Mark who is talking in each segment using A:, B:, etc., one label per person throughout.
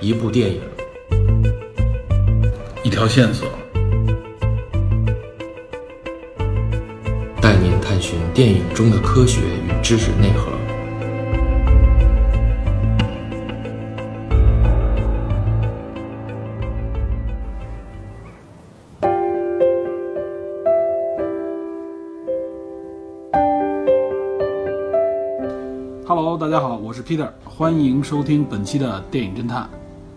A: 一部电影，
B: 一条线索，
A: 带您探寻电影中的科学与知识内核。
B: Hello，大家好，我是 Peter，欢迎收听本期的电影侦探。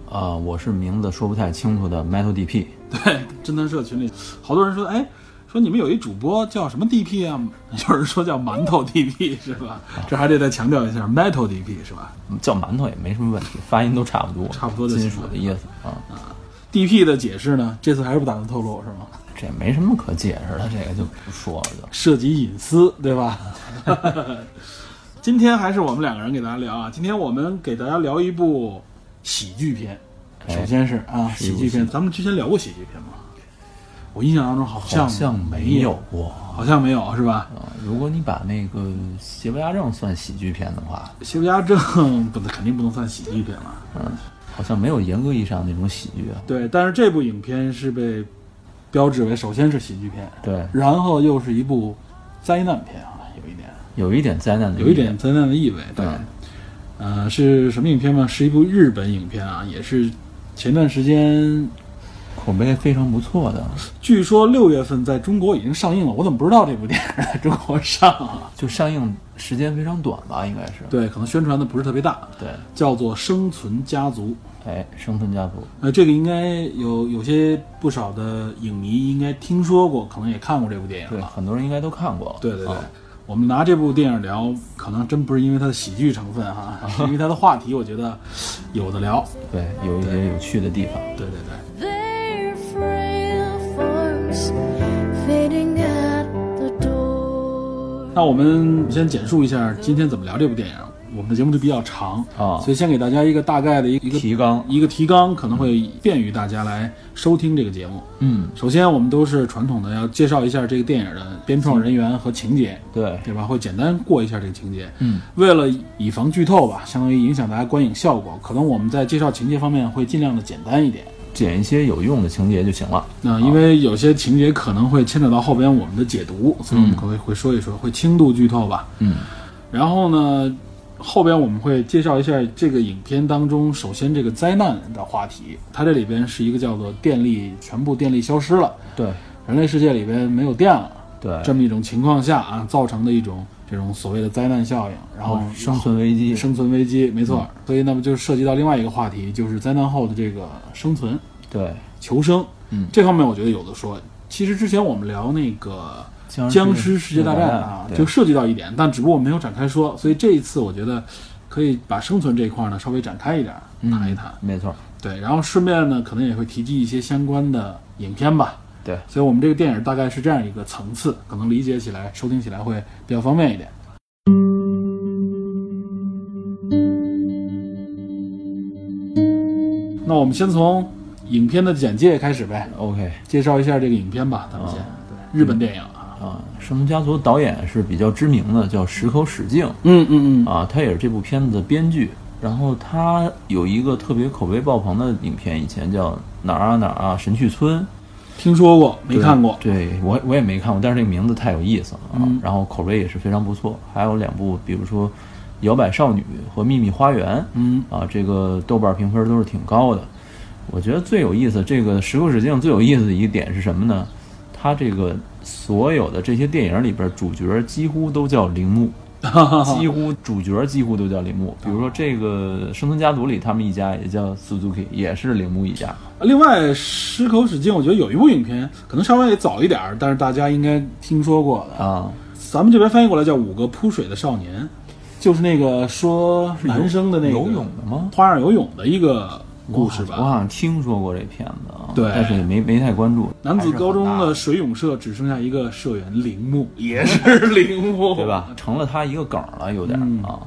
C: 啊、我是名字说不太清楚的 Metal DP，
B: 对，侦探社群里好多人说，哎，说你们有一主播叫什么 DP 啊？ 有人说叫馒头 DP 是吧？这还得再强调一下，Metal DP 是吧
C: 叫馒头也没什么问题，发音都差不多，
B: 差不多就行
C: 金属的意思啊，
B: ？DP 的解释呢？这次还是不打算透露是吗？
C: 这没什么可解释的，这个就不说了就。
B: 涉及隐私，对吧？ 今天还是我们两个人给大家聊啊，今天我们给大家聊一部喜剧片，
C: 哎
B: 首先是啊
C: 一
B: 喜
C: 部
B: 剧
C: 喜
B: 片，咱们之前聊过喜剧片吗？我印象当中好像
C: 好像没有，过
B: 好像没有是吧？
C: 啊、如果你把那个《邪不压正》算喜剧片的话，
B: 《邪不压正》不肯定不能算喜剧片了，
C: 好像没有严格意义上那种喜剧啊。
B: 对，但是这部影片是被标志为首先是喜剧片，
C: 对，
B: 然后又是一部灾难片啊，有一点
C: 有一点灾难的，
B: 有一点灾难的意味。对，
C: 嗯
B: 呃，是什么影片吗？是一部日本影片啊，也是前段时间，
C: 口碑非常不错的，
B: 据说六月份在中国已经上映了，我怎么不知道这部电影 在中国上啊？
C: 就上映时间非常短吧，应该是。
B: 对，可能宣传的不是特别大，
C: 对，
B: 叫做《生存家族》。
C: 哎，生吞家族，
B: 呃，这个应该有有些不少的影迷应该听说过，可能也看过这部电影
C: 对，
B: 了。
C: 很多人应该都看过了。
B: 对对对
C: 啊，
B: 我们拿这部电影聊，可能真不是因为它的喜剧成分哈、是因为它的话题，我觉得有的聊。
C: 对，有一些有趣的地方。
B: 对对对，
D: Their frail forms fading at the door.
B: 那我们先简述一下今天怎么聊这部电影。我们的节目就比较长
C: 啊
B: 所以先给大家一个大概的一个一个
C: 提纲，
B: 一个提纲，可能会便于大家来收听这个节目。
C: 嗯，
B: 首先，我们都是传统的要介绍一下这个电影的编创人员和情节，
C: 对，
B: 对吧？会简单过一下这个情节。
C: 嗯，
B: 为了以防剧透吧，相当于影响大家观影效果，可能我们在介绍情节方面会尽量的简单一点。
C: 剪一些有用的情节就行了。
B: 那、因为有些情节可能会牵扯到后边我们的解读，所以我们可能会说一说，会轻度剧透吧。
C: 嗯，
B: 然后呢，后边我们会介绍一下这个影片当中，首先这个灾难的话题，它这里边是一个叫做电力全部电力消失了，
C: 对，
B: 人类世界里边没有电了，
C: 对，
B: 这么一种情况下啊，造成的一种这种所谓的灾难效应，然后
C: 哦生存危机，
B: 生存危机，没错。
C: 嗯
B: 所以那么就涉及到另外一个话题，就是灾难后的这个生存
C: 对，
B: 求生，
C: 嗯
B: 这方面我觉得有的说。其实之前我们聊那个僵尸世界大战啊，就
C: 对
B: 涉及到一点，但只不过我没有展开说，所以这一次我觉得可以把生存这一块呢稍微展开一点谈一谈。
C: 没错，
B: 对，然后顺便呢，可能也会提及一些相关的影片吧。
C: 对，
B: 所以我们这个电影大概是这样一个层次，可能理解起来、收听起来会比较方便一点。那我们先从影片的简介开始呗，
C: ，OK
B: 介绍一下这个影片吧，咱们先。对，日本电影啊，
C: 啊，生存家族导演是比较知名的，叫石口史静
B: 嗯嗯嗯，
C: 啊，他也是这部片子的编剧。然后他有一个特别口碑爆棚的影片，以前叫哪儿啊哪儿啊神去村，
B: 听说过没
C: 对
B: 看过？
C: 对我我也没看过，但是这个名字太有意思了啊！
B: 嗯
C: 然后口碑也是非常不错。还有两部，比如说《摇摆少女》和《秘密花园》，
B: 嗯
C: 啊，这个豆瓣评分都是挺高的。我觉得最有意思，这个石口史境最有意思的一点是什么呢？他这个所有的这些电影里边，主角几乎都叫 铃木，几乎主角几乎都叫铃木。比如说这个《生存家族》里，他们一家也叫 Suzuki，也是铃木一家。
B: 另外，矢口史进，我觉得有一部影片可能稍微早一点儿，但是大家应该听说过的，
C: 啊，
B: 咱们这边翻译过来叫《五个扑水的少年》，就是那个说男生的那个
C: 哎游泳的吗？
B: 花样游泳的一个故事
C: 我
B: 吧。
C: 好像听说过这片子啊，
B: 对
C: 但是也没没太关注。
B: 男子高中
C: 还是
B: 的
C: 很大
B: 水泳社只剩下一个社员铃木，也是铃木，
C: 对吧？？成了他一个梗了，有点儿
B: 哦嗯
C: 啊。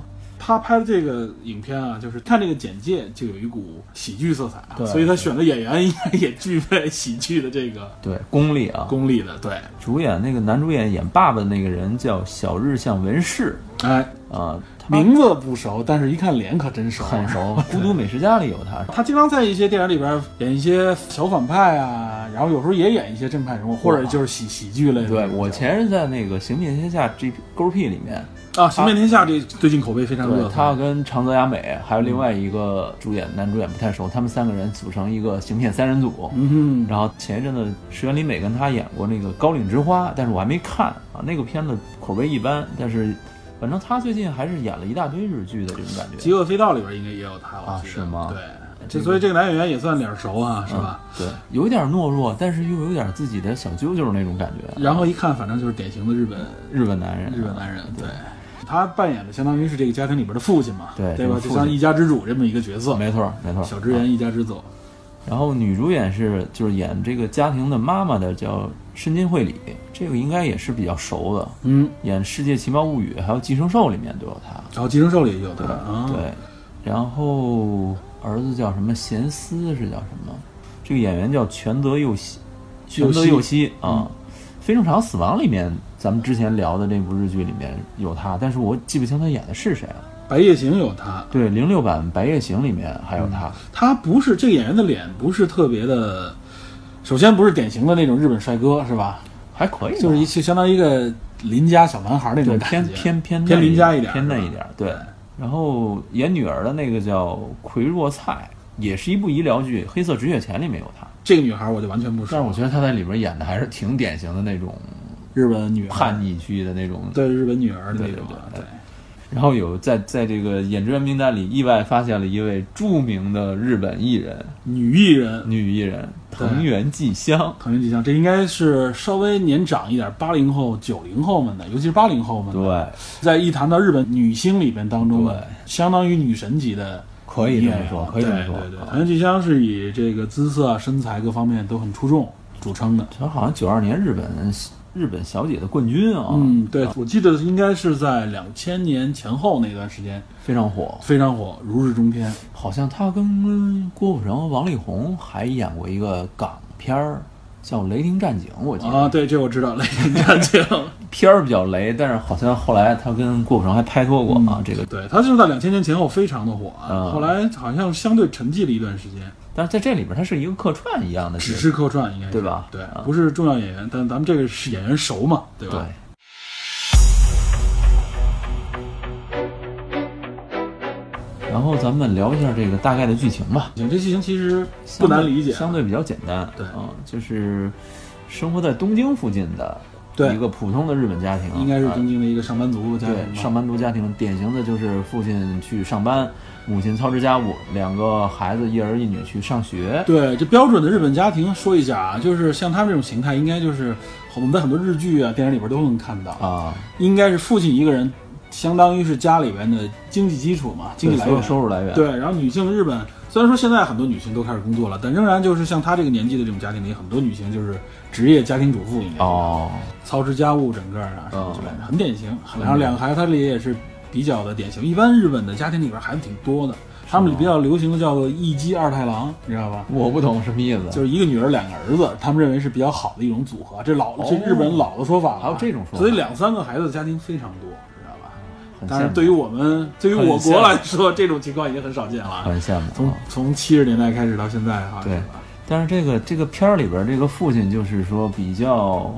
B: 他拍的这个影片啊，就是看这个简介就有一股喜剧色彩啊，
C: 对
B: 所以他选的演员应该也具备喜剧的这个
C: 对，功力啊，
B: 功力的。对，
C: 主演那个男主演演爸爸的那个人叫小日向文世
B: 哎，
C: 啊，他
B: 名字不熟，但是一看脸可真熟，
C: 很熟，《 孤独美食家》里有他，
B: 他经常在一些电影里边演一些小反派啊，然后有时候也演一些正派人物，或者就是喜喜剧类的。
C: 对我前日在那个《行遍天下》G 勾 P 里面，
B: 啊，《行遍天下》这最近口碑非常热嗯
C: 对他
B: 他
C: 跟长泽雅美还有另外一个主演男主演不太熟，他们三个人组成一个行骗三人组。
B: 嗯哼，
C: 然后前一阵子石原里美跟他演过那个《高岭之花》，但是我还没看啊，那个片子口碑一般，但是反正他最近还是演了一大堆日剧的这种感
B: 《
C: 觉
B: 极恶飞盗》里边应该也有他，我
C: 啊
B: 记得
C: 是吗
B: 对，这所以这个男演员也算脸熟啊，是吧？
C: 嗯对，有一点懦弱，但是又有点自己的小啾啾那种感觉。
B: 然后一看，反正就是典型的日本
C: 日本男人，
B: 日本男人，对。他扮演的相当于是这个家庭里边的父亲嘛，
C: 对
B: 对吧？
C: 这个父
B: 就
C: 亲
B: 像一家之主这么一个角色，
C: 没错没错，嗯
B: 小职员一家之主，
C: 然后女主演是就是演这个家庭的妈妈的，叫深津惠里，这个应该也是比较熟的，
B: 嗯，
C: 演《世界奇妙物语》还有《寄生兽》里面都有她。
B: 然后《寄生兽》里也有他，啊，
C: 对，然后儿子叫什么贤思是叫什么？这个演员叫全泽佑希，全泽佑希啊，非正常死亡》里面咱们之前聊的那部日剧里面有她，但是我记不清她演的是谁了。
B: 白夜行》有他，
C: 对，嗯零六版《白夜行》里面还有她。
B: 他不是这个演员的脸不是特别的，首先不是典型的那种日本帅哥是吧？
C: 还可以吧，
B: 就是一就相当于一个邻家小男孩那
C: 对，
B: 种感
C: 偏
B: 觉，
C: 偏偏
B: 偏
C: 嫩
B: 邻家一点，嗯
C: 偏嫩
B: 是吧
C: 一点。对，然后演女儿的那个叫奎若菜，也是一部医疗剧《黑色止血钳》里面有她，
B: 这个女孩我就完全不熟，
C: 但是我觉得她在里边演的还是挺典型的那种
B: 日本女儿
C: 叛逆剧的那种。，
B: 对日本女儿的那
C: 对
B: 种
C: 对
B: 啊，
C: 对然后有在在这个演职员名单里意外发现了一位著名的日本艺人，
B: 女艺人
C: 女艺人藤原纪香。
B: 藤原纪香，这应该是稍微年长一点，八零后、九零后们的，尤其是八零后们的，
C: 对，
B: 在一谈到日本女星里边当中的
C: 对，
B: 相当于女神级的
C: 可以
B: 演
C: 这
B: 员。
C: 么说可以这么说
B: 对对对，
C: 啊
B: 藤原纪香是以这个姿色啊、身材各方面都很出众著称的。
C: 她好像九二年日本日本小姐的冠军啊，
B: 嗯，对，我记得应该是在两千年前后那段时间
C: 非常火。
B: 非常火，如日中天。
C: 好像他跟郭富城、和王力宏还演过一个港片儿，叫《雷霆战警》，我记得、
B: 啊，对，这我知道了，战警。
C: 片儿比较雷，但是好像后来他跟郭富城还拍拖过啊。 这个，
B: 对，他就是在两千年前后非常的火，啊
C: 嗯
B: 后来好像相对沉寂了一段时间，
C: 但是在这里边他是一个客串一样的角
B: 只
C: 色，
B: 是客串应该是
C: 对吧
B: 对
C: 啊，
B: 不是重要演员，但咱们这个是演员熟嘛，对吧？
C: 对。然后咱们聊一下这个大概的剧情吧，
B: 行，这剧情其实不难理解，啊
C: 相对相对比较简单。
B: 对
C: 啊，就是生活在东京附近的
B: 对
C: 一个普通的日本家庭，
B: 应该是
C: 啊
B: 东京的一个上班族家庭
C: 对，
B: 吧
C: 上班族家庭典型的就是父亲去上班，母亲操持家务，两个孩子一儿一女去上学。
B: 对，这标准的日本家庭，说一下啊，就是像他们这种形态，应该就是我们在很多日剧啊、电影里边都能看到，
C: 啊，
B: 应该是父亲一个人，相当于是家里边的经济基础嘛，经济
C: 对
B: 来
C: 所有
B: 源。
C: 收入来源。，
B: 对，然后女性日本虽然说现在很多女性都开始工作了，但仍然就是像她这个年纪的这种家庭里，很多女性就是职业家庭主妇，应该是
C: 哦，
B: 操持家务整个啊什么之类的，很典型。
C: 典型
B: 然后两个孩子他里也是比较的典型，一般日本的家庭里边孩子挺多的，他们比较流行的叫做一妻二太郎，你知道吧？
C: 我不懂什么意思。
B: 就是一个女儿两个儿子，他们认为是比较好的一种组合，这老这日本老的说法了啊
C: 哦还有这种说法
B: 所以两三个孩子的家庭非常多，知道吧？
C: 很
B: 但是
C: 羡慕，
B: 对于我们，对于我
C: 很羡
B: 国
C: 慕
B: 来说，这种情况已经很少见了啊。
C: 很羡慕。
B: 从
C: 啊
B: 从七十年代开始到现在哈，
C: 对
B: 是吧
C: 但是这个这个片儿里边，这个父亲就是说比较，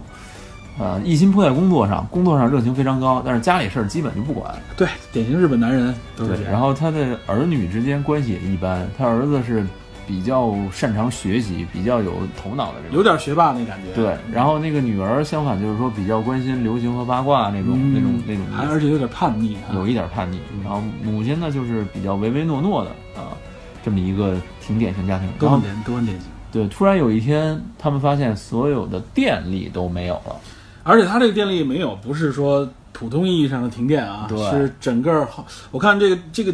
C: 呃，一心扑在工作上，工作上热情非常高，但是家里事儿基本就不管。
B: 对，典型日本男人都是这
C: 对，
B: 样。
C: 然后他的儿女之间关系也一般，他儿子是比较擅长学习，比较有头脑的这种。
B: 有点学霸那感觉，
C: 对，然后那个女儿相反就是说比较关心流行和八卦那种、
B: 嗯，
C: 那种那种
B: 还
C: 意思
B: 而且有点叛逆啊哈，
C: 有一点叛逆。然后母亲呢就是比较唯唯诺诺的啊，这么一个挺典型家庭。
B: 都很
C: 然后
B: 典都很典型。
C: 对，突然有一天他们发现所有的电力都没有了，
B: 而且它这个电力没有，不是说普通意义上的停电啊，
C: 对
B: 是整个儿我看这个这个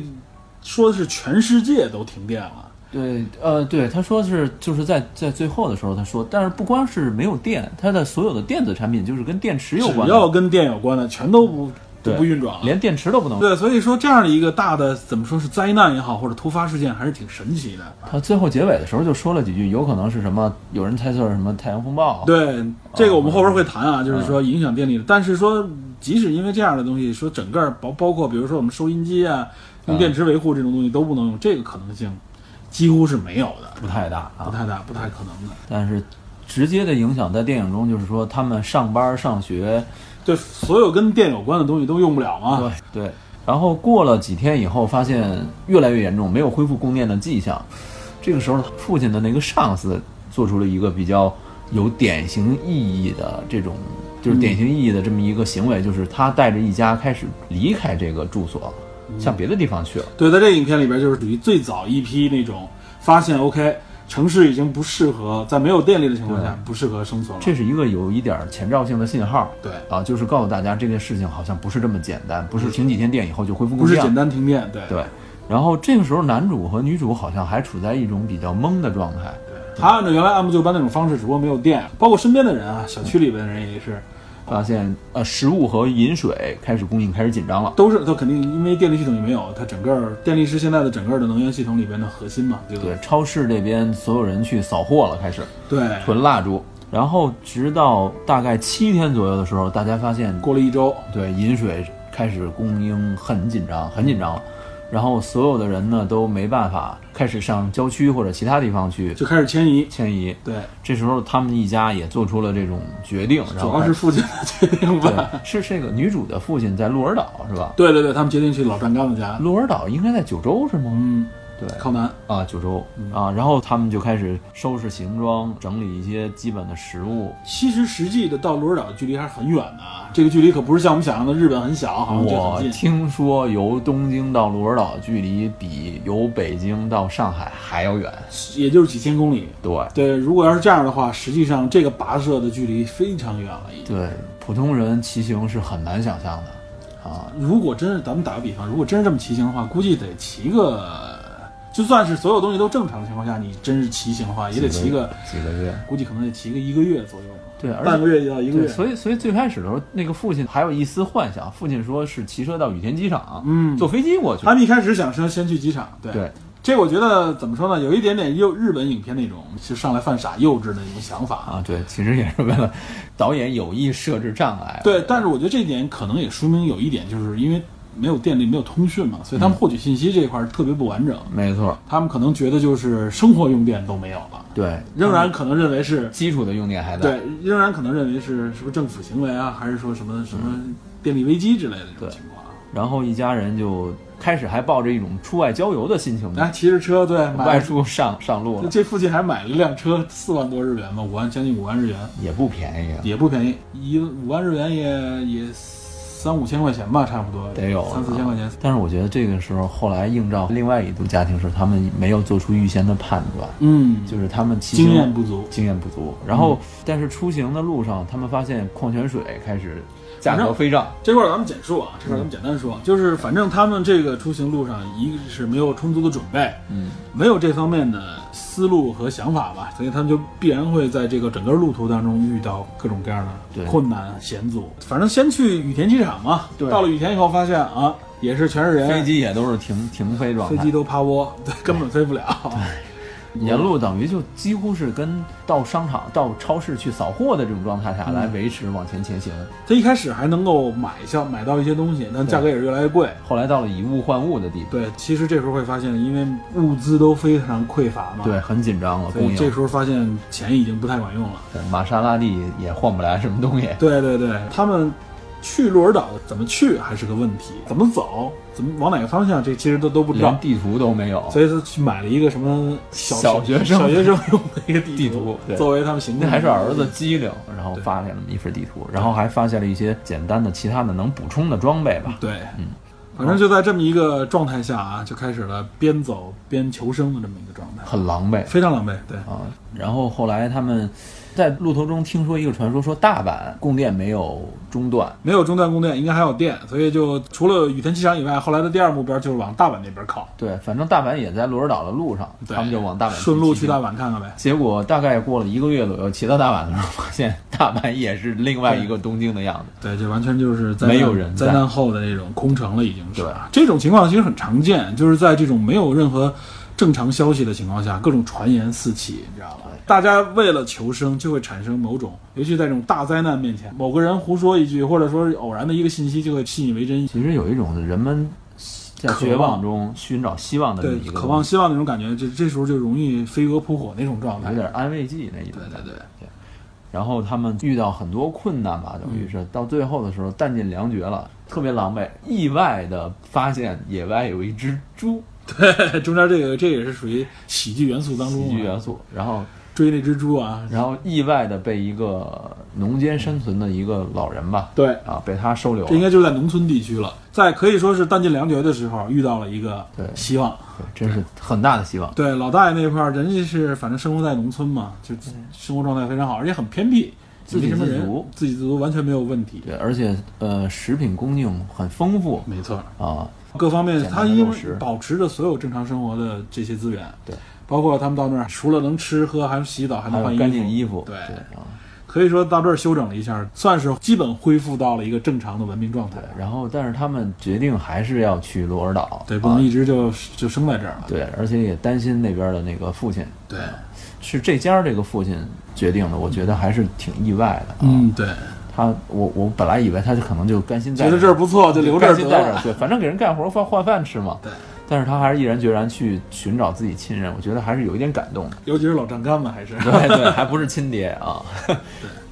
B: 说的是全世界都停电了，
C: 对，呃，对，他说是就是在在最后的时候他说，但是不光是没有电，他的所有的电子产品就是跟电池有
B: 只
C: 关的，
B: 要跟电有关的全都不就不运转了。
C: 连电池都不能。
B: 对，所以说这样的一个大的怎么说是灾难也好，或者突发事件，还是挺神奇的。
C: 他最后结尾的时候就说了几句，有可能是什么？有人猜测是什么太阳风暴？，
B: 对，这个我们后边会谈啊，就是说影响电力的。但是说，即使因为这样的东西，说整个儿包包括比如说我们收音机啊，
C: 嗯
B: 用电池维护这种东西都不能用，这个可能性几乎是没有的，
C: 不太大
B: 不
C: 啊。
B: 太大，不太可能的。
C: 但是直接的影响在电影中就是说，他们上班上学，
B: 对，所有跟电有关的东西都用不了嘛。
C: 啊对对。然后过了几天以后，发现越来越严重，没有恢复供电的迹象。这个时候，父亲的那个上司做出了一个比较有典型意义的这种，就是典型意义的这么一个行为，就是他带着一家开始离开这个住所，
B: 嗯
C: 向别的地方去了。
B: 对，在这个影片里边，就是属于最早一批那种发现 OK 城市已经不适合在没有电力的情况下不适合生存了。
C: 这是一个有一点儿前兆性的信号。
B: 对，
C: 啊，就是告诉大家这件事情好像不是这么简单，不是停几天电以后就恢复
B: 不
C: 供
B: 是
C: 电了，
B: 简单停电，对。
C: 对。然后这个时候，男主和女主好像还处在一种比较懵的状态。
B: 他按照原来按部就班那种方式，只不过没有电，包括身边的人啊，小区里边的人也是，
C: 发现呃，食物和饮水开始供应开始紧张了。
B: 都是他肯定因为电力系统也没有，它整个儿电力是现在的整个儿的能源系统里边的核心嘛，对不
C: 对，超市这边所有人去扫货了，开始
B: 对，
C: 囤蜡烛。然后直到大概七天左右的时候，大家发现
B: 过了一周，
C: 对，饮水开始供应很紧张，很紧张了。然后所有的人呢都没办法，开始上郊区或者其他地方去
B: 就开始迁移，
C: 迁移。
B: 对，
C: 这时候他们一家也做出了这种决定，然
B: 主
C: 后
B: 要是父亲的 决定
C: 对
B: 吧，，
C: 是这个女主的父亲在鹿儿岛是吧？
B: 对对对，他们决定去老站岗的家，
C: 鹿儿岛应该在九州是吗？
B: 嗯，
C: 对，
B: 靠南，
C: 啊，九州
B: 嗯
C: 啊，然后他们就开始收拾行装，整理一些基本的食物。
B: 其实实际的到鹿儿岛的距离还是很远的啊，这个距离可不是像我们想象的日本很小，好像哦就
C: 我
B: 很近，
C: 听说由东京到鹿儿岛距离比由北京到上海还要远。
B: 也就是几千公里。
C: 对
B: 对，如果要是这样的话，实际上这个跋涉的距离非常远了，已经。
C: 对，普通人骑行是很难想象的啊。
B: 如果真是咱们打个比方，如果真是这么骑行的话，估计得骑个，就算是所有东西都正常的情况下，你真是骑行的话，也得骑个，
C: 几个月。
B: 估计可能得骑个一个月左右吧，
C: 对，而
B: 半
C: 且
B: 个月到一个
C: 对，
B: 月。
C: 所以所以最开始的时候，那个父亲还有一丝幻想，父亲说是骑车到羽田机场，
B: 嗯
C: 坐飞机过去
B: 他。们一开始想说先去机场，对，
C: 对，
B: 这我觉得怎么说呢，有一点点幼日本影片那种就上来犯傻、幼稚的那种想法啊。
C: 啊，对，其实也是为了导演有意设置障碍。
B: 对，但是我觉得这一点可能也说明有一点，就是因为没有电力、没有通讯嘛，所以他们获取信息这一块儿特别不完整。
C: 没错，
B: 他们可能觉得就是生活用电都没有了，
C: 对，
B: 仍然可能认为是
C: 基础的用电还在。
B: 对，仍然可能认为是是不是政府行为啊，还是说什么什么电力危机之类的这种
C: 对
B: 情况啊？
C: 然后一家人就开始还抱着一种出外郊游的心情，
B: 来哎骑着车，对，买
C: 外
B: 了
C: 出上上路了，
B: 这附近还买了辆车，四万多日元吧，五万将近五万日元，
C: 也不便宜啊。
B: 也不便宜，一五万日元也也三五千块钱吧，差不多
C: 得有啊
B: 三四千块钱。
C: 但是我觉得这个时候，后来映照另外一度家庭是他们没有做出预先的判断，
B: 嗯，
C: 就是他们骑行
B: 经验不嗯足。
C: 经验不足。然后，但是出行的路上，他们发现矿泉水开始价格飞涨，
B: 这块儿咱们简述啊，这块儿咱
C: 嗯
B: 们简单说，就是反正他们这个出行路上，一个是没有充足的准备，
C: 嗯，
B: 没有这方面的思路和想法吧，所以他们就必然会在这个整个路途当中遇到各种各样的
C: 对
B: 困难险阻。反正先去羽田机场嘛，
C: 对
B: 到了羽田以后发现啊，也是全是人，
C: 飞机也都是停停飞状
B: 飞
C: 态
B: 机，都趴窝，对，根本飞 不了。
C: 沿路等于就几乎是跟到商场、到超市去扫货的这种状态下来
B: 嗯
C: 维持往前前行。
B: 他一开始还能够买下买到一些东西，但价格也是越来越贵。
C: 后来到了以物换物的地步，
B: 对，其实这时候会发现，因为物资都非常匮乏嘛，
C: 对，，很紧张了，
B: 所
C: 供
B: 以
C: 应啊
B: 这时候发现钱已经不太管用了。
C: 对玛莎拉蒂也换不来什么东西。
B: 对对对，他们去鹿儿岛怎么去还是个问题，怎么走，怎么往哪个方向，这其实都都不知道
C: 连。地图都没有，
B: 所以他去买了一个什么小
C: 小学生
B: 小学生用的一个地
C: 地图对
B: 作为他们行动。
C: 那还是儿子机灵，然后发现了一份地图，然后还发现了一些简单的其他的能补充的装备吧。
B: 对，反正就在这么一个状态下啊，就开始了边走边求生的这么一个状态，
C: 很狼狈
B: 非常狼狈。对，
C: 啊。然后后来他们在路途中听说一个传说，说大阪供电没有中断，
B: 没有中断供电，应该还有电，所以就除了羽田机场以外，后来的第二目标就是往大阪那边靠，
C: 对，反正大阪也在鹿儿岛的路上，
B: 对
C: 他们就往大阪
B: 顺路去大
C: 阪。
B: 阪看看呗。
C: 结果大概过了一个月左右，骑到大阪的时候，发现大阪也是另外一个东京的样子。
B: 对，这完全就是灾难
C: 没有人在
B: 灾难后的那种空城了，已经是
C: 对
B: 这种情况其实很常见，就是在这种没有任何正常消息的情况下，各种传言四起，你知道吧？大家为了求生，就会产生某种，尤其在这种大灾难面前，某个人胡说一句，或者说是偶然的一个信息，就会信以为真，
C: 其实有一种人们在
B: 渴望
C: 绝望中寻找希望的这么
B: 对
C: 一个，东西
B: 渴望希望那种感觉，这这时候就容易飞蛾扑火那种状态
C: 有。点安慰剂那一种
B: 对。对对，
C: 然后他们遇到很多困难吧，等于是
B: 嗯
C: 到最后的时候弹尽粮绝了，特别狼狈。意外的发现野外有一只猪，
B: 对，中间这个这也是属于喜剧元素当中、啊，
C: 喜剧元素。然后，
B: 追那只猪啊，
C: 然后意外的被一个农间生存的一个老人吧，
B: 对，
C: 啊，被他收留了。
B: 这应该就是在农村地区了，在可以说是弹尽粮绝的时候遇到了一个
C: 对
B: 希望。
C: 对真是很大的希望。
B: 对，老大爷那块儿，人家是反正生活在农村嘛，就生活状态非常好，而且很偏僻，
C: 自给
B: 也没什么
C: 自
B: 人
C: 足，
B: 自给自足完全没有问题。
C: 对，而且呃，食品供应很丰富
B: 没错，
C: 啊，
B: 各方面
C: 简单
B: 他
C: 的
B: 因
C: 肉
B: 为
C: 食
B: 保持着所有正常生活的这些资源，
C: 对，
B: 包括他们到那儿除了能吃喝，还洗澡，还
C: 还
B: 能换
C: 有干净衣服，
B: 对，
C: 啊。
B: 可以说到这儿休整了一下，算是基本恢复到了一个正常的文明状态。
C: 然后，但是他们决定还是要去鹿儿岛，
B: 对，
C: 啊
B: 不能一直就就生在这儿了。
C: 对，而且也担心那边的那个父亲，
B: 对，
C: 是这家这个父亲决定的，我觉得还是挺意外的。啊、，
B: 嗯，对，
C: 他我我本来以为他就可能就甘心在
B: 觉得这儿不错，就留这
C: 甘
B: 儿
C: 心
B: 得
C: 在这儿，
B: 了。
C: 对，反正给人干活换换饭吃嘛。
B: 对，
C: 但是他还是毅然决然去寻找自己亲人，我觉得还是有一点感 动的。
B: 尤其是老丈干嘛，还是
C: 对对，还不是亲爹啊。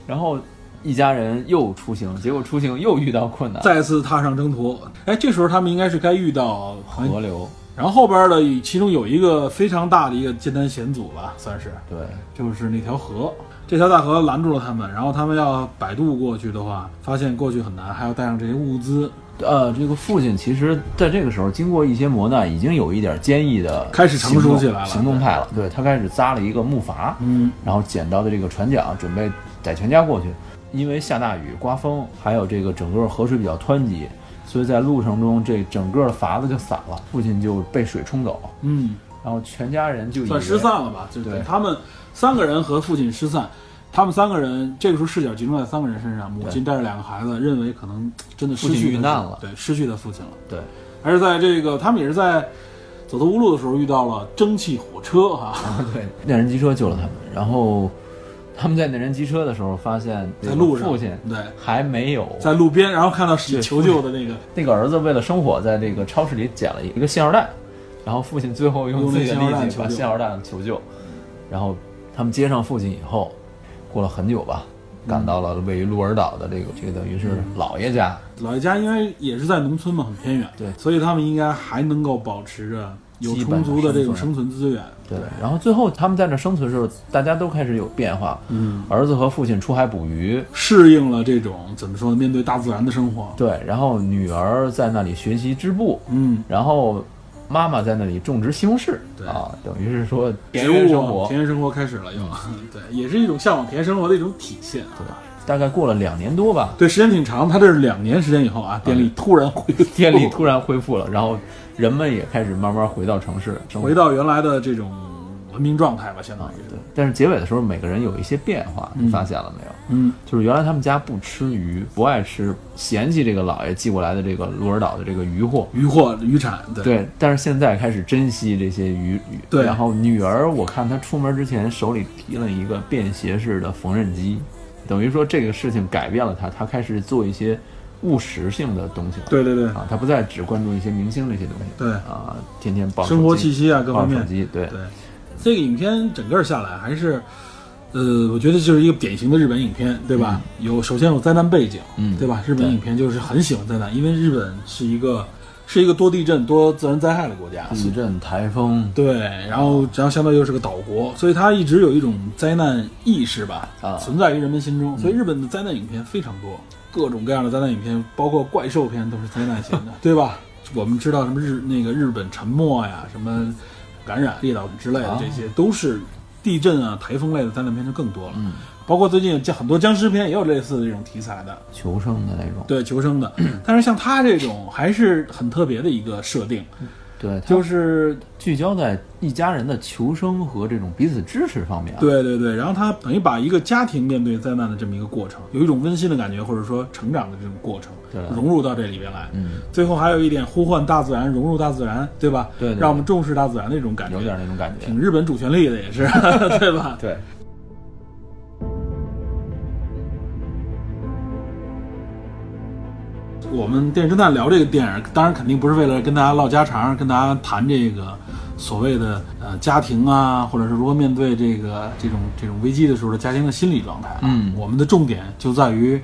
C: 然后一家人又出行，结果出行又遇到困难，
B: 再次踏上征途。哎，这时候他们应该是该遇到
C: 河流。
B: 然后后边的其中有一个非常大的一个艰难险阻吧，算是，
C: 对，
B: 就是那条河。这条大河拦住了他们，然后他们要摆渡过去的话，发现过去很难，还要带上这些物资，
C: 呃，这个父亲其实在这个时候经过一些磨难，已经有一点坚毅的
B: 开始成熟
C: 行动
B: 起来了
C: 行动派了。对他开始扎了一个木筏，
B: 嗯，
C: 然后捡到的这个船桨，准备载全家过去。因为下大雨、刮风，还有这个整个河水比较湍急，所以在路程中这整个筏子就散了，父亲就被水冲走，
B: 嗯，
C: 然后全家人就以为
B: 算失散了吧？就
C: 对
B: 是他们三个人和父亲失散，他们三个人这个时候视角集中在三个人身上，母亲带着两个孩子，认为可能真的失
C: 父亲
B: 去
C: 遇
B: 他
C: 难
B: 父
C: 了
B: 对，失去他父亲了。
C: 对
B: 还是在这个他们也是在走投无路的时候遇到了蒸汽火车哈、
C: 对，那人机车救了他们。然后他们在那人机车的时候，发现这
B: 在
C: 个
B: 路上
C: 父亲
B: 对，
C: 还没有
B: 在路边，然后看到是
C: 对
B: 求救的那个，
C: 那个儿子为了生火，在这个超市里捡了一个信号弹，然后父亲最后用自己的
B: 用那信号弹
C: 力气
B: 求救
C: 把信号弹求救，然后他们接上父亲以后，过了很久吧，赶
B: 嗯
C: 到了位于鹿儿岛的这个这个等于是姥爷家，
B: 老爷家因为也是在农村嘛，很偏远，
C: 对
B: 所以他们应该还能够保持着有
C: 基
B: 充
C: 本的
B: 足的这种
C: 生
B: 生存资源，
C: 对，然后最后他们在那生存的时候，大家都开始有变化，
B: 嗯，
C: 儿子和父亲出海捕鱼，
B: 适应了这种怎么说呢，面对大自然的生活，
C: 对，然后女儿在那里学习织布，
B: 嗯，
C: 然后妈妈在那里种植西红柿，
B: 对
C: 啊，等于是说
B: 植
C: 田园生
B: 物
C: 活，
B: 田园生活开始了又，对，也是一种向往田园生活的一种体现啊。
C: 大概过了两年多吧，
B: 对，时间挺长，他这是两年时间以后啊，电力突然 恢复，
C: 电力突然恢复了，然后人们也开始慢慢回到城市生活啊
B: 回。到原来的这种文明状态吧，相当于。
C: 对，但是结尾的时候，每个人有一些变化，你发现了没有？
B: 嗯，
C: 就是原来他们家不吃鱼，不爱吃，嫌弃这个老爷寄过来的这个鹿儿岛的这个渔获。
B: 渔获、渔产，对，
C: 对，但是现在开始珍惜这些鱼。鱼
B: 对
C: 然后女儿，我看她出门之前手里提了一个便携式的缝纫机，等于说这个事情改变了她，她开始做一些务实性的东西了。
B: 对对对
C: 啊，她不再只关注一些明星这些东西。
B: 对
C: 啊，天天抱
B: 生
C: 手
B: 活
C: 机
B: 气息啊，各
C: 抱
B: 方
C: 着手
B: 面，
C: 机，对
B: 对，这个影片整个下来还是，呃，我觉得就是一个典型的日本影片，对吧？有首先有灾难背景，
C: 嗯
B: 嗯对吧？日本
C: 对
B: 影片就是很喜欢灾难，因为日本是一个是一个多地震、多自然灾害的国家，
C: 地震、台风
B: 对，然
C: 哦
B: 后然后相当于又是个岛国，所以它一直有一种灾难意识吧，
C: 啊嗯
B: 存在于人们心中。所以日本的灾难影片非常多，各种各样的灾难影片，包括怪兽片都是灾难型 的，对吧？我们知道什么日那个日本沉没呀，什么感染、列岛之类的
C: 啊嗯
B: 这些，都是地震啊、台风类的灾难片就更多了。包括最近有很多僵尸片也有类似的这种题材的，
C: 求生的那种。
B: 对求生的。但是像他这种还是很特别的一个设定，
C: 嗯对，它
B: 就是
C: 聚焦在一家人的求生和这种彼此支持方面。，
B: 对对对，然后他等于把一个家庭面对灾难的这么一个过程，有一种温馨的感觉，或者说成长的这种过程
C: 对，
B: 融入到这里边来。
C: 嗯，
B: 最后还有一点呼唤大自然，融入大自然，对吧？
C: 对对
B: 让我们重视大自然的一种感觉，
C: 有点那种感觉。
B: 挺日本主旋律的，也是， 对吧？
C: 对，
B: 我们电影侦探聊这个电影，当然肯定不是为了跟大家唠家常，跟大家谈这个所谓的呃家庭啊，或者是如何面对这个这种这种危机的时候的家庭的心理状态、啊。
C: 嗯
B: 我们的重点就在于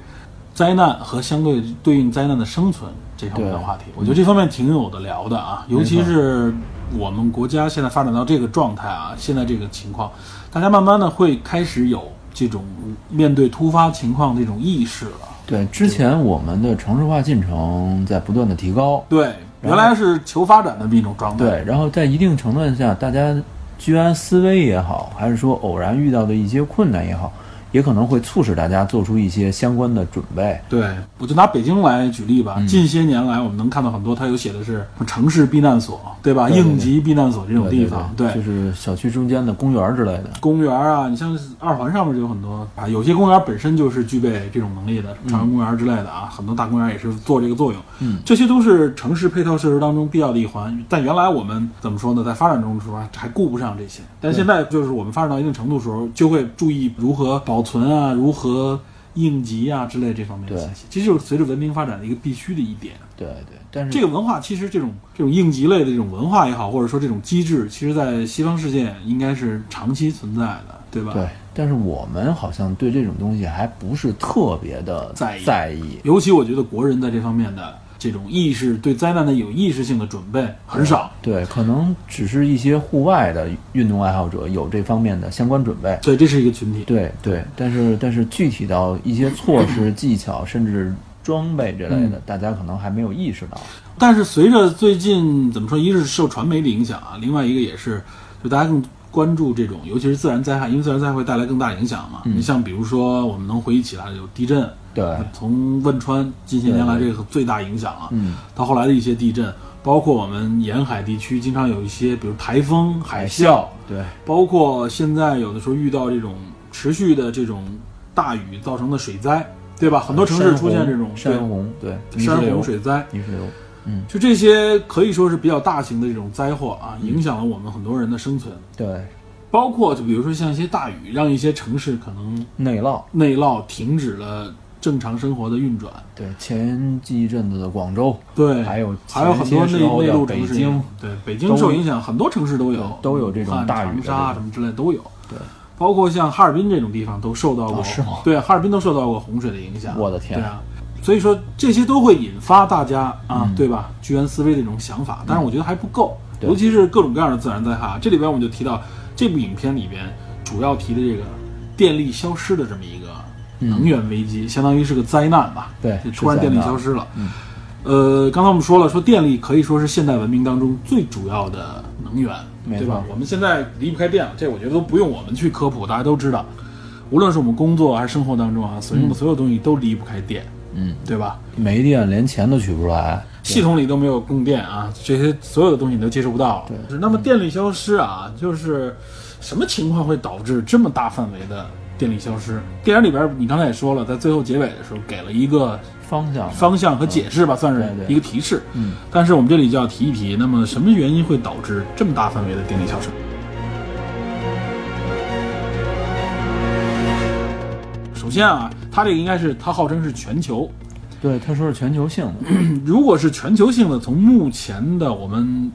B: 灾难和相对对应灾难的生存这方面的
C: 对
B: 话题。我觉得这方面挺有的聊的啊，尤其
C: 没错
B: 是我们国家现在发展到这个状态啊，现在这个情况，大家慢慢的会开始有这种面对突发情况这种意识了。
C: 对，之前我们的城市化进程在不断的提高，
B: 对，原来是求发展的一种状态。
C: 对，然后在一定程度下，大家居安思危也好，还是说偶然遇到的一些困难也好，也可能会促使大家做出一些相关的准备。
B: 对，我就拿北京来举例
C: 嗯
B: 吧。近些年来，我们能看到很多，它有写的是城市避难所，对吧？
C: 对对对
B: 应急避难所这种地方，
C: 对，就是小区中间的公园之类的。
B: 公园啊，你像二环上面就有很多啊，有些公园本身就是具备这种能力的，朝阳公园之类的啊，很多大公园也是做这个作用。
C: 嗯，
B: 这些都是城市配套设施当中必要的一环。但原来我们怎么说呢，在发展中的时候还顾不上这些，但现在就是我们发展到一定程度的时候，就会注意如何保存啊，如何应急啊之类这方面的
C: 对
B: 信息。这就是随着文明发展的一个必须的一点。
C: 对对，但是
B: 这个文化其实这种这种应急类的这种文化也好，或者说这种机制，其实在西方世界应该是长期存在的，对吧？
C: 对，但是我们好像对这种东西还不是特别的
B: 在意
C: 在意。
B: 尤其我觉得国人在这方面的这种意识，对灾难的有意识性的准备很少。
C: 对，可能只是一些户外的运动爱好者有这方面的相关准备。
B: 所以这是一个群体。
C: 对对，但是但是具体到一些措施、
B: 嗯
C: 技巧，甚至装备之类的，大家可能还没有意识到。
B: 但是随着最近怎么说，一是受传媒的影响啊，另外一个也是，就大家更关注这种，尤其是自然灾害，因为自然灾害会带来更大影响嘛。你、像比如说，我们能回忆起来的有地震，
C: 嗯对
B: 从汶川近些年来
C: 对
B: 这个最大影响啊，
C: 嗯，
B: 到后来的一些地震，包括我们沿海地区经常有一些，比如台风、海啸，
C: 对
B: 包括现在有的时候遇到这种持续的这种大雨造成的水灾，对吧？很多城市出现这种
C: 山洪，对
B: 对山洪、水灾，
C: 泥石流，嗯，
B: 就这些可以说是比较大型的这种灾祸啊，影响了我们很多人的生存。
C: 对
B: 包括就比如说像一些大雨，让一些城市可能
C: 内涝，
B: 内涝停止了正常生活的运转。
C: 对前几阵子的广州，
B: 对，
C: 还有
B: 还有很多
C: 前些时候
B: 内内
C: 的
B: 陆
C: 北
B: 城市，
C: 京，
B: 对北京受影响，很多城市都有
C: 对都有这种
B: 武汉
C: 大雨的
B: 长沙
C: 这种
B: 什么之类都有。
C: 对，
B: 包括像哈尔滨这种地方都受到过，
C: 哦是吗
B: 对，哈尔滨都受到过洪水的影响。
C: 我的天
B: 对啊，所以说这些都会引发大家啊，
C: 嗯
B: 对吧？居安思危的这种想法，但是我觉得还不够，
C: 对
B: 尤其是各种各样的自然灾害啊。这里边我们就提到这部影片里边主要提的这个电力消失的这么一个能源危机，相当于是个灾难吧？
C: 嗯对
B: 就突然
C: 是灾
B: 电
C: 难嗯
B: 力消失了。呃，刚才我们说了，说电力可以说是现代文明当中最主要的能源，
C: 没
B: 对吧
C: 错？
B: 我们现在离不开电了，这我觉得都不用我们去科普，大家都知道。无论是我们工作还是生活当中啊，所用的所有东西都离不开电，
C: 嗯，
B: 对吧？
C: 没电连钱都取不出来，
B: 系统里都没有供电啊，这些所有的东西你都接触不到了。是那么电力消失啊，就是什么情况会导致这么大范围的电力消失？电影里边你刚才也说了，在最后结尾的时候给了一个
C: 方向
B: 方向和解释吧，算是
C: 对对
B: 一个提示。
C: 嗯，
B: 但是我们这里就要提一提，那么什么原因会导致这么大范围的电力消失？首先啊，它这个应该是它号称是全球，
C: 对他说是全球性的，
B: 如果是全球性的，从目前的我们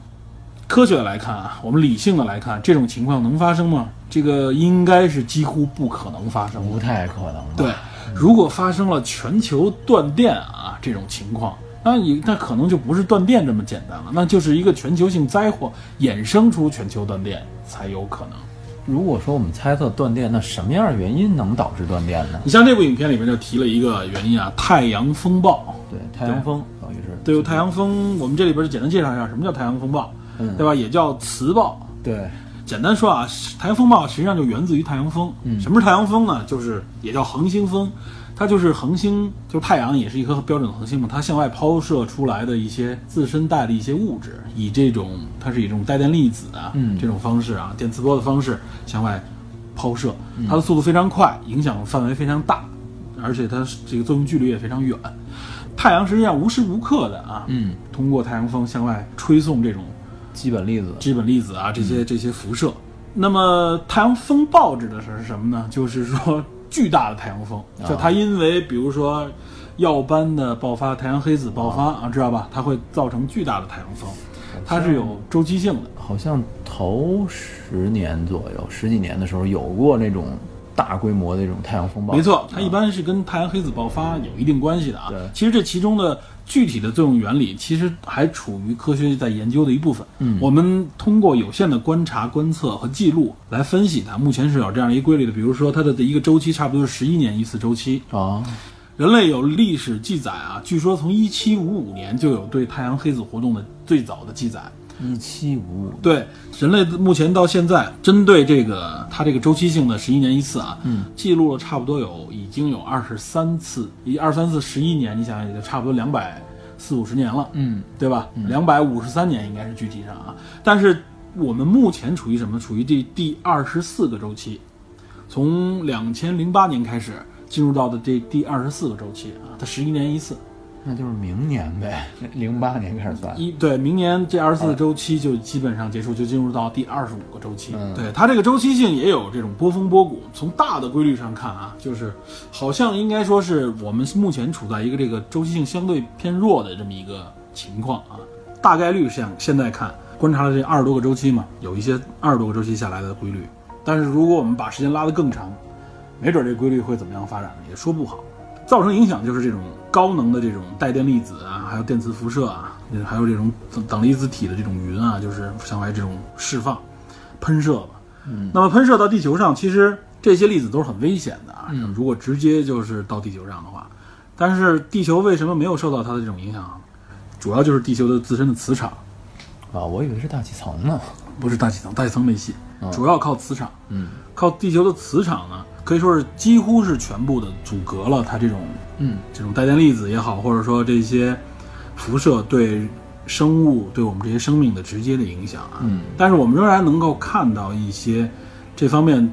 B: 科学的来看啊，我们理性的来看，这种情况能发生吗？这个应该是几乎不可能发生的
C: 不太可能吧？
B: 对，如果发生了全球断电啊这种情况，那也那可能就不是断电这么简单了，那就是一个全球性灾祸衍生出全球断电才有可能。
C: 如果说我们猜测断电，那什么样的原因能导致断电呢？
B: 你像这部影片里面就提了一个原因啊，太阳风暴。
C: 对，太阳风等于是
B: 对于太阳风，我们这里边就简单介绍一下什么叫太阳风暴，
C: 嗯
B: 对吧？也叫磁暴。
C: 对
B: 简单说啊，太阳风暴实际上就源自于太阳风。
C: 嗯
B: 什么是太阳风呢？就是也叫恒星风，它就是恒星，就是太阳也是一颗标准的恒星嘛，它向外抛射出来的一些自身带的一些物质，以这种它是以这种带电粒子啊、
C: 嗯
B: 这种方式啊，电磁波的方式向外抛射，
C: 嗯
B: 它的速度非常快，影响范围非常大，而且它这个作用距离也非常远。太阳实际上无时无刻的啊，
C: 嗯，
B: 通过太阳风向外吹送这种
C: 基本粒子，
B: 基本粒子啊，这些这些辐射。那么太阳风暴指的是什么呢？就是说巨大的太阳风，就它因为比如说耀斑的爆发、太阳黑子爆发啊，知道吧？它会造成巨大的太阳风，它是有周期性的。
C: 好像头十年左右、十几年的时候有过那种大规模的这种太阳风暴。
B: 没错，它一般是跟太阳黑子爆发有一定关系的啊
C: 对。
B: 其实这其中的具体的作用原理，其实还处于科学在研究的一部分。嗯，我们通过有限的观察、观测和记录来分析它，目前是有这样一个规律的。比如说，它的一个周期差不多是十一年一次周期。
C: 啊，
B: 人类有历史记载啊，据说从一七五五年就有对太阳黑子活动的最早的记载。
C: 一七五五，
B: 对人类目前到现在，针对这个它这个周期性的十一年一次啊，嗯，记录了差不多有已经有二十三次，一二三四十一年，你想想也就差不多两百四五十年了，
C: 嗯，
B: 对吧？两百五十三年应该是具体上啊，但是我们目前处于什么？处于第第二十四个周期，从两千零八年开始进入到的这第二十四个周期啊，它十一年一次，
C: 那就是明年呗， 零八年开始算。
B: 一对，明年这二十四个周期就基本上结束，就进入到第二十五个周期。
C: 嗯
B: 对它这个周期性也有这种波峰波谷。从大的规律上看啊，就是好像应该说是我们目前处在一个这个周期性相对偏弱的这么一个情况啊。大概率像现在看，观察了这二十多个周期嘛，有一些二十多个周期下来的规律。但是如果我们把时间拉得更长，没准这规律会怎么样发展呢？也说不好。造成影响就是这种高能的这种带电粒子啊，还有电磁辐射啊，还有这种等等离子体的这种云啊，就是向外这种释放、喷射吧。嗯，那么喷射到地球上，其实这些粒子都是很危险的啊。如果直接就是到地球上的话，但是地球为什么没有受到它的这种影响？啊主要就是地球的自身的磁场，
C: 啊，我以为是大气层呢。
B: 不是大气层，大气层没戏，主要靠磁场。
C: 嗯
B: 靠地球的磁场呢，可以说是几乎是全部的阻隔了它这种
C: 嗯
B: 这种带电粒子也好，或者说这些辐射对生物、对我们这些生命的直接的影响啊。
C: 嗯，
B: 但是我们仍然能够看到一些这方面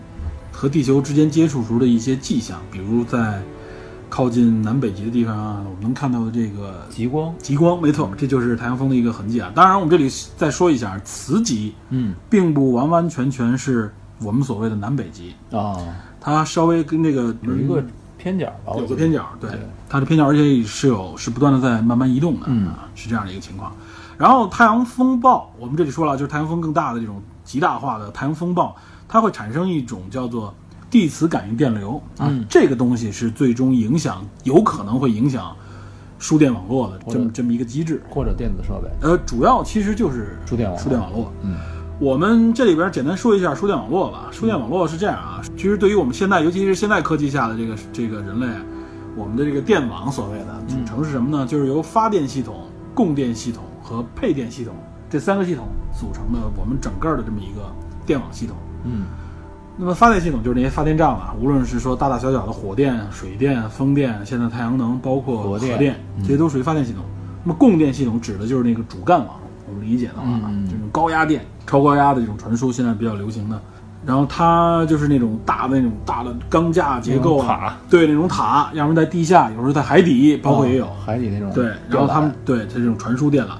B: 和地球之间接触时的一些迹象，比如在靠近南北极的地方啊，我们能看到的这个
C: 极光。
B: 极光，没错，这就是太阳风的一个痕迹啊。当然，我们这里再说一下，磁极
C: 嗯
B: 并不完完全全是我们所谓的南北极，
C: 啊，
B: 它稍微跟这个嗯
C: 有一个偏角吧，
B: 有
C: 我
B: 个
C: 记得
B: 偏角，对
C: 对，
B: 它的偏角，而且是有是不断的在慢慢移动的，
C: 嗯
B: 啊，是这样的一个情况。然后太阳风暴，我们这里说了，就是太阳风更大的这种极大化的太阳风暴，它会产生一种叫做地磁感应电流啊，
C: 嗯
B: 这个东西是最终影响，有可能会影响输电网络的这么这么一个机制。
C: 或者电子设备。
B: 呃，主要其实就是
C: 输电网络
B: 输电网络。
C: 嗯，
B: 我们这里边简单说一下输电网络吧。输电网络是这样啊，其实对于我们现在，尤其是现代科技下的这个这个人类，啊我们的这个电网所谓的组成是什么呢？就是由发电系统、供电系统和配电系统这三个系统组成的我们整个的这么一个电网系统。
C: 嗯
B: 那么发电系统就是那些发电站了，无论是说大大小小的火电、水电、风电，现在太阳能，包括核
C: 核电嗯
B: 这些都属于发电系统。那么供电系统指的就是那个主干网，我们理解的话啊，
C: 嗯嗯
B: 这种高压电、超高压的这种传输，现在比较流行的。然后它就是那种大的那种大的钢架结构
C: 那种塔
B: 啊，对那种塔，要么在地下，有时候在海底，包括也有。
C: 哦海底那种
B: 对，然
C: 吊
B: 后
C: 缆
B: 他们对它这种传输电缆，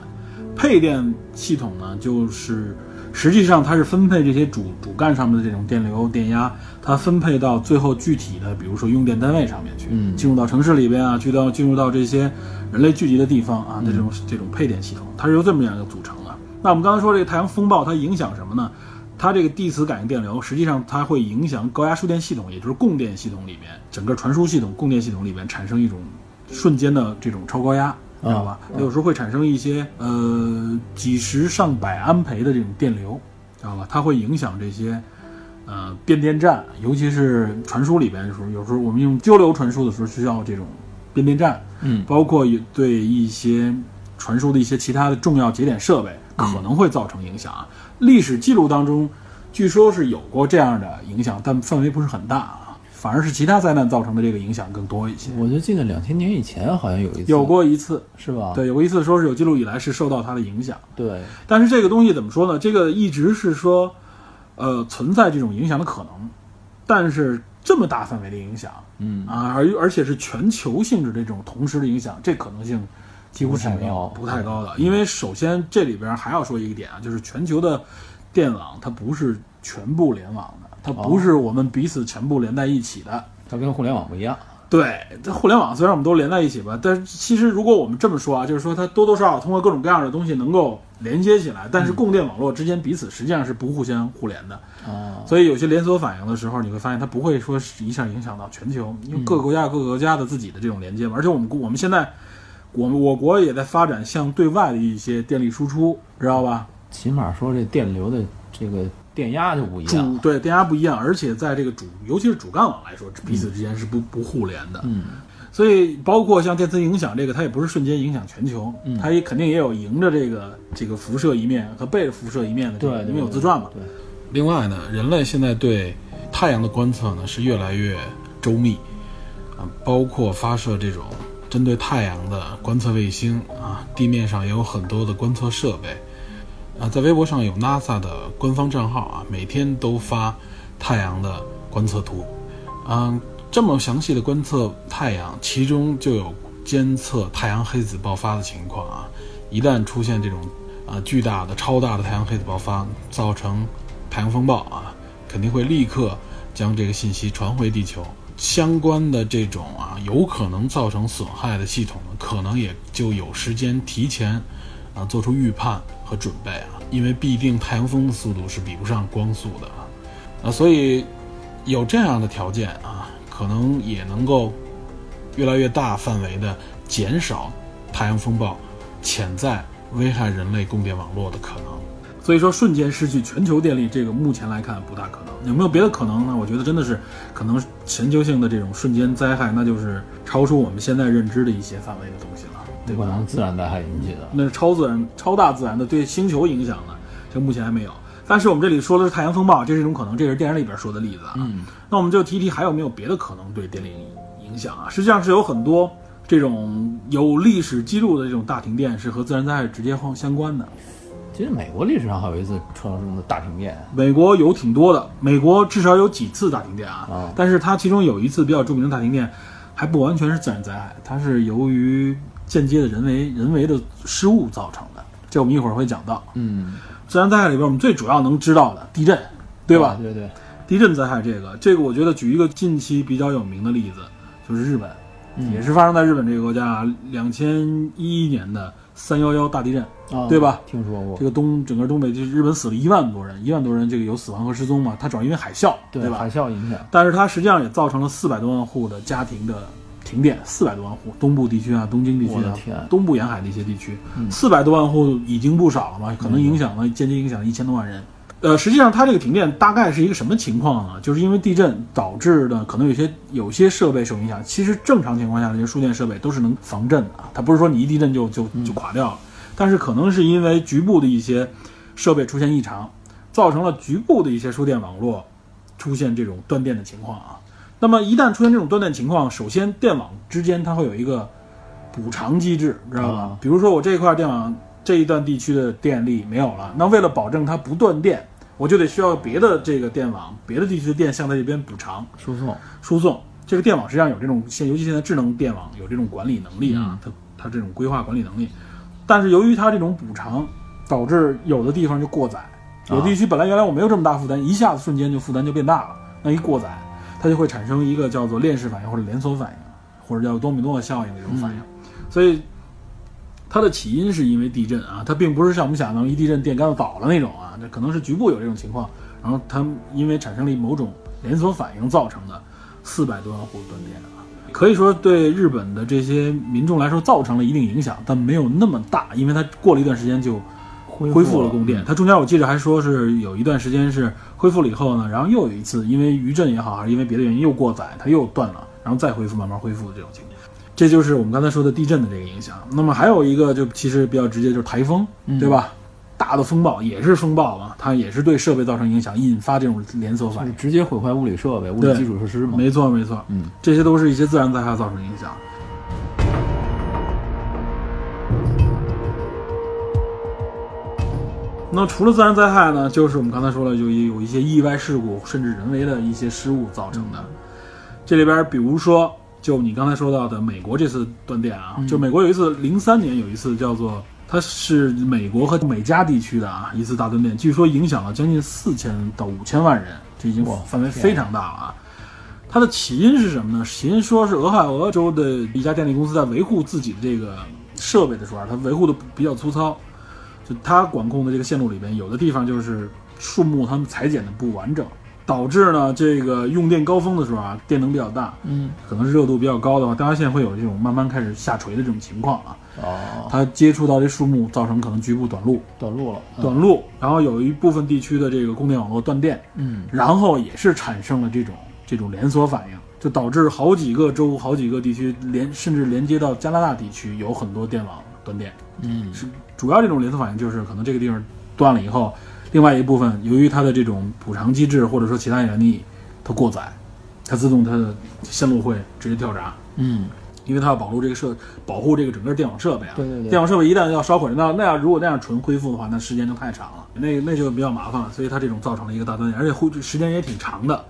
B: 配电系统呢，就是实际上它是分配这些主主干上面的这种电流、电压，它分配到最后具体的，比如说用电单位上面去，
C: 嗯
B: 进入到城市里边啊，去嗯到进入到这些人类聚集的地方啊，这种、这种配电系统，它是由这么样一个组成的。那我们刚才说这个太阳风暴，它影响什么呢？它这个地磁感应电流，实际上它会影响高压输电系统，也就是供电系统里面整个传输系统、供电系统里面产生一种瞬间的这种超高压，知道吧？有时候会产生一些呃几十上百安培的这种电流，知道吧？它会影响这些呃变电站，尤其是传输里边的时候，有时候我们用交流传输的时候需要这种变电站，
C: 嗯
B: 包括也对一些传输的一些其他的重要节点设备可能会造成影响啊。历史记录当中，据说是有过这样的影响，但范围不是很大啊，反而是其他灾难造成的这个影响更多一些。
C: 我就记得两千年以前好像有一次
B: 有过一次，
C: 是吧？
B: 对，有过一次说是有记录以来是受到它的影响，
C: 对
B: 但是这个东西怎么说呢？这个一直是说，呃，存在这种影响的可能，但是这么大范围的影响，
C: 嗯
B: 啊，而而且是全球性质这种同时的影响，这可能性几乎是没有
C: 不
B: 不太
C: 太高
B: 高的。因为首先这里边还要说一个点啊，就是全球的电网它不是全部联网的，它
C: 哦
B: 不是我们彼此全部连在一起的。
C: 它跟互联网不一样，
B: 对，这互联网虽然我们都连在一起吧，但是其实如果我们这么说啊，就是说它多多少少通过各种各样的东西能够连接起来，但是供电网络之间彼此实际上是不互相互联的，
C: 啊，
B: 所以有些连锁反应的时候，你会发现它不会说是一下影响到全球，因为各个国家有各个国家的自己的这种连接嘛。而且我们我们现在，我们我国也在发展向对外的一些电力输出，知道吧？
C: 起码说这电流的这个电压就不一
B: 主
C: 样，
B: 对电压不一样，而且在这个主尤其是主干网来说，彼此之间是不不互联的。
C: 嗯，
B: 所以包括像电磁影响这个，它也不是瞬间影响全球，
C: 嗯
B: 它也肯定也有迎着这个这个辐射一面和背着辐射一面的这
C: 对
B: 个，，
C: 对
B: 因为有自转嘛。
C: 对，
B: 另外呢，人类现在对太阳的观测呢是越来越周密啊，包括发射这种针对太阳的观测卫星啊，地面上也有很多的观测设备啊，在微博上有 NASA 的官方账号啊，每天都发太阳的观测图，嗯，这么详细的观测太阳，其中就有监测太阳黑子爆发的情况啊。一旦出现这种啊巨大的、超大的太阳黑子爆发，造成太阳风暴啊，肯定会立刻将这个信息传回地球。相关的这种啊有可能造成损害的系统呢，可能也就有时间提前啊做出预判和准备啊，因为必定太阳风的速度是比不上光速的啊。啊，所以有这样的条件啊，可能也能够越来越大范围的减少太阳风暴潜在危害人类供电网络的可能。所以说，瞬间失去全球电力，这个目前来看不大可能。有没有别的可能呢？我觉得真的是可能全球性的这种瞬间灾害，那就是超出我们现在认知的一些范围的东西了，对
C: 不可
B: 吧？
C: 能自然灾害引起的，
B: 那是超自然、超大自然的对星球影响呢，这目前还没有。但是我们这里说的是太阳风暴，这是一种可能，这是电影里边说的例子啊。
C: 嗯，
B: 那我们就提提还有没有别的可能对电力影响啊？实际上是有很多这种有历史记录的这种大停电是和自然灾害直接相关的。
C: 其实美国历史上还有一次传说中的大停电，
B: 美国有挺多的，美国至少有几次大停电啊，
C: 啊
B: 但是它其中有一次比较著名的大停电，还不完全是自然灾害，它是由于间接的人为人为的失误造成的。这我们一会儿会讲到。
C: 嗯，
B: 自然灾害里边，我们最主要能知道的地震，对吧？
C: 对对，
B: 地震灾害这个，这个我觉得举一个近期比较有名的例子，就是日本，
C: 嗯
B: 也是发生在日本这个国家啊，两千一一年的三幺幺大地震，
C: 啊
B: 对吧
C: 听说过
B: 这，个东整个东北，就是日本死了一万多人，一万多人这个有死亡和失踪嘛，它主要因为海啸，对吧？
C: 海啸影响，
B: 但是它实际上也造成了四百多万户的家庭的停电，四百多万户，东部地区啊，东京地区
C: 我的
B: 啊
C: 天，
B: 东部沿海的一些地区，四百、多万户已经不少了嘛，可能影响了间接影响一千多万人。呃，实际上它这个停电大概是一个什么情况呢？啊就是因为地震导致的，可能有些有些设备受影响。其实正常情况下，这些输电设备都是能防震的啊，它不是说你一地震就就就垮掉了。但是可能是因为局部的一些设备出现异常，造成了局部的一些输电网络出现这种断电的情况啊。那么一旦出现这种断电情况，首先电网之间它会有一个补偿机制，知道吧？
C: 啊
B: 比如说我这块电网这一段地区的电力没有了，那为了保证它不断电，我就得需要别的这个电网、别的地区的电向它这边补偿
C: 输送，
B: 输送。这个电网实际上有这种现，尤其现在智能电网有这种管理能力啊，它它这种规划管理能力。但是由于它这种补偿，导致有的地方就过载，有地区本来原来我没有这么大负担，一下子瞬间就负担就变大了。那一过载，它就会产生一个叫做链式反应或者连锁反应，或者叫多米诺效应的一种反应。所以它的起因是因为地震啊，它并不是像我们想的一地震电杆倒了那种啊，这可能是局部有这种情况，然后它因为产生了某种连锁反应造成的四百多万户断电啊，可以说对日本的这些民众来说造成了一定影响，但没有那么大，因为它过了一段时间就
C: 恢嗯
B: 恢复了供电。它中间我记得还说是有一段时间是恢复了以后呢，然后又有一次因为余震也好，还是因为别的原因又过载，它又断了，然后再恢复慢慢恢复的这种情况。这就是我们刚才说的地震的这个影响。那么还有一个就其实比较直接，就是台风，
C: 嗯
B: 对吧？大的风暴也是风暴嘛，它也是对设备造成影响，引发这种连锁反
C: 就是
B: 应。
C: 嗯直接毁坏物理设备、物理
B: 对
C: 基础设施嘛。
B: 没错，没错，
C: 嗯，
B: 这些都是一些自然灾害造成的影响。那除了自然灾害呢，就是我们刚才说了，有有一些意外事故，甚至人为的一些失误造成的。这里边，比如说，就你刚才说到的美国这次断电啊，就美国有一次，零三年有一次叫做它是美国和美加地区的啊一次大断电，据说影响了将近四千到五千万人，这已经
C: 哇
B: 范围非常大了啊。它的起因是什么呢？起因说是俄亥俄州的一家电力公司在维护自己的这个设备的时候啊，它维护的比较粗糙，就它管控的这个线路里边，有的地方就是树木它们裁剪的不完整，导致呢这个用电高峰的时候啊，电能比较大，
C: 嗯，
B: 可能是热度比较高的话，单压线会有这种慢慢开始下垂的这种情况啊，
C: 哦，
B: 它接触到这树木，造成可能局部短路，
C: 短路了。嗯
B: 短路，然后有一部分地区的这个供电网络断电，
C: 嗯，
B: 然后也是产生了这种这种连锁反应，就导致好几个州、好几个地区连甚至连接到加拿大地区有很多电网断电。
C: 嗯，
B: 是主要这种连锁反应就是可能这个地方断了以后，另外一部分由于它的这种补偿机制或者说其他原因，它过载，它自动它的线路会直接跳闸。
C: 嗯，
B: 因为它要保护这个设，保护这个整个电网设备啊。
C: 对对对
B: 电网设备一旦要烧毁，那那要如果那样纯恢复的话，那时间就太长了，那那就比较麻烦了。所以它这种造成了一个大断点，而且恢时间也挺长的，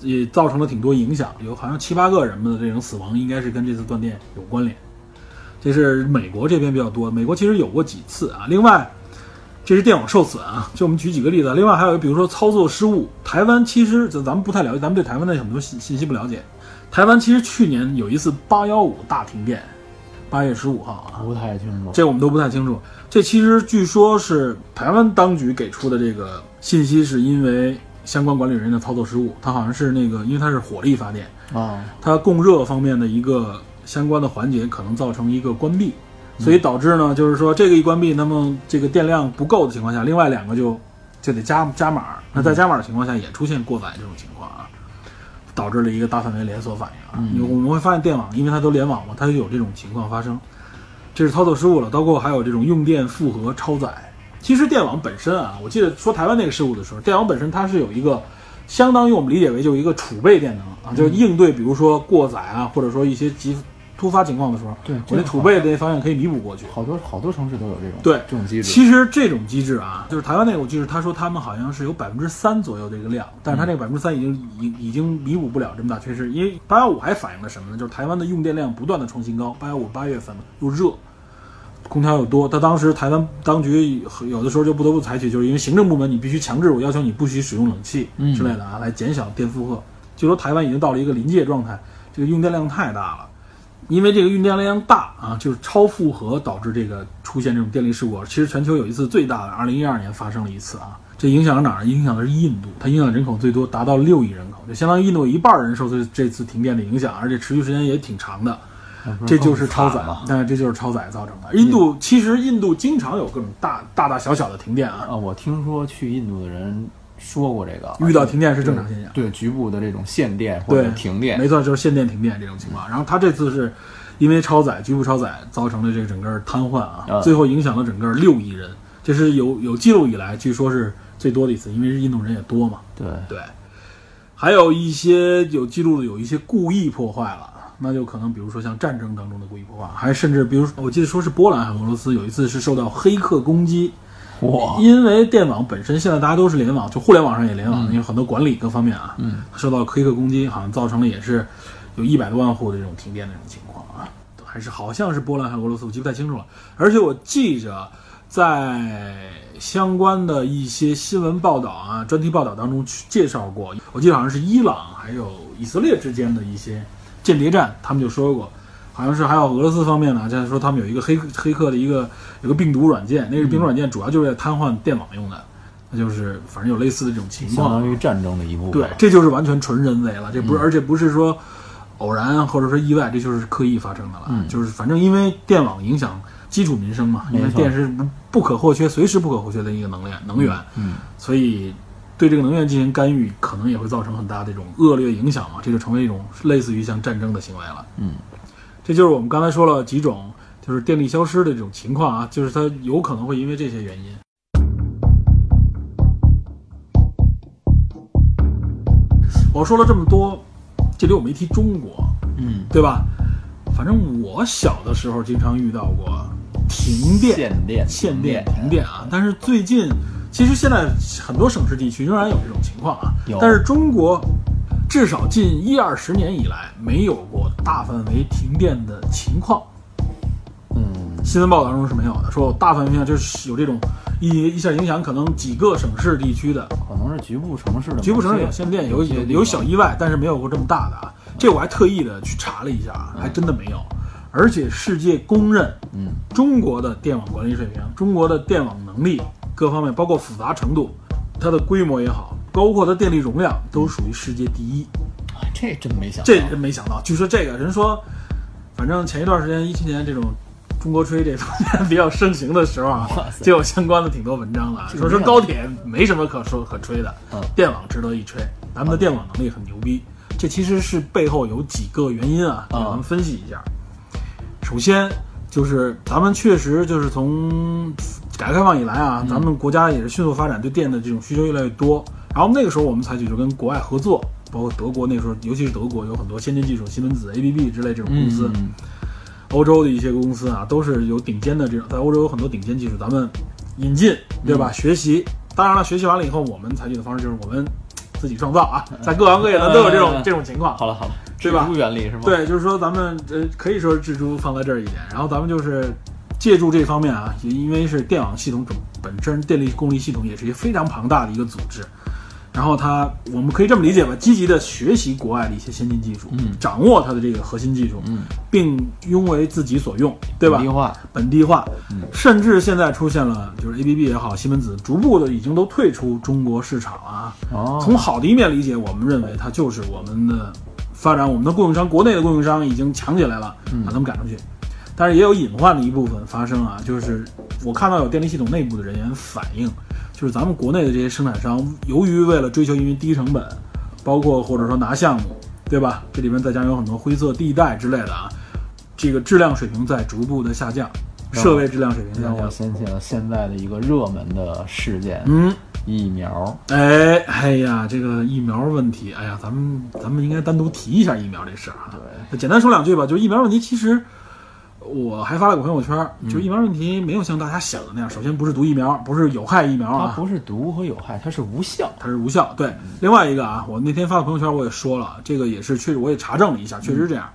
B: 也造成了挺多影响，有好像七八个人们的这种死亡，应该是跟这次断电有关联。这是美国这边比较多，美国其实有过几次啊。另外，这是电网受损啊，就我们举几个例子啊。另外还有比如说操作失误，台湾其实咱咱们不太了解，咱们对台湾的很多信信息不了解。台湾其实去年有一次八幺五大停电，八月十五号啊，
C: 不太清楚。
B: 这我们都不太清楚。这其实据说是台湾当局给出的这个信息，是因为相关管理人员的操作失误，它好像是那个，因为它是火力发电，
C: 啊，
B: 它供热方面的一个相关的环节可能造成一个关闭，所以导致呢，就是说这个一关闭，那么这个电量不够的情况下，另外两个就就得加加码儿。那在加码儿的情况下，也出现过载这种情况啊，导致了一个大范围连锁反应啊。
C: 嗯
B: 因为我们会发现电网，因为它都联网嘛，它就有这种情况发生。这是操作失误了，包括还有这种用电负荷超载。其实电网本身啊，我记得说台湾那个事故的时候，电网本身它是有一个相当于我们理解为就是一个储备电能啊，
C: 嗯
B: 就是应对比如说过载啊，或者说一些急突发情况的时候，
C: 对
B: 我
C: 这
B: 的
C: 个
B: 储备这方面可以弥补过去。
C: 好多好多城市都有这种
B: 对
C: 这种机制。
B: 其实这种机制啊，就是台湾那个，我记得他说他们好像是有百分之三左右的一个量，但是他这个百分之三已经已已经弥补不了这么大缺失，因为八幺五还反映了什么呢？就是台湾的用电量不断的创新高，八幺五八月份嘛又热，空调又多，他当时台湾当局有的时候就不得不采取，就是因为行政部门你必须强制我要求你不许使用冷气
C: 嗯
B: 之类的啊，来减小电负荷。据说台湾已经到了一个临界状态，这个用电量太大了。因为这个用电量大啊，就是超负荷导致这个出现这种电力事故。其实全球有一次最大的，二零一二年发生了一次啊。这影响了哪儿？影响的是印度，它影响人口最多，达到六亿人口，就相当于印度有一半人受这这次停电的影响，而且持续时间也挺长的。
C: 啊不
B: 这就是
C: 更惨
B: 超载
C: 了，
B: 那这就是超载造成的。印度其实印度经常有各种大大大小小的停电啊，
C: 啊！我听说去印度的人说过这个，
B: 遇到停电是正常现象。
C: 对局部的这种限电或
B: 对
C: 者，停电
B: 没，错，就是限电停电这种情况。然后它这次是因为超载、局部超载造成了这个整个瘫痪啊，
C: 嗯
B: 最后影响了整个六亿人，这是有有记录以来，据说是最多的一次，因为印度人也多嘛。
C: 对，
B: 对，还有一些有记录的有一些故意破坏了。那就可能，比如说像战争当中的故意破坏，还甚至比如说，我记得说是波兰还是俄罗斯有一次是受到黑客攻击，
C: 哇，
B: 因为电网本身现在大家都是联网，就互联网上也联网，因为很多管理各方面啊，嗯，受到黑客攻击，好像造成了也是有一百多万户的这种停电的这种情况啊，还是好像是波兰还是俄罗斯，我记不太清楚了。而且我记着在相关的一些新闻报道啊、专题报道当中去介绍过，我记得好像是伊朗还有以色列之间的一些间谍战，他们就说过。好像是还有俄罗斯方面呢，就是说他们有一个黑黑客的一个有个病毒软件，那个
C: 嗯
B: 病毒软件主要就是在瘫痪电网用的，那就是反正有类似的这种情
C: 相
B: 况。
C: 当于战争的一部分。
B: 对，这就是完全纯人为了，这不
C: 嗯
B: 是，而且不是说偶然或者说意外，这就是刻意发生的了。
C: 嗯
B: 就是反正因为电网影响基础民生嘛，因为
C: 没错
B: 电是不不可或缺、随时不可或缺的一个能量能源，
C: 嗯，
B: 所以对这个能源进行干预，可能也会造成很大的这种恶劣影响嘛，这就成为一种类似于像战争的行为了。
C: 嗯，
B: 这就是我们刚才说了几种，就是电力消失的这种情况啊，就是它有可能会因为这些原因。我说了这么多，这里我没提中国，
C: 嗯，
B: 对吧？反正我小的时候经常遇到过停电、
C: 限电
B: 限电、停电啊。但是最近，其实现在很多省市地区仍然有这种情况啊
C: 有。
B: 但是中国至少近一二十年以来没有过大范围停电的情况。
C: 嗯，
B: 新闻报道中是没有的，说大范围上就是有这种一一下影响可能几个省市地区的，
C: 可能是局部城市的
B: 局部城市有
C: 有
B: 限电，有有有小意外，但是没有过这么大的啊。这我还特意的去查了一下啊，还真的没有。而且世界公认，
C: 嗯，
B: 中国的电网管理水平、中国的电网能力各方面，包括复杂程度、它的规模也好，包括它电力容量，都属于世界第一。
C: 哎这真没想到
B: 这人没想到，据说这个人说，反正前一段时间一七年这种中国吹这方面 比较盛行的时候啊
C: 哇，塞
B: 就有相关的挺多文章了，
C: 这个
B: 说说
C: 量
B: 高铁没什么可说可吹的
C: 嗯，
B: 电网值得一吹，咱们的电网能力很牛逼。这其实是背后有几个原因啊，给
C: 嗯
B: 咱们分析一下。首先就是咱们确实就是从改革开放以来
C: 嗯
B: 啊，咱们国家也是迅速发展，对电的这种需求越来越多。然后那个时候我们采取就跟国外合作，包括德国那时候，尤其是德国有很多先进技术，西门子、ABB 之类这种公司，
C: 嗯
B: 欧洲的一些公司啊，都是有顶尖的这种，在欧洲有很多顶尖技术，咱们引进，对
C: 嗯
B: 吧？学习，当然了，学习完了以后，我们采取的方式就是我们自己创造啊，在各行各业咱都有这种、
C: 嗯
B: 这种情况。
C: 好了好了，
B: 对吧
C: 植物原理是吗？，
B: 对，就是说咱们呃可以说是蜘蛛放在这儿一点，然后咱们就是借助这方面啊，也因为是电网系统整本身电力供力系统也是一个非常庞大的一个组织，然后它我们可以这么理解吧，积极的学习国外的一些先进技术，
C: 嗯
B: 掌握它的这个核心技术，
C: 嗯，
B: 并用为自己所用，对吧？
C: 本地化，
B: 本地化
C: 嗯，
B: 甚至现在出现了就是 A B B 也好，西门子逐步的已经都退出中国市场啊，
C: 哦，
B: 从好的一面理解，我们认为它就是我们的发展，我们的供应商，国内的供应商已经强起来了，把他们赶出去。但是也有隐患的一部分发生啊，就是我看到有电力系统内部的人员反映，就是咱们国内的这些生产商，由于为了追求因为低成本，包括或者说拿项目，对吧？这里面再加上有很多灰色地带之类的啊，这个质量水平在逐步的下降，
C: 让我
B: 设备质量水平下
C: 让我
B: 降。
C: 想起了现在的一个热门的事件，
B: 嗯，
C: 疫苗。
B: 哎，哎呀，这个疫苗问题，哎呀，咱们咱们应该单独提一下疫苗这事儿啊。对，简单说两句吧，就是疫苗问题，其实我还发了个朋友圈儿，就是疫苗问题没有像大家想的那样，首先不是毒疫苗，不是有害疫苗
C: 它
B: 啊，
C: 不是毒和有害，它是无效。
B: 它是无效。对，另外一个啊，我那天发的朋友圈我也说了，这个也是确实我也查证了一下，确实是这样。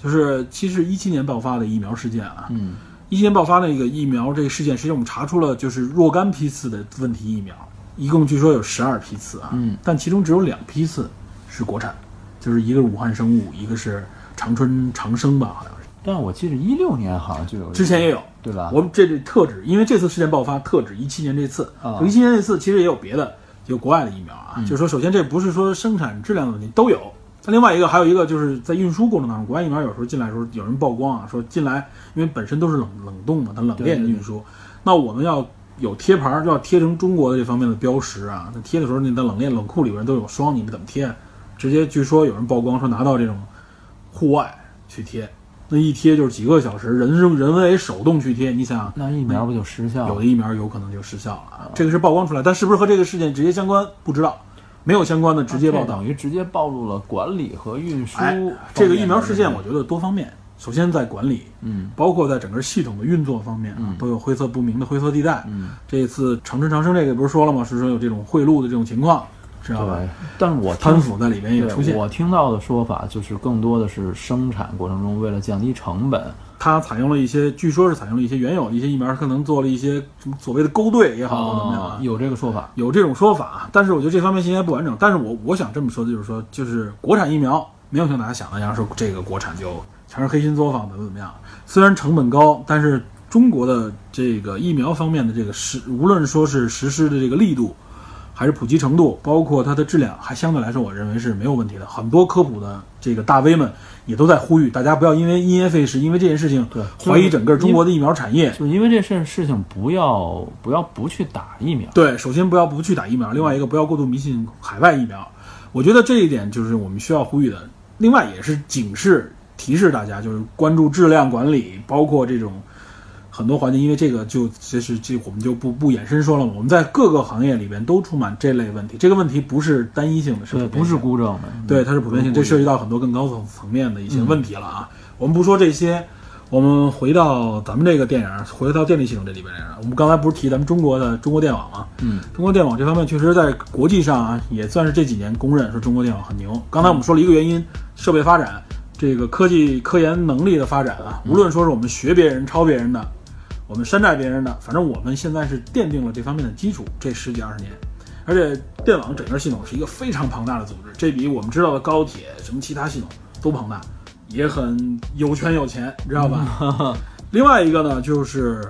B: 就是其实一七年爆发的疫苗事件啊，
C: 嗯，
B: 一七年爆发那个疫苗这个事件，实际上我们查出了就是若干批次的问题疫苗，一共据说有十二批次啊，
C: 嗯，
B: 但其中只有两批次是国产，就是一个是武汉生物，一个是长春长生吧，好像是，
C: 但我记得一六年好像就有，
B: 之前也有。
C: 对吧？
B: 我们这里特指，因为这次事件爆发特指一七年这次
C: 啊，嗯
B: 一七、年这次其实也有别的，有国外的疫苗啊，就是说，首先这不是说生产质量的问题，都有。那另外一个还有一个就是在运输过程当中，国外疫苗有时候进来的时候有人曝光啊，说进来因为本身都是冷冷冻嘛，它冷链
C: 对对
B: 运输，那我们要有贴牌儿，就要贴成中国的这方面的标识啊。那贴的时候，那在冷链冷库里边都有霜，你们怎么贴啊？直接据说有人曝光说拿到这种户外去贴，那一贴就是几个小时，人是人为手动去贴，你想想
C: 那疫苗不就失效了？
B: 有的疫苗有可能就失效了啊。这个是曝光出来，但是不是和这个事件直接相关不知道，没有相关的直接报
C: 这
B: 道
C: 等。于直接暴露了管理和运输方
B: 哎
C: 面的。，
B: 这个疫苗事件我觉得多方面，首先在管理，
C: 嗯，
B: 包括在整个系统的运作方面啊，都有灰色不明的灰色地带。
C: 嗯，
B: 这次长春长生这个不是说了吗？是说有这种贿赂的这种情况，知道吧
C: 对？，但是我听
B: 贪腐在里面也
C: 对
B: 出现，
C: 我听到的说法就是，更多的是生产过程中为了降低成本，
B: 它采用了一些，据说是采用了一些原有的一些疫苗，可能做了一些什么所谓的勾兑也好，或怎么样啊，
C: 啊有这个说法。
B: 有这种说法，但是我觉得这方面信息还不完整。但是我我想这么说的就是说，就是国产疫苗没有像大家想的那样说这个国产就全是黑心作坊怎么怎么样。虽然成本高，但是中国的这个疫苗方面的这个实，无论说是实施的这个力度，还是普及程度，包括它的质量，还相对来说我认为是没有问题的。很多科普的这个大 V 们也都在呼吁大家不要因为因噎废食，因为这件事情
C: 对
B: 怀疑整个中国的疫苗产业。
C: 就是因为这事事情，不要不要不去打疫苗。嗯
B: 对，首先不要不去打疫苗，另外一个不要过度迷信海外疫苗。我觉得这一点就是我们需要呼吁的。另外也是警示提示大家，就是关注质量管理，包括这种很多环节，因为这个就其实这我们就不不延伸说了嘛。我们在各个行业里边都充满这类问题，这个问题不是单一性的，是
C: 对，
B: 普遍
C: 不是
B: 性的
C: 孤证的，
B: 对，它是普遍性，这涉及到很多更高层层面的一些问题了啊。我们不说这些，我们回到咱们这个电影，回到电力系统这里边来了。我们刚才不是提咱们中国的中国电网吗？
C: 嗯，
B: 中国电网这方面确实在国际上啊，也算是这几年公认说中国电网很牛。刚才我们说了一个原因，设备发展，这个科技科研能力的发展啊，无论说是我们学别人、抄别人的，我们山寨别人的，反正我们现在是奠定了这方面的基础，这十几二十年。而且电网整个系统是一个非常庞大的组织，这比我们知道的高铁什么其他系统都庞大，也很有权有钱，你知道吧？另外一个呢，就是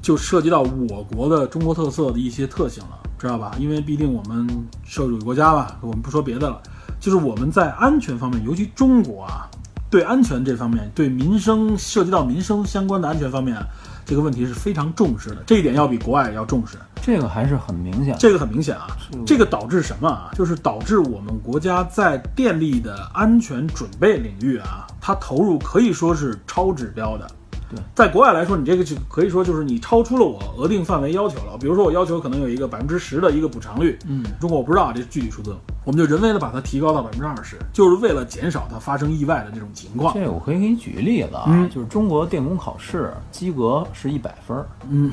B: 就涉及到我国的中国特色的一些特性了，知道吧？因为毕竟我们社会主义国家吧，我们不说别的了，就是我们在安全方面，尤其中国啊，对安全这方面，对民生涉及到民生相关的安全方面啊，这个问题是非常重视的，这一点要比国外要重视。
C: 这个还是很明显的。
B: 这个很明显啊，这个导致什么啊？就是导致我们国家在电力的安全准备领域啊，它投入可以说是超指标的。
C: 对，
B: 在国外来说，你这个就可以说就是你超出了我额定范围要求了。比如说，我要求可能有一个百分之十的一个补偿率，
C: 嗯，
B: 中国我不知道啊，这是具体数字，我们就人为的把它提高到百分之二十，就是为了减少它发生意外的这种情况。
C: 这我可以给你举个例子啊，
B: 嗯
C: 就是中国电工考试及格是一百分儿，
B: 嗯，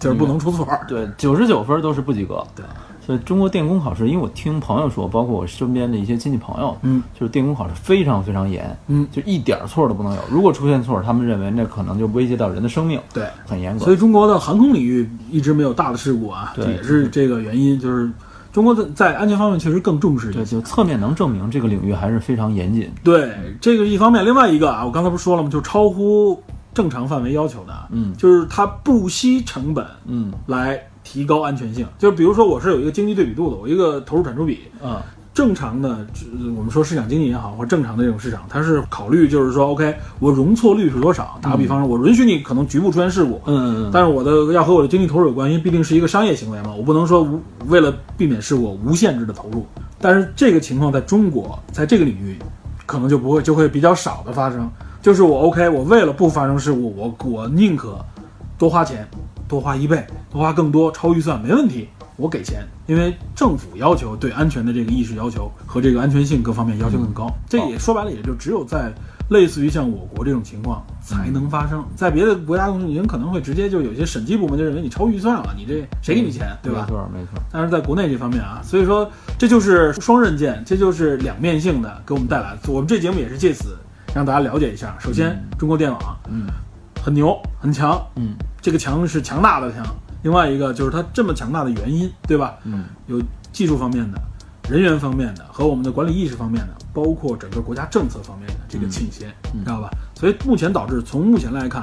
B: 就是不能出错。
C: 对，九十九分儿都是不及格。
B: 对，
C: 所以中国电工考试，因为我听朋友说，包括我身边的一些亲戚朋友，
B: 嗯，
C: 就是电工考试非常非常严，
B: 嗯
C: 就一点儿错都不能有。如果出现错，他们认为那可能就威胁到人的生命，
B: 对
C: 很严格。
B: 所以中国的航空领域一直没有大的事故啊，
C: 对
B: 这也是这个原因，就是中国的在安全方面确实更重视一些
C: 对，。就侧面能证明这个领域还是非常严谨。
B: 对，这个是一方面，另外一个啊，我刚才不是说了吗？就超乎正常范围要求的，啊
C: 嗯
B: 就是它不惜成本
C: 嗯
B: 来提高安全性。就是比如说，我是有一个经济对比度的，我一个投入产出比，
C: 啊，
B: 正常的，呃我们说市场经济也好，或者正常的这种市场，它是考虑就是说，OK，我容错率是多少？打个比方说，我允许你可能局部出现事故，
C: 嗯嗯嗯
B: 但是我的要和我的经济投入有关，因为毕竟是一个商业行为嘛，我不能说无为了避免事故无限制的投入。但是这个情况在中国，在这个领域，可能就不会就会比较少的发生。就是我 OK，我为了不发生事故，我我宁可多花钱，多花一倍，多花更多，超预算没问题，我给钱，因为政府要求对安全的这个意识要求和这个安全性各方面要求更
C: 嗯
B: 高。这也说白了，也就只有在类似于像我国这种情况
C: 嗯
B: 才能发生，在别的国家公司，你可能会直接就有些审计部门就认为你超预算了，你这谁给你钱，对吧
C: 嗯没？错没错。
B: 但是在国内这方面啊，所以说这就是双刃剑，这就是两面性的给我们带来。我们这节目也是借此让大家了解一下。首先，中国电网
C: 嗯
B: 很牛很强，
C: 嗯
B: 这个强是强大的强。另外一个就是它这么强大的原因，对吧？
C: 嗯，
B: 有技术方面的、人员方面的和我们的管理意识方面的，包括整个国家政策方面的这个倾斜，
C: 嗯
B: 知道吧？所以目前导致从目前来看，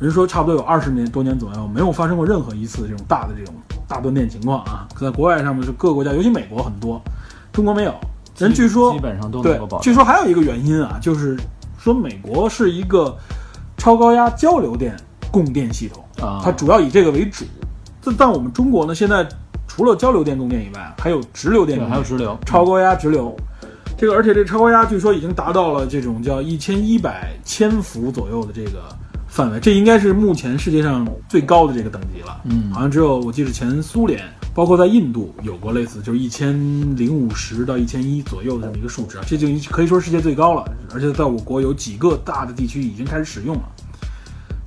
B: 人说差不多有二十年多年左右没有发生过任何一次这种大的这种大断电情况啊。可在国外上面是各个国家，尤其美国很多，中国没有。人据说
C: 基本上都能
B: 对
C: 够保，证。
B: 据说还有一个原因啊，就是说美国是一个超高压交流电供电系统，
C: 啊
B: 它主要以这个为主。但但我们中国呢，现在除了交流电供电以外，还有直流电
C: 对
B: 供电，
C: 还有直流，嗯
B: 超高压直流。这个而且这超高压据说已经达到了这种叫一千一百千伏左右的这个范围，这应该是目前世界上最高的这个等级了。
C: 嗯
B: 好像只有我记得前苏联，包括在印度有过类似，就是一千零五十到一千一左右的这么一个数值啊，这就已经可以说世界最高了。而且在我国有几个大的地区已经开始使用了。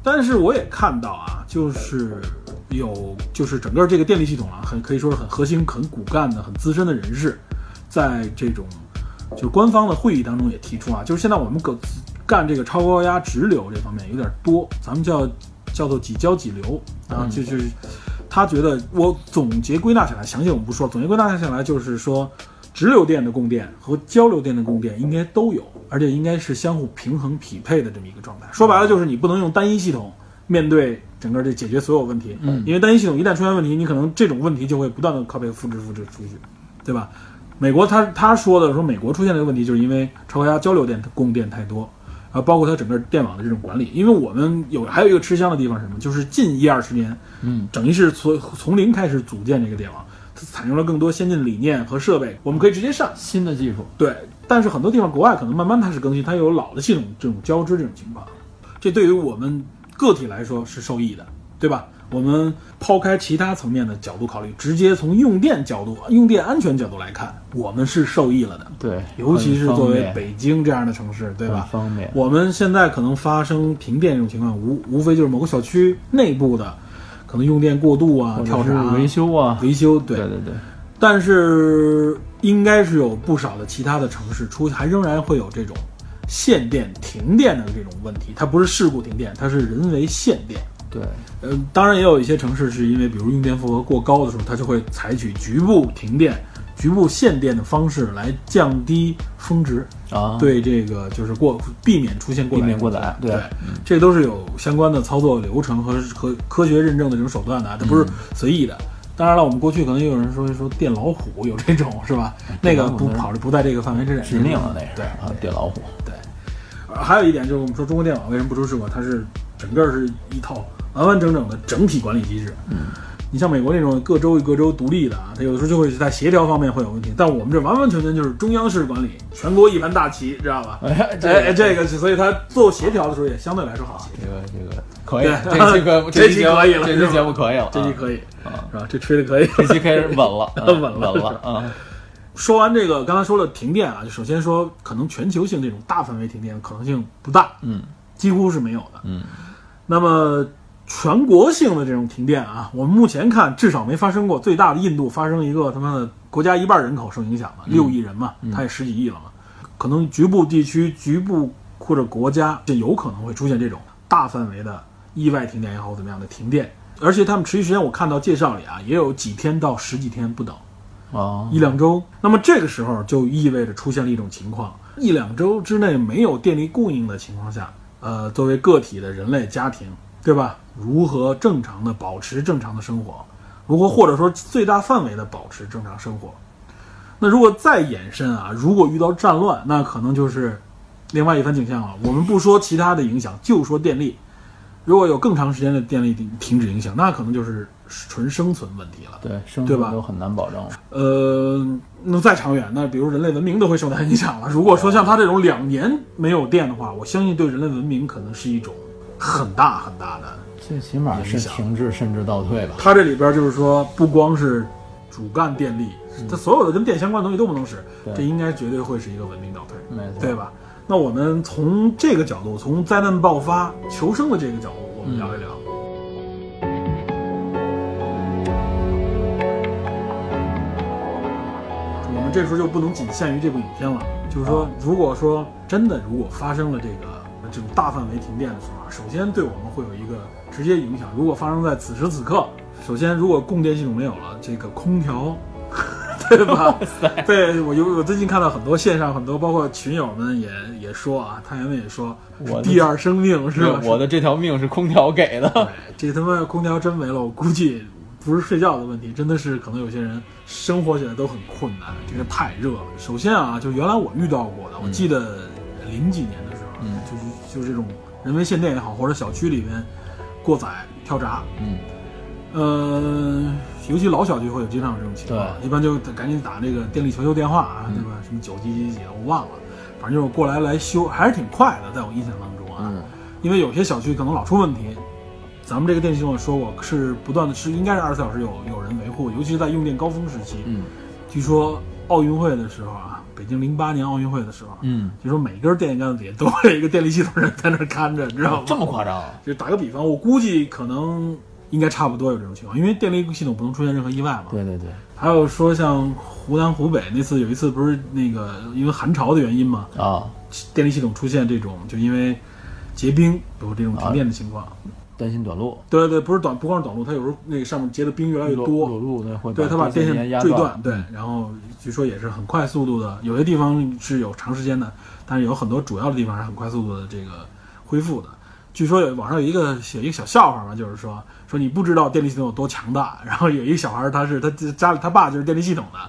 B: 但是我也看到啊，就是有就是整个这个电力系统啊，很可以说是很核心、很骨干的、很资深的人士，在这种就是官方的会议当中也提出啊，就是现在我们搞干这个超高压直流这方面有点多，咱们叫叫做几交几流啊，
C: 嗯
B: 就就是他觉得我总结归纳下来，详细我们不说，总结归纳下来就是说。直流电的供电和交流电的供电应该都有，而且应该是相互平衡匹配的这么一个状态。说白了就是你不能用单一系统面对整个这解决所有问题，
C: 嗯
B: 因为单一系统一旦出现问题，你可能这种问题就会不断的靠被复制、复制出去，对吧？美国他他说的说美国出现这个问题，就是因为超高压交流电供电太多，啊，包括它整个电网的这种管理。因为我们有还有一个吃香的地方是什么，就是近一二十年，
C: 嗯，
B: 等于是从从零开始组建这个电网，它采用了更多先进的理念和设备，我们可以直接上。
C: 新的技术，
B: 对，但是很多地方国外可能慢慢它是更新，它有老的系统这种交织这种情况，这对于我们个体来说是受益的，对吧？我们抛开其他层面的角度考虑，直接从用电角度、用电安全角度来看，我们是受益了的。
C: 对，
B: 尤其是
C: 很
B: 作
C: 方
B: 为
C: 便
B: 北京这样的城市，对吧？
C: 很方便
B: 我们现在可能发生停电这种情况，无无非就是某个小区内部的可能用电过度啊、
C: 或
B: 跳
C: 者
B: 闸啊、
C: 是维修啊，
B: 维修，对
C: 对对对，
B: 但是应该是有不少的其他的城市出，还仍然会有这种限电、停电的这种问题。它不是事故停电，它是人为限电。
C: 对，
B: 呃，当然也有一些城市是因为，比如用电负荷过高的时候，它就会采取局部停电、局部限电的方式来降低峰值，
C: 啊，
B: 对这个就是过避免出现过载
C: 避免过载
B: 对
C: 对，嗯
B: 这都是有相关的操作流程和和科学认证的这种手段的啊，它
C: 嗯
B: 不是随意的。当然了，我们过去可能也有人说说电老虎有这种是吧？那个不
C: 嗯电老虎那是
B: 考虑不在这个范围之内，
C: 致命了那是
B: 对
C: 啊，电老虎，
B: 对，呃还有一点就是我们说中国电网为什么不出事故，它是整个是一套完完整整的整体管理机制。嗯，你像美国那种各州与各州独立的啊，它有的时候就会在协调方面会有问题，但我们这完完全全就是中央式管理，全国一盘大棋，知道吧？
C: 哎
B: 哎哎，这个所以它做协调的时候也相对来说好协
C: 这个这个可以，
B: 对
C: 这期 可
B: 这
C: 期
B: 期
C: 节目
B: 可以了
C: 这
B: 是吧
C: 期节目可以了，
B: 调，这期
C: 以，
B: 可以
C: 啊
B: 是吧？这吹的可以。
C: 这期开始 稳了，啊
B: 稳了
C: 稳了啊，
B: 说完这个，刚才说了停电啊，就首先说可能全球性这种大范围停电的可能性不大，
C: 嗯
B: 几乎是没有的。
C: 嗯，
B: 那么全国性的这种停电啊，我们目前看至少没发生过。最大的印度发生一个他妈的国家一半人口受影响嘛，
C: 嗯
B: 六亿人嘛，它也十几亿了嘛，可能局部地区、局部或者国家就有可能会出现这种大范围的意外停电也好，怎么样的停电。而且他们持续时间，我看到介绍里啊，也有几天到十几天不等，
C: 啊，
B: 一两周。那么这个时候就意味着出现了一种情况：一两周之内没有电力供应的情况下，呃，作为个体的人类家庭，对吧？如何正常的保持正常的生活？如何或者说最大范围的保持正常生活？那如果再延伸啊，如果遇到战乱，那可能就是另外一番景象了。我们不说其他的影响，就说电力。如果有更长时间的电力停停止影响，那可能就是纯生存问题了。
C: 对，生
B: 对
C: 活
B: 吧
C: 都很难保证了，
B: 呃，那再长远，那比如人类文明都会受到影响了。 如果说像它这种两年没有电的话，我相信对人类文明可能是一种很大很大的。
C: 最起码是
B: 影响
C: 停滞甚至倒退吧，
B: 它这里边就是说，不光是主干电力，它所有的跟电相关的东西都不能使，
C: 对
B: 这应该绝对会是一个文明倒退，
C: 没错，
B: 对吧？那我们从这个角度，从灾难爆发、求生的这个角度，我们聊一聊。我们这时候就不能仅限于这部影片了，就是说，如果说真的如果发生了这个这种大范围停电的时候啊，首先对我们会有一个直接影响。如果发生在此时此刻，首先如果供电系统没有了，这个空调。对吧？对，我有我最近看到很多线上很多，包括群友们也也说啊，探员们也说，
C: 我的
B: 第二生命是啊吧？
C: 我的这条命是空调给的，
B: 哎这他妈空调真没了，我估计不是睡觉的问题，真的是可能有些人生活起来都很困难，这个太热了。首先啊，就原来我遇到过的，我记得零几年的时候，
C: 嗯
B: 就是就是这种人为限电也好，或者小区里面过载跳闸，
C: 嗯，
B: 呃，尤其老小区会有经常有这种情况，一般就赶紧打这个电力求救电话啊，对吧？什么九几几几，我忘了，反正就是过来来修，还是挺快的，在我印象当中啊，
C: 嗯
B: 因为有些小区可能老出问题。咱们这个电力系统说过是不断的，是应该是二十四小时有有人维护，尤其是在用电高峰时期。
C: 嗯
B: 据说奥运会的时候啊，北京零八年奥运会的时候，
C: 嗯，
B: 据说每根电线杆子底下都会有一个电力系统人在那儿看着，你知道吗？
C: 这么夸张啊？
B: 就打个比方，我估计可能应该差不多有这种情况，因为电力系统不能出现任何意外嘛。
C: 对对对，
B: 还有说像湖南、湖北那次，有一次不是那个因为寒潮的原因嘛，
C: 啊，
B: 电力系统出现这种就因为结冰有这种停电的情况。
C: 担心短路，
B: 对对，不是短，不光是短路，它有时候那个上面结的冰越来越
C: 裸
B: 多，
C: 裸露那会
B: 对他把电
C: 线
B: 线
C: 压
B: 坠断，，嗯对，然后据说也是很快速度的，有些地方是有长时间的，但是有很多主要的地方是很快速度的这个恢复的。据说有网上有一个写一个小笑话嘛，就是说说你不知道电力系统有多强大，然后有一个小孩儿他是他家里他爸就是电力系统的，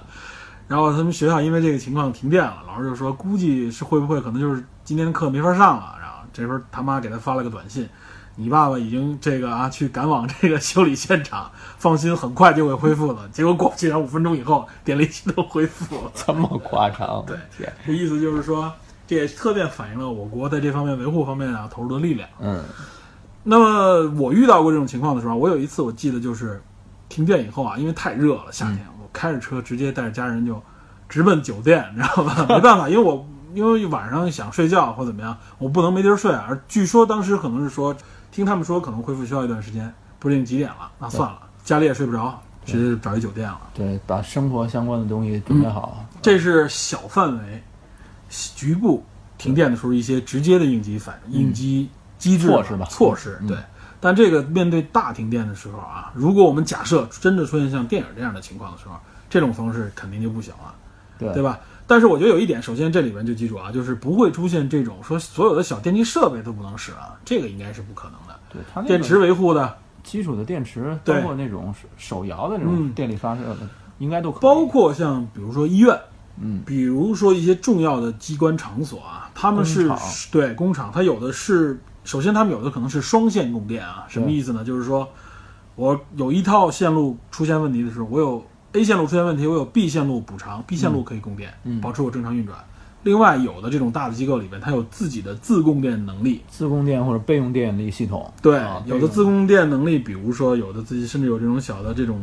B: 然后他们学校因为这个情况停电了，老师就说估计是会不会可能就是今天的课没法上了，然后这时候他妈给他发了个短信，你爸爸已经这个啊去赶往这个修理现场，放心，很快就会恢复了。结果果不其然，五分钟以后电力系统恢复了。
C: 这么夸张，
B: 对
C: 天，
B: 这意思就是说，这也特别反映了我国在这方面维护方面啊投入的力量。
C: 嗯
B: 那么我遇到过这种情况的时候，我有一次我记得就是停电以后啊，因为太热了，夏天、我开着车直接带着家人就直奔酒店，你知道吧？没办法，因为我因为晚上想睡觉或怎么样，我不能没地儿睡啊。而据说当时可能是说，听他们说可能恢复需要一段时间，不定几点了，那算了，家里也睡不着，直接就找一酒店了。
C: 对，把生活相关的东西准备好。
B: 这是小范围、局部停电的时候一些直接的应急反应急机制
C: 措施吧嗯
B: 措施对。但这个面对大停电的时候啊，如果我们假设真的出现像电影这样的情况的时候，这种方式肯定就不行了，
C: 对
B: 对吧？但是我觉得有一点，首先这里面就记住啊，就是不会出现这种说所有的小电器设备都不能使啊，这个应该是不可能的。
C: 对，它那个
B: 电池维护的，
C: 基础的电池，包
B: 对
C: 括那种手手摇的那
B: 嗯
C: 种电力发射的，应该都可以。
B: 包括像比如说医院，
C: 嗯，
B: 比如说一些重要的机关场所啊，他们是
C: 工厂
B: 对工厂，它有的是，首先他们有的可能是双线供电啊，什么意思呢？就是说我有一套线路出现问题的时候，我有 A 线路出现问题，我有 B 线路补偿，B 线路可以供电，
C: 嗯
B: 保持我正常运转。另外，有的这种大的机构里面，它有自己的自供电能力，
C: 自供电或者备用电力系统，
B: 对，
C: 啊
B: 有
C: 这
B: 的
C: 个
B: 自供电能力，比如说有的自己甚至有这种小的这种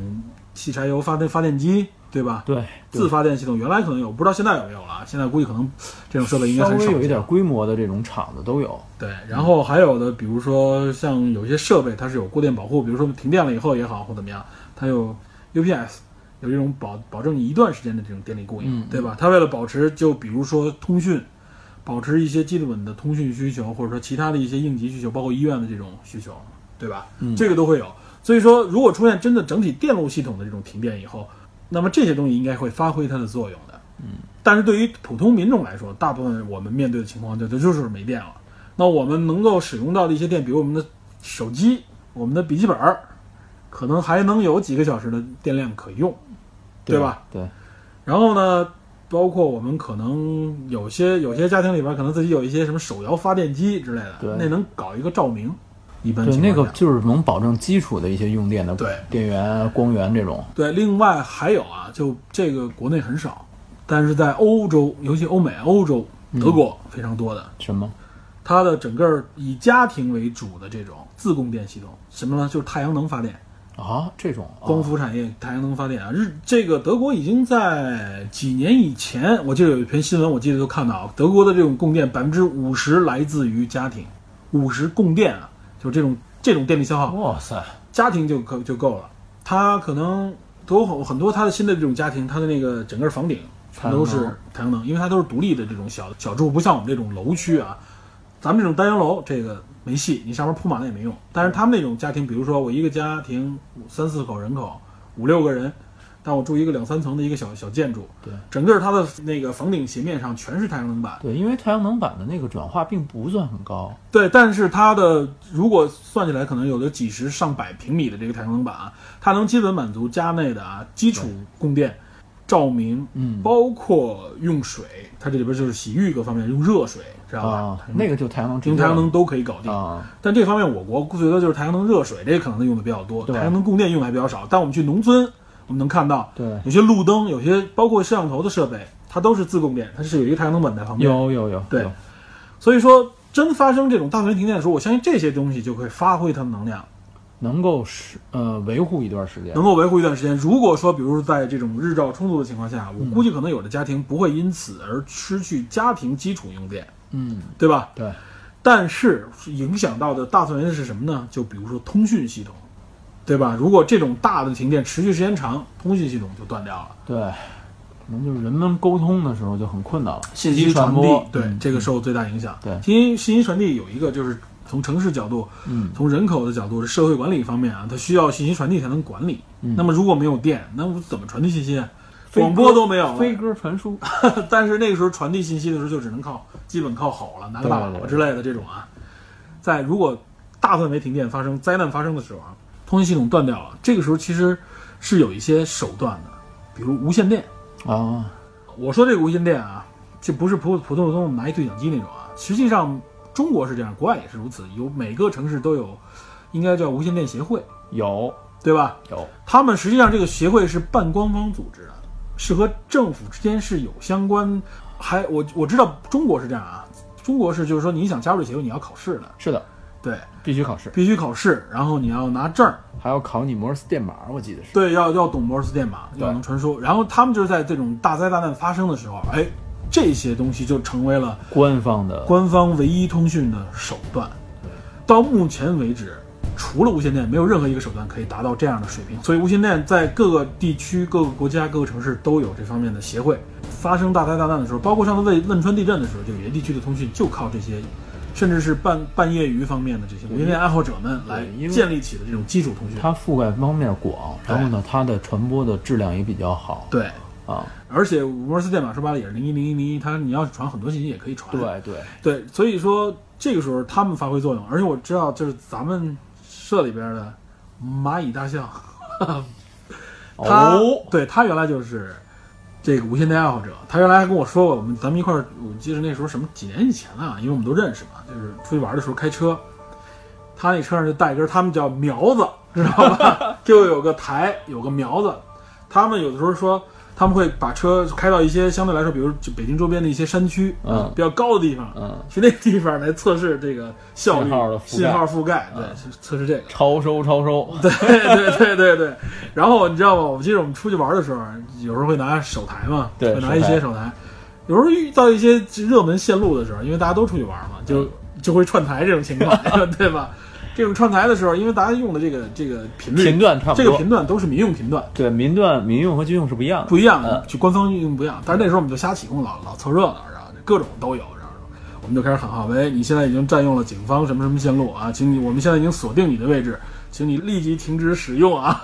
B: 汽柴油发电发电机，对吧？
C: 对
B: 自发电系统原来可能有，不知道现在有没有了啊。现在估计可能这种设备应该
C: 稍
B: 很
C: 微
B: 少
C: 有一
B: 见
C: 点规模的这种厂子都有。
B: 对，然后还有的，比如说像有些设备它是有过电保护，比如说停电了以后也好或怎么样，它有 UPS，有这种保保证你一段时间的这种电力供应，
C: 嗯
B: 对吧？它为了保持，就比如说通讯，保持一些基本的通讯需求，或者说其他的一些应急需求，包括医院的这种需求，对吧？
C: 嗯
B: 这个都会有。所以说，如果出现真的整体电路系统的这种停电以后，那么这些东西应该会发挥它的作用的。但是对于普通民众来说，大部分我们面对的情况就就就是没电了。那我们能够使用到的一些电，比如我们的手机、我们的笔记本儿，可能还能有几个小时的电量可用，对吧？？
C: 对，
B: 然后呢，包括我们可能有些有些家庭里边可能自己有一些什么手摇发电机之类的
C: 对，
B: 那能搞一个照明。一般
C: 对，
B: 情
C: 那
B: 况
C: 个
B: 下
C: 就是能保证基础的一些用电的
B: 啊对
C: 电源、啊光源这种。
B: 对，另外还有啊，就这个国内很少，但是在欧洲，尤其欧美、欧洲、德国非常多的。
C: 什么？
B: 它的整个以家庭为主的这种自供电系统，什么呢？就是太阳能发电，
C: 啊，这种啊
B: 光伏产业、太阳能发电啊。日这个德国已经在几年以前，我记得有一篇新闻，我记得都看到，德国的这种供电百分之五十来自于家庭，五十供电啊，就这种这种电力消耗，
C: 哇塞，
B: 家庭就够就够了。它可能都很很多它的新的这种家庭，它的那个整个房顶全都是太阳能，因为它都是独立的这种小小住户，不像我们这种楼区啊，咱们这种单元楼这个没戏，你上面铺满了也没用。但是他们那种家庭，比如说我一个家庭五三四口人口，五六个人。但我住一个两三层的一个小小建筑，
C: 对，
B: 整个它的那个房顶斜面上全是太阳能板，
C: 对，因为太阳能板的那个转化并不算很高，
B: 对，但是它的如果算起来，可能有的几十上百平米的这个太阳能板啊，它能基本满足家内的啊基础供电、照明，
C: 嗯
B: 包括用水，它这里边就是洗浴各方面用热水，知道吧？
C: 啊
B: 太阳，能
C: 那个就太阳能直接
B: 用太阳能都可以搞定。
C: 啊，
B: 但这方面我国觉得就是太阳能热水这可能用的比较多，
C: 对
B: 太阳能供电用的还比较少。但我们去农村，我们能看到
C: 对，
B: 有些路灯，有些包括摄像头的设备，它都是自供电，它是有一个太阳能板在旁边。
C: 有有有，
B: 对
C: 有
B: 所以说，真发生这种大范围停电的时候，我相信这些东西就会发挥它的能量，
C: 能够是呃维护一段时间
B: 能，够维护一段时间。如果说，比如说在这种日照充足的情况
C: 嗯
B: 下，我估计可能有的家庭不会因此而失去家庭基础用电，
C: 嗯，
B: 对吧？
C: 对，
B: 但是影响到的大范围的是什么呢？就比如说通讯系统，对吧？如果这种大的停电持续时间长，通讯系统就断掉了，
C: 对，可能就是人们沟通的时候就很困难了，
B: 信
C: 息传
B: 传
C: 播
B: 对、
C: 嗯
B: 这个受最大影响。
C: 对
B: 信息信息传递有一个就是从城市角度，
C: 嗯，
B: 从人口的角度，社会管理方面啊，它需要信息传递才能管理。
C: 嗯
B: 那么如果没有电，那我怎么传递信息啊？
C: 飞 鸽
B: 广播都没有了
C: 飞鸽传书，
B: 但是那个时候传递信息的时候，就只能靠基本靠吼了，拿个大喇叭之类的这种啊。在如果大范围停电发生、灾难发生的时候啊，通信系统断掉了，这个时候其实是有一些手段的，比如无线电。
C: 啊，
B: 我说这个无线电啊，这不是普普通普通我们拿一对讲机那种啊，实际上中国是这样，国外也是如此，有每个城市都有，应该叫无线电协会，
C: 有
B: 对吧？
C: 有，
B: 他们实际上这个协会是半官方组织的，是和政府之间是有相关。还我我知道中国是这样啊，中国是就是说你想加入这协会，你要考试的，
C: 是的，
B: 对，
C: 必须考试，
B: 必须考试，然后你要拿证儿，
C: 还要考你摩尔斯电码，我记得是。
B: 对，要要懂摩尔斯电码，要
C: 对
B: 能传输。然后他们就是在这种大灾大难发生的时候，哎，这些东西就成为了
C: 官方的
B: 官方唯一通讯的手段。到目前为止，除了无线电，没有任何一个手段可以达到这样的水平。所以，无线电在各个地区、各个国家、各个城市都有这方面的协会。发生大灾大难的时候，包括上次汶汶川地震的时候，就有些地区的通讯就靠这些，甚至是半半业余方面的这些无线电爱好者们来
C: 对因为
B: 建立起的这种基础通讯。
C: 它覆盖方面广，
B: 对
C: 然后呢，它的传播的质量也比较好。
B: 对，
C: 啊，
B: 而且摩尔斯电码说白了也是零一零一零一，它你要传很多信息也可以传。
C: 对对，
B: 对，所以说这个时候他们发挥作用，而且我知道就是咱们社里边的蚂蚁大象，他、
C: 哦，
B: 对他原来就是这个无线电爱好者，他原来还跟我说过，我们咱们一块儿，我记得那时候什么几年以前了、因为我们都认识嘛，就是出去玩的时候开车，他那车上就带一根，他们叫苗子，知道 吧？就有个台，有个苗子，他们有的时候说。他们会把车开到一些相对来说，比如就北京周边的一些山区，
C: 嗯
B: 比较高的地方，
C: 嗯，
B: 去那地方来测试这个效率、
C: 信号的覆盖啊
B: 覆盖对，测试这个。
C: 超收超收，
B: 对对对对对。然后你知道吗？我记得我们出去玩的时候，啊有时候会拿手台嘛，
C: 对
B: 会拿一些手台。有时候遇到一些热门线路的时候，因为大家都出去玩嘛，就就会串台这种情况， 对吧？这种串台的时候，因为大家用的这个这个频率
C: 频段差不
B: 这个
C: 多。
B: 频段都是民用频段，
C: 对，民段、民用和军用是不一样的。
B: 不一样
C: 嗯，
B: 就官方运营不一样。但是那时候我们就瞎起哄，老老凑热闹，然后各种都有，然后我们就开始喊话：“喂，你现在已经占用了警方什么什么线路啊，请你，我们现在已经锁定你的位置，请你立即停止使用 啊，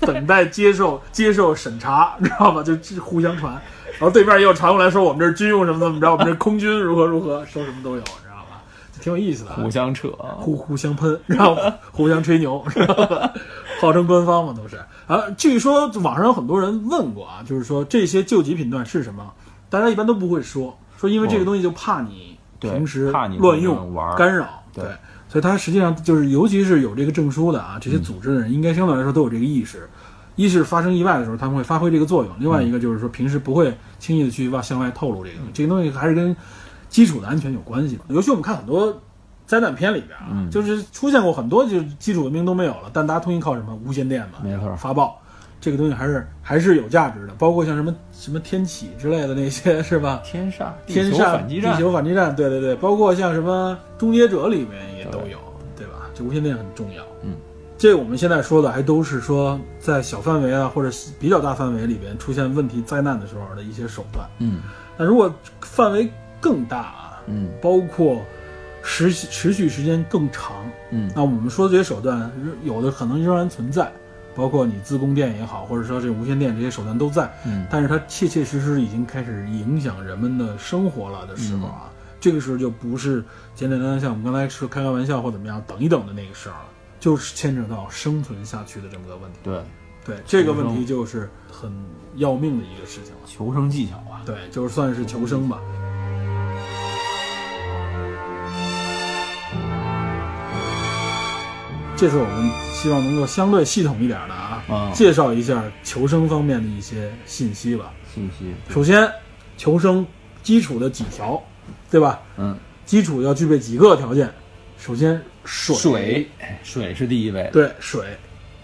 B: 等待接受接受审查， 你知道吧？就互相传。”然后对面也有传过来说我们这儿军用什么怎么着，我们这儿空军如何如何，说什么都有，你知道吧？就挺有意思的啊，
C: 互相扯，
B: 互互相喷， 然后互相吹牛， 是吧号称官方嘛都是。啊，据说网上有很多人问过啊，就是说这些救急频段是什么，大家一般都不会说，说因为这个东西就怕你
C: 哦对
B: 平时
C: 怕你
B: 乱
C: 不能
B: 用
C: 玩儿
B: 干扰，
C: 对嗯
B: 所以它实际上就是，尤其是有这个证书的啊，这些组织的人应该相对来说都有这个意识。一是发生意外的时候，他们会发挥这个作用；另外一个就是说，平时不会轻易的去往向外透露这个
C: 嗯
B: 东西。这个东西还是跟基础的安全有关系嘛。尤其我们看很多灾难片里边啊，
C: 嗯
B: 就是出现过很多就是基础文明都没有了，但大家通信靠什么？无线电嘛，
C: 没错
B: 发报。这个东西还是还是有价值的，包括像什么什么天启之类的那些是吧？
C: 天煞、地
B: 天
C: 球
B: 上
C: 反击战
B: 地球反击战，对对对，包括像什么《终结者》里面也都有，对吧？这无线电很重要。
C: 嗯，
B: 这我们现在说的还都是说在小范围啊或者比较大范围里边出现问题灾难的时候的一些手段。
C: 嗯
B: 那如果范围更大啊，
C: 嗯
B: 包括持续持续时间更长，
C: 嗯，
B: 那我们说的这些手段，有的可能仍然存在，包括你自供电也好，或者说这无线电这些手段都在，
C: 嗯
B: 但是它切切实实已经开始影响人们的生活了的时候啊，这个时候就不是简简单单像我们刚才说开开玩笑或怎么样等一等的那个事儿了，就是牵扯到生存下去的这么个问题。
C: 对，
B: 对，这个问题就是很要命的一个事情了。
C: 求生技巧啊，
B: 对，就算是求生吧。这次我们希望能够相对系统一点的啊，
C: 啊
B: 介绍一下求生方面的一些信息吧。
C: 信息，
B: 首先，求生基础的几条，对吧？
C: 嗯，
B: 基础要具备几个条件？首先，水，
C: 水，水是第一位的，
B: 对，水，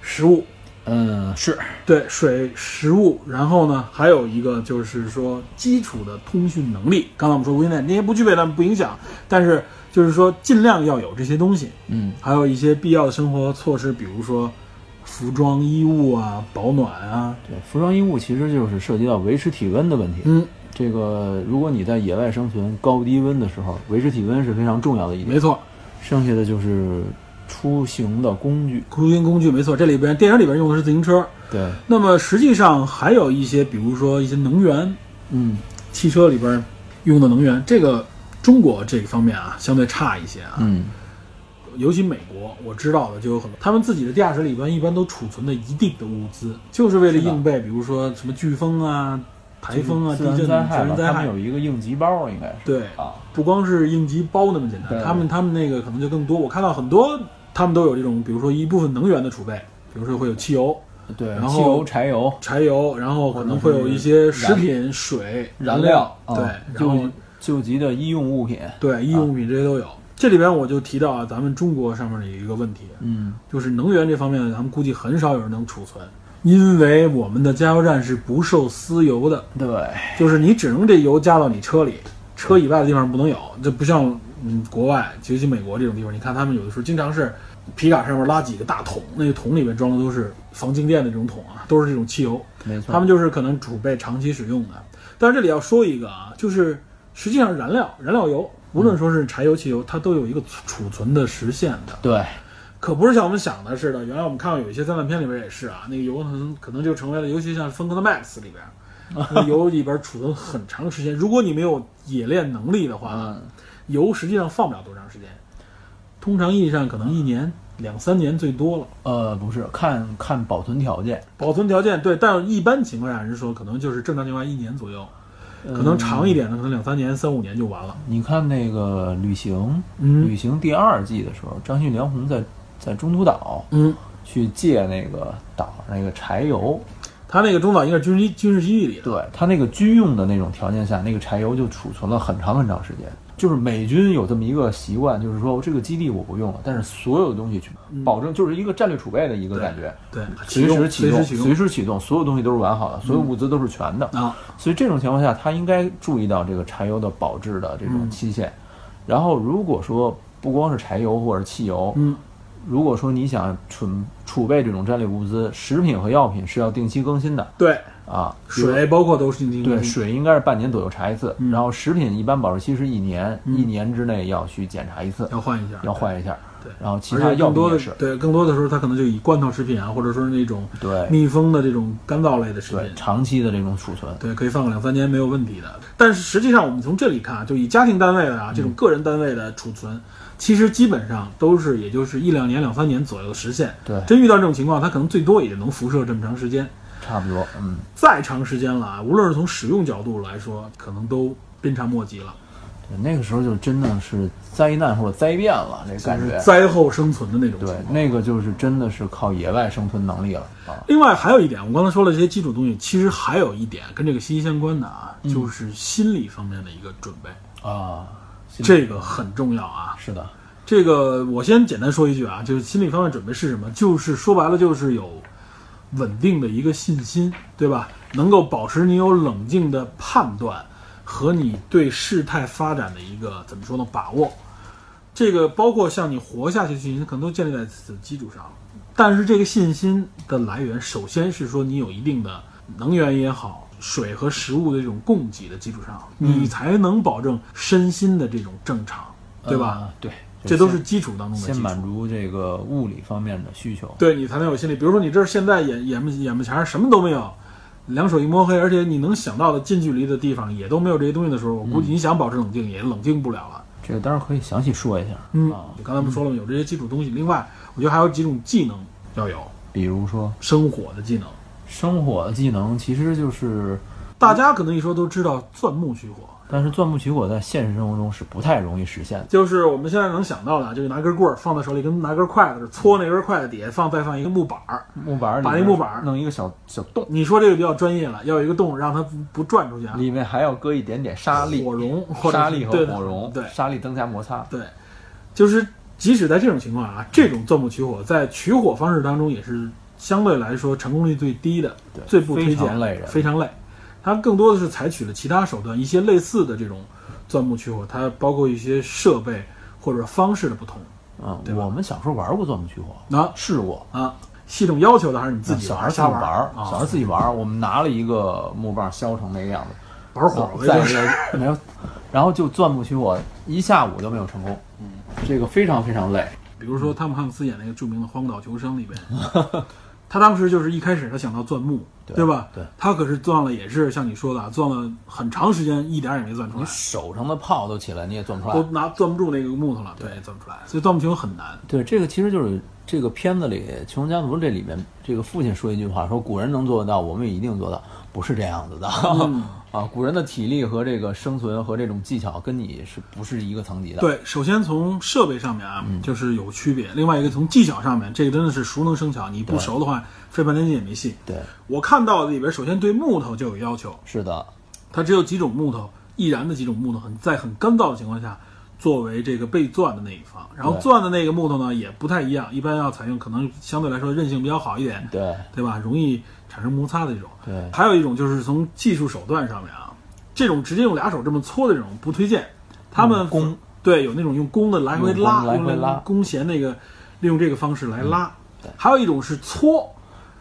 B: 食物，
C: 嗯，是
B: 对，水、食物，然后呢，还有一个就是说基础的通讯能力。刚才我们说无线电那些不具备，但不影响，但是就是说尽量要有这些东西，
C: 嗯，
B: 还有一些必要的生活措施，比如说服装、衣物啊、保暖啊，
C: 对，服装衣物其实就是涉及到维持体温的问题。
B: 嗯，
C: 这个如果你在野外生存高低温的时候，维持体温是非常重要的一点。
B: 没错，
C: 剩下的就是出行的工具，
B: 空军工具没错，这里边电影里边用的是自行车，
C: 对，
B: 那么实际上还有一些，比如说一些能源，
C: 嗯，
B: 汽车里边用的能源，这个中国这方面啊相对差一些啊，
C: 嗯，
B: 尤其美国，我知道的就有很多，他们自己的地下室里边一般都储存的一定的物资，就是为了应备，比如说什么飓风啊、台风啊、地震、自
C: 自然灾害
B: 然
C: 吧，
B: 灾
C: 他们
B: 害。
C: 有一个应急包，应该是
B: 对，
C: 啊，
B: 不光是应急包那么简单，
C: 对
B: 他们他们那个可能就更多。我看到很多，他们都有这种，比如说一部分能源的储备，比如说会有汽油、
C: 对，
B: 然后
C: 汽油、柴油、
B: 柴油，然后可能会有一些食品、水、
C: 燃
B: 料，
C: 啊
B: 对，然后
C: 救救急的医用物品，
B: 对，医用物品这些都有。这里边我就提到啊，咱们中国上面有一个问题，
C: 嗯，
B: 就是能源这方面，咱们估计很少有人能储存，因为我们的加油站是不售私油的，
C: 对，
B: 就是你只能这油加到你车里，车以外的地方不能有。这不像嗯国外，尤其美国这种地方，你看他们有的时候经常是皮卡上面拉几个大桶，那个桶里面装的都是防静电的这种桶啊，都是这种汽油，
C: 没错，
B: 他们就是可能储备长期使用的。但是这里要说一个啊，就是实际上燃料燃料油，无论说是柴油、汽油，它都有一个储存的时限的。
C: 对，
B: 可不是像我们想的似的。原来我们看到有一些灾难片里边也是啊，那个油可能可能就成为了，尤其像《疯狂的 Max》里边， 那个油里边储存很长时间。如果你没有冶炼能力的话，
C: 嗯，
B: 油实际上放不了多长时间。通常意义上，可能一年、两三年最多了。
C: 呃，不是，看看保存条件，
B: 保存条件对，但一般情况下，人说可能就是正常情况下一年左右，可
C: 嗯
B: 能长一点的可能两三年、三五年就完了。
C: 你看那个《旅行》旅
B: 嗯
C: 行第二季的时候，张旭、梁红在在中途岛
B: 嗯，
C: 去借那个岛上那个柴油，
B: 他那个中岛应该是军事军事基地里的，
C: 对他那个军用的那种条件下，那个柴油就储存了很长很长时间。就是美军有这么一个习惯，就是说这个基地我不用了，但是所有的东西去保证，就是一个战略储备的一个感觉，
B: 嗯对，
C: 随时
B: 启
C: 启
B: 动嗯
C: 动，
B: 随时启
C: 随时启动，所有东西都是完好的，所有物资都是全的。
B: 动啊，
C: 所以这种情况下，他应该注意到这个柴油的保质的这
B: 嗯
C: 种期限。然后，如果说不光是柴油或者汽油，
B: 嗯。
C: 如果说你想储储备这种战略物资，食品和药品是要定期更新的
B: 对，
C: 啊。比如
B: 水包括都是进行
C: 对水应该是半年左右查一次，
B: 嗯
C: 然后食品一般保质期是一年，
B: 嗯
C: 一年之内要去检查一次，
B: 要换一下，
C: 要换一下。
B: 对
C: 然后其
B: 而
C: 他
B: 且
C: 药
B: 更
C: 品
B: 多
C: 也
B: 的
C: 是，
B: 对更多的时候，它可能就以罐头食品啊，或者说是那种
C: 对
B: 密封的这种干燥类的食
C: 对
B: 品，
C: 长期的这种储存，
B: 对，可以放个两三年没有问题的。但是实际上，我们从这里看啊，就以家庭单位的啊，
C: 嗯
B: 这种个人单位的储存，其实基本上都是也就是一两年、两三年左右的时限。
C: 对，
B: 真遇到这种情况，它可能最多也能辐射这么长时间，
C: 差不多，嗯。
B: 再长时间了啊，无论是从使用角度来说，可能都鞭长莫及了，
C: 对那个时候就真的是灾难或者灾变了，这感
B: 就
C: 觉
B: 是。灾后生存的那种情
C: 对
B: 况。，
C: 那个就是真的是靠野外生存能力了啊。
B: 另外还有一点，我刚才说了这些基础东西，其实还有一点跟这个息息相关的啊，就是心理方面的一个准备，
C: 啊，心
B: 这个很重要啊。
C: 是的，
B: 这个我先简单说一句啊，就是心理方面准备是什么？就是说白了就是有稳定的一个信心，对吧？能够保持你有冷静的判断和你对事态发展的一个怎么说呢把握。这个包括像你活下去的信心，可能都建立在此基础上。但是这个信心的来源，首先是说你有一定的能源也好，水和食物的这种供给的基础上，你才能保证身心的这种正常，对吧？
C: 呃？对，
B: 这
C: 就
B: 都是基础当中的
C: 先先
B: 基
C: 满
B: 础，
C: 足这个物理方面的需求。
B: 对你才能有心理。比如说你这儿现在眼眼巴眼巴前儿什么都没有，两手一摸黑，而且你能想到的近距离的地方也都没有这些东西的时候，我
C: 嗯
B: 估计你想保持冷静也冷静不了了。
C: 这个当然可以详细说一下，
B: 嗯
C: 啊，
B: 刚才不说了吗？有这些基础东西，另外我觉得还有几种技能要有，
C: 比如说
B: 生火的技能。
C: 生火的技能，其实就是，
B: 大家可能一说都知道钻木取火，
C: 但是钻木取火在现实生活中是不太容易实现的。
B: 就是我们现在能想到的啊，就是拿根棍儿放在手里，跟拿根筷子似的搓那根筷子底下放再放一个木板儿，
C: 木板儿里
B: 把那
C: 边
B: 木板儿
C: 弄一个小小洞，
B: 你说这个比较专业了，要有一个洞让它不不转出去啊。
C: 里面还要搁一点点沙粒
B: 火、绒或者
C: 沙
B: 是
C: 粒和
B: 对的
C: 火绒，
B: 对
C: 沙粒增加摩擦。
B: 对，就是即使在这种情况啊，这种钻木取火在取火方式当中也是相对来说成功率最低的
C: 对，
B: 最不推荐，
C: 非常累人
B: 非常累。它更多的是采取了其他手段，一些类似的这种钻木取火，它包括一些设备或者方式的不同。
C: 嗯，
B: 对吧
C: 我们小时候玩过钻木取火，
B: 啊
C: 试过。
B: 啊，系统要求的还是你自己
C: 啊小
B: 玩
C: 孩
B: 儿
C: 儿
B: 瞎
C: 自己
B: 儿，
C: 玩儿小孩
B: 啊
C: 儿，自己玩儿。我们拿了一个木棒削成那个样子，
B: 玩火呗，
C: 啊在
B: 就是
C: 那个没有，然后就钻木取火，一下午都没有成功。嗯，这个非常非常累。
B: 比如说汤姆汉克斯演那个著名的《荒岛求生》里边， 他当时就是一开始他想到钻木，
C: 对
B: 吧？
C: 对
B: 他可是钻了，也是像你说的，啊，钻了很长时间，一点儿也没钻出
C: 你
B: 来，
C: 手上的泡都起来，你也钻不出
B: 都
C: 来。
B: 拿钻不住那个木头了，对，钻不出来，所以钻木球很难。
C: 对，这个其实就是这个片子里《穷人家族》这里面，这个父亲说一句话，说古人能做得到，我们也一定做到，不是这样子的。 啊，古人的体力和这个生存和这种技巧跟你是不是一个层级的？，
B: 对，首先从设备上面啊，就是有区别；另外一个从技巧上面，这个真的是熟能生巧，你不熟的话，费半天劲也没戏。
C: 对，
B: 我看到的里边，首先对木头就有要求，
C: 是的，
B: 它只有几种木头，易燃的几种木头，很在很干燥的情况下，作为这个被钻的那一方，然后
C: 对
B: 钻的那个木头呢也不太一样，一般要采用可能相对来说韧性比较好一点，
C: 对
B: 对吧？容易产生摩擦的这种。
C: 对
B: 还有一种就是从技术手段上面啊，这种直接用俩手这么搓的这种不推荐。他们
C: 用弓
B: 对有那种用弓的来回
C: 用弓
B: 拉，
C: 来回
B: 用
C: 拉嗯
B: 弓弦那个利用这个方式来拉。还有一种是搓，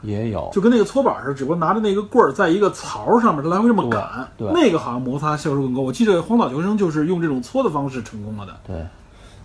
C: 也有，
B: 就跟那个搓板似的，只不过拿着那个棍儿在一个槽上面，它来回这么擀，
C: 对对
B: 那个好像摩擦效率更高。我记得荒岛求生就是用这种搓的方式成功了的。
C: 对。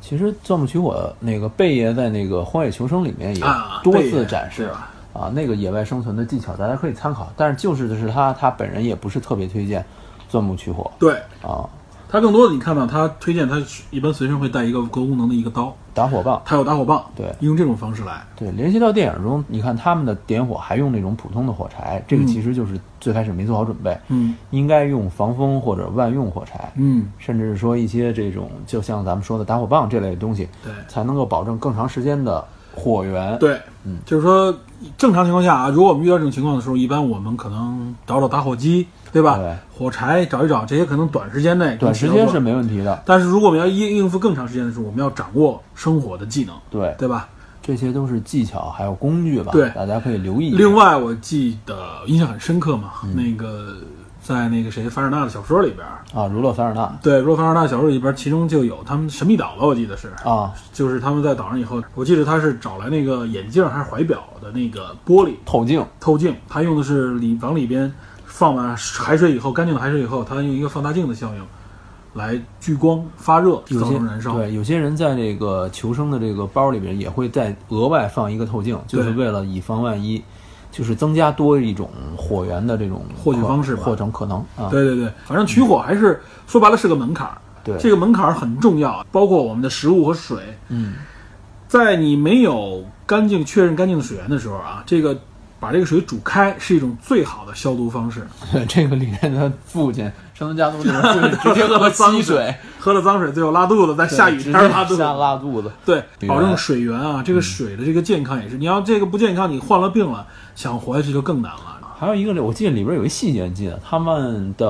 C: 其实钻木取火那个贝爷在那个《荒野求生》里面也
B: 啊
C: 多
B: 贝爷
C: 次展示
B: 是吧
C: 啊，那个野外生存的技巧大家可以参考，但是就是的是他他本人也不是特别推荐钻木取火
B: 对，
C: 啊，
B: 它更多的你看到它推荐它一般随身会带一个高功能的一个刀，
C: 打火棒。
B: 它有打火棒，
C: 对
B: 用这种方式来。
C: 对，联系到电影中，你看他们的点火还用那种普通的火柴，这个
B: 嗯
C: 其实就是最开始没做好准备，
B: 嗯
C: 应该用防风或者万用火柴，
B: 嗯，
C: 甚至是说一些这种就像咱们说的打火棒这类的东西，
B: 对
C: 才能够保证更长时间的火源。，
B: 对，
C: 嗯
B: 就是说正常情况下啊，如果我们遇到这种情况的时候，一般我们可能找找打火机，对吧？
C: 对
B: 火柴找一找，这些可能短时间内
C: 短时
B: 能
C: 间
B: 做
C: 是。没问题的。
B: 但是如果我们要应应付更长时间的时候，我们要掌握生火的技能，
C: 对，
B: 对吧？
C: 这些都是技巧还有工具吧，
B: 对
C: 大家可以留意一嗯下。
B: 另外，我记得印象很深刻嘛，那个在那个谁凡尔纳的小说里边儿，
C: 啊，儒勒凡尔纳
B: 对，若凡尔纳小说里边儿，其中就有他们神秘岛吧，我记得是，
C: 啊，
B: 就是他们在岛上以后，我记得他是找来那个眼镜还是怀表的那个玻璃
C: 透镜，
B: 透镜，他用的是里往里边放满海水以后，干净的海水以后，他用一个放大镜的效应来聚光发热，
C: 有
B: 造
C: 些
B: 成燃烧。
C: 对，有些人在这个求生的这个包里边也会再额外放一个透镜，就是
B: 对
C: 为了以防万一，就是增加多一种火源的这种
B: 获取
C: 可
B: 方式吧
C: 或者可能啊。
B: 对对对，反正取火还是、说白了是个门槛儿，
C: 对
B: 这个门槛儿很重要，包括我们的食物和水。
C: 嗯，
B: 在你没有干净确认干净的水源的时候啊，这个把这个水煮开是一种最好的消毒方式。
C: 对，这个里面的父亲，山村家族里面父 亲直接喝
B: 脏
C: 溪水，
B: 喝了脏水最后拉肚子，在下雨
C: 直接
B: 天儿拉肚子
C: 下。拉肚子。
B: 对，
C: 对
B: 保证水源啊，这个水的这个健康也是。你要这个不健康，你患了病了，想活下去就更难了。
C: 还有一个，我记得里边有一细节，你记得他们的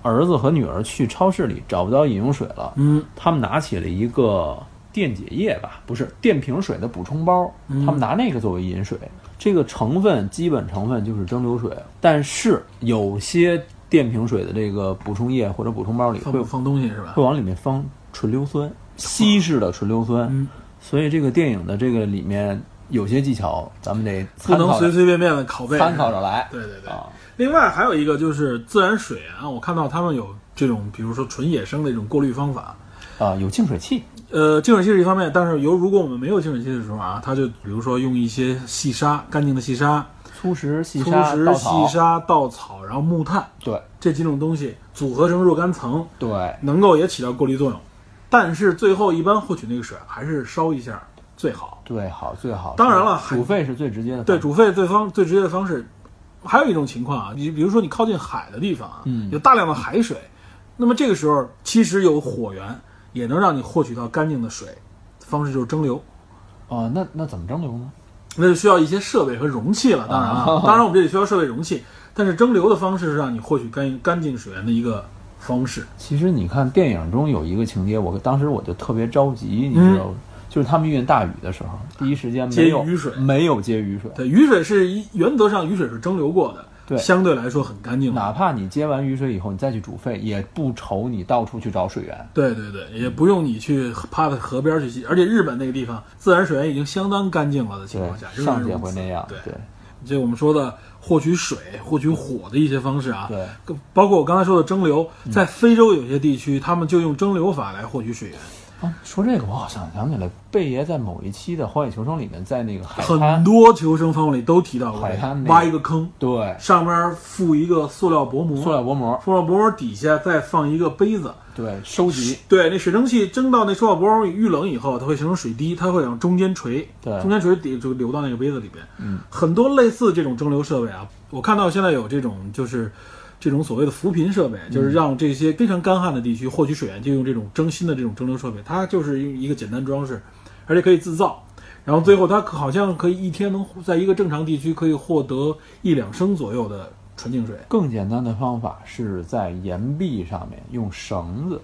C: 儿子和女儿去超市里找不到饮用水了，
B: 嗯，
C: 他们拿起了一个电解液吧，不是电瓶水的补充包，
B: 嗯
C: 他们拿那个作为饮水。这个成分基本成分就是蒸馏水，但是有些电瓶水的这个补充液或者补充包里会
B: 放放东西是吧
C: 会？往里面放醇硫酸，稀释的醇硫酸。
B: 嗯
C: 所以这个电影的这个里面有些技巧，咱们得
B: 不
C: 参
B: 能
C: 考
B: 随随便便的拷贝。
C: 参考着来。
B: 对对对。
C: 啊，
B: 另外还有一个就是自然水源啊，我看到他们有这种，比如说纯野生的一种过滤方法。
C: 啊，有净水器，
B: 呃，净水器是一方面，但是由如果我们没有净水器的时候啊，它就比如说用一些细沙、干净的细沙、
C: 粗食、细
B: 粗
C: 沙、
B: 石、
C: 稻
B: 细
C: 草，
B: 沙、稻草，然后木炭
C: 对
B: 这几种东西组合成若干层，
C: 对
B: 能够也起到过滤作用。但是最后一般获取那个水还是烧一下最好。
C: 对，好最好。
B: 当然了还
C: 煮沸是最直接的。
B: 对，，煮沸最方最直接的方式，还有一种情况啊，你比如说你靠近海的地方啊，
C: 嗯
B: 有大量的海水，那么这个时候其实有火源也能让你获取到干净的水，方式就是蒸馏。
C: 哦，那那怎么蒸馏呢？
B: 那就需要一些设备和容器了。当然啊，当然我们这里需要设备容器，但是蒸馏的方式是让你获取干干净水源的一个方式。
C: 其实你看电影中有一个情节，我当时我就特别着急，你知道吗？就是他们遇见大雨的时候，第一时间
B: 嗯接
C: 没有
B: 雨水
C: 没有接雨水，
B: 对，雨水是一原则上雨水是蒸馏过的，
C: 对
B: 相对来说很干净的。
C: 哪怕你接完雨水以后，你再去煮沸，也不愁你到处去找水源。
B: 对对对，也不用你去趴在河边去洗，而且日本那个地方自然水源已经相当干净了的情
C: 对
B: 况下，，仍然
C: 上
B: 如
C: 届
B: 此
C: 会那样。
B: 对
C: 对，
B: 这我们说的获取水、获取火的一些方式啊，
C: 对，嗯
B: 包括我刚才说的蒸馏，在非洲有些地区，他们就用蒸馏法来获取水源，
C: 啊，说这个我好像想起来，贝爷在某一期的《荒野求生》里面，在那个海
B: 很
C: 滩，
B: 多求生方法里都提到过
C: 海滩，那
B: 挖
C: 个
B: 一个坑，
C: 对，
B: 上面附一个塑料薄膜，
C: 塑料薄膜，
B: 塑料薄膜底下再放一个杯子，
C: 对，收集，
B: 对，那水蒸气蒸到那塑料薄膜遇冷以后，它会形成水滴，它会往中间垂，
C: 对
B: 中间垂底就流到那个杯子里边。
C: 嗯，
B: 很多类似这种蒸馏设备啊，我看到现在有这种就是。这种所谓的扶贫设备，就是
C: 嗯
B: 让这些非常干旱的地区获取水源，就用这种蒸新的这种蒸馏设备，它就是用一个简单装饰，而且可以自造。然后最后它可好像可以一天能在一个正常地区可以获得一两升左右的纯净水。
C: 更简单的方法是在岩壁上面用绳子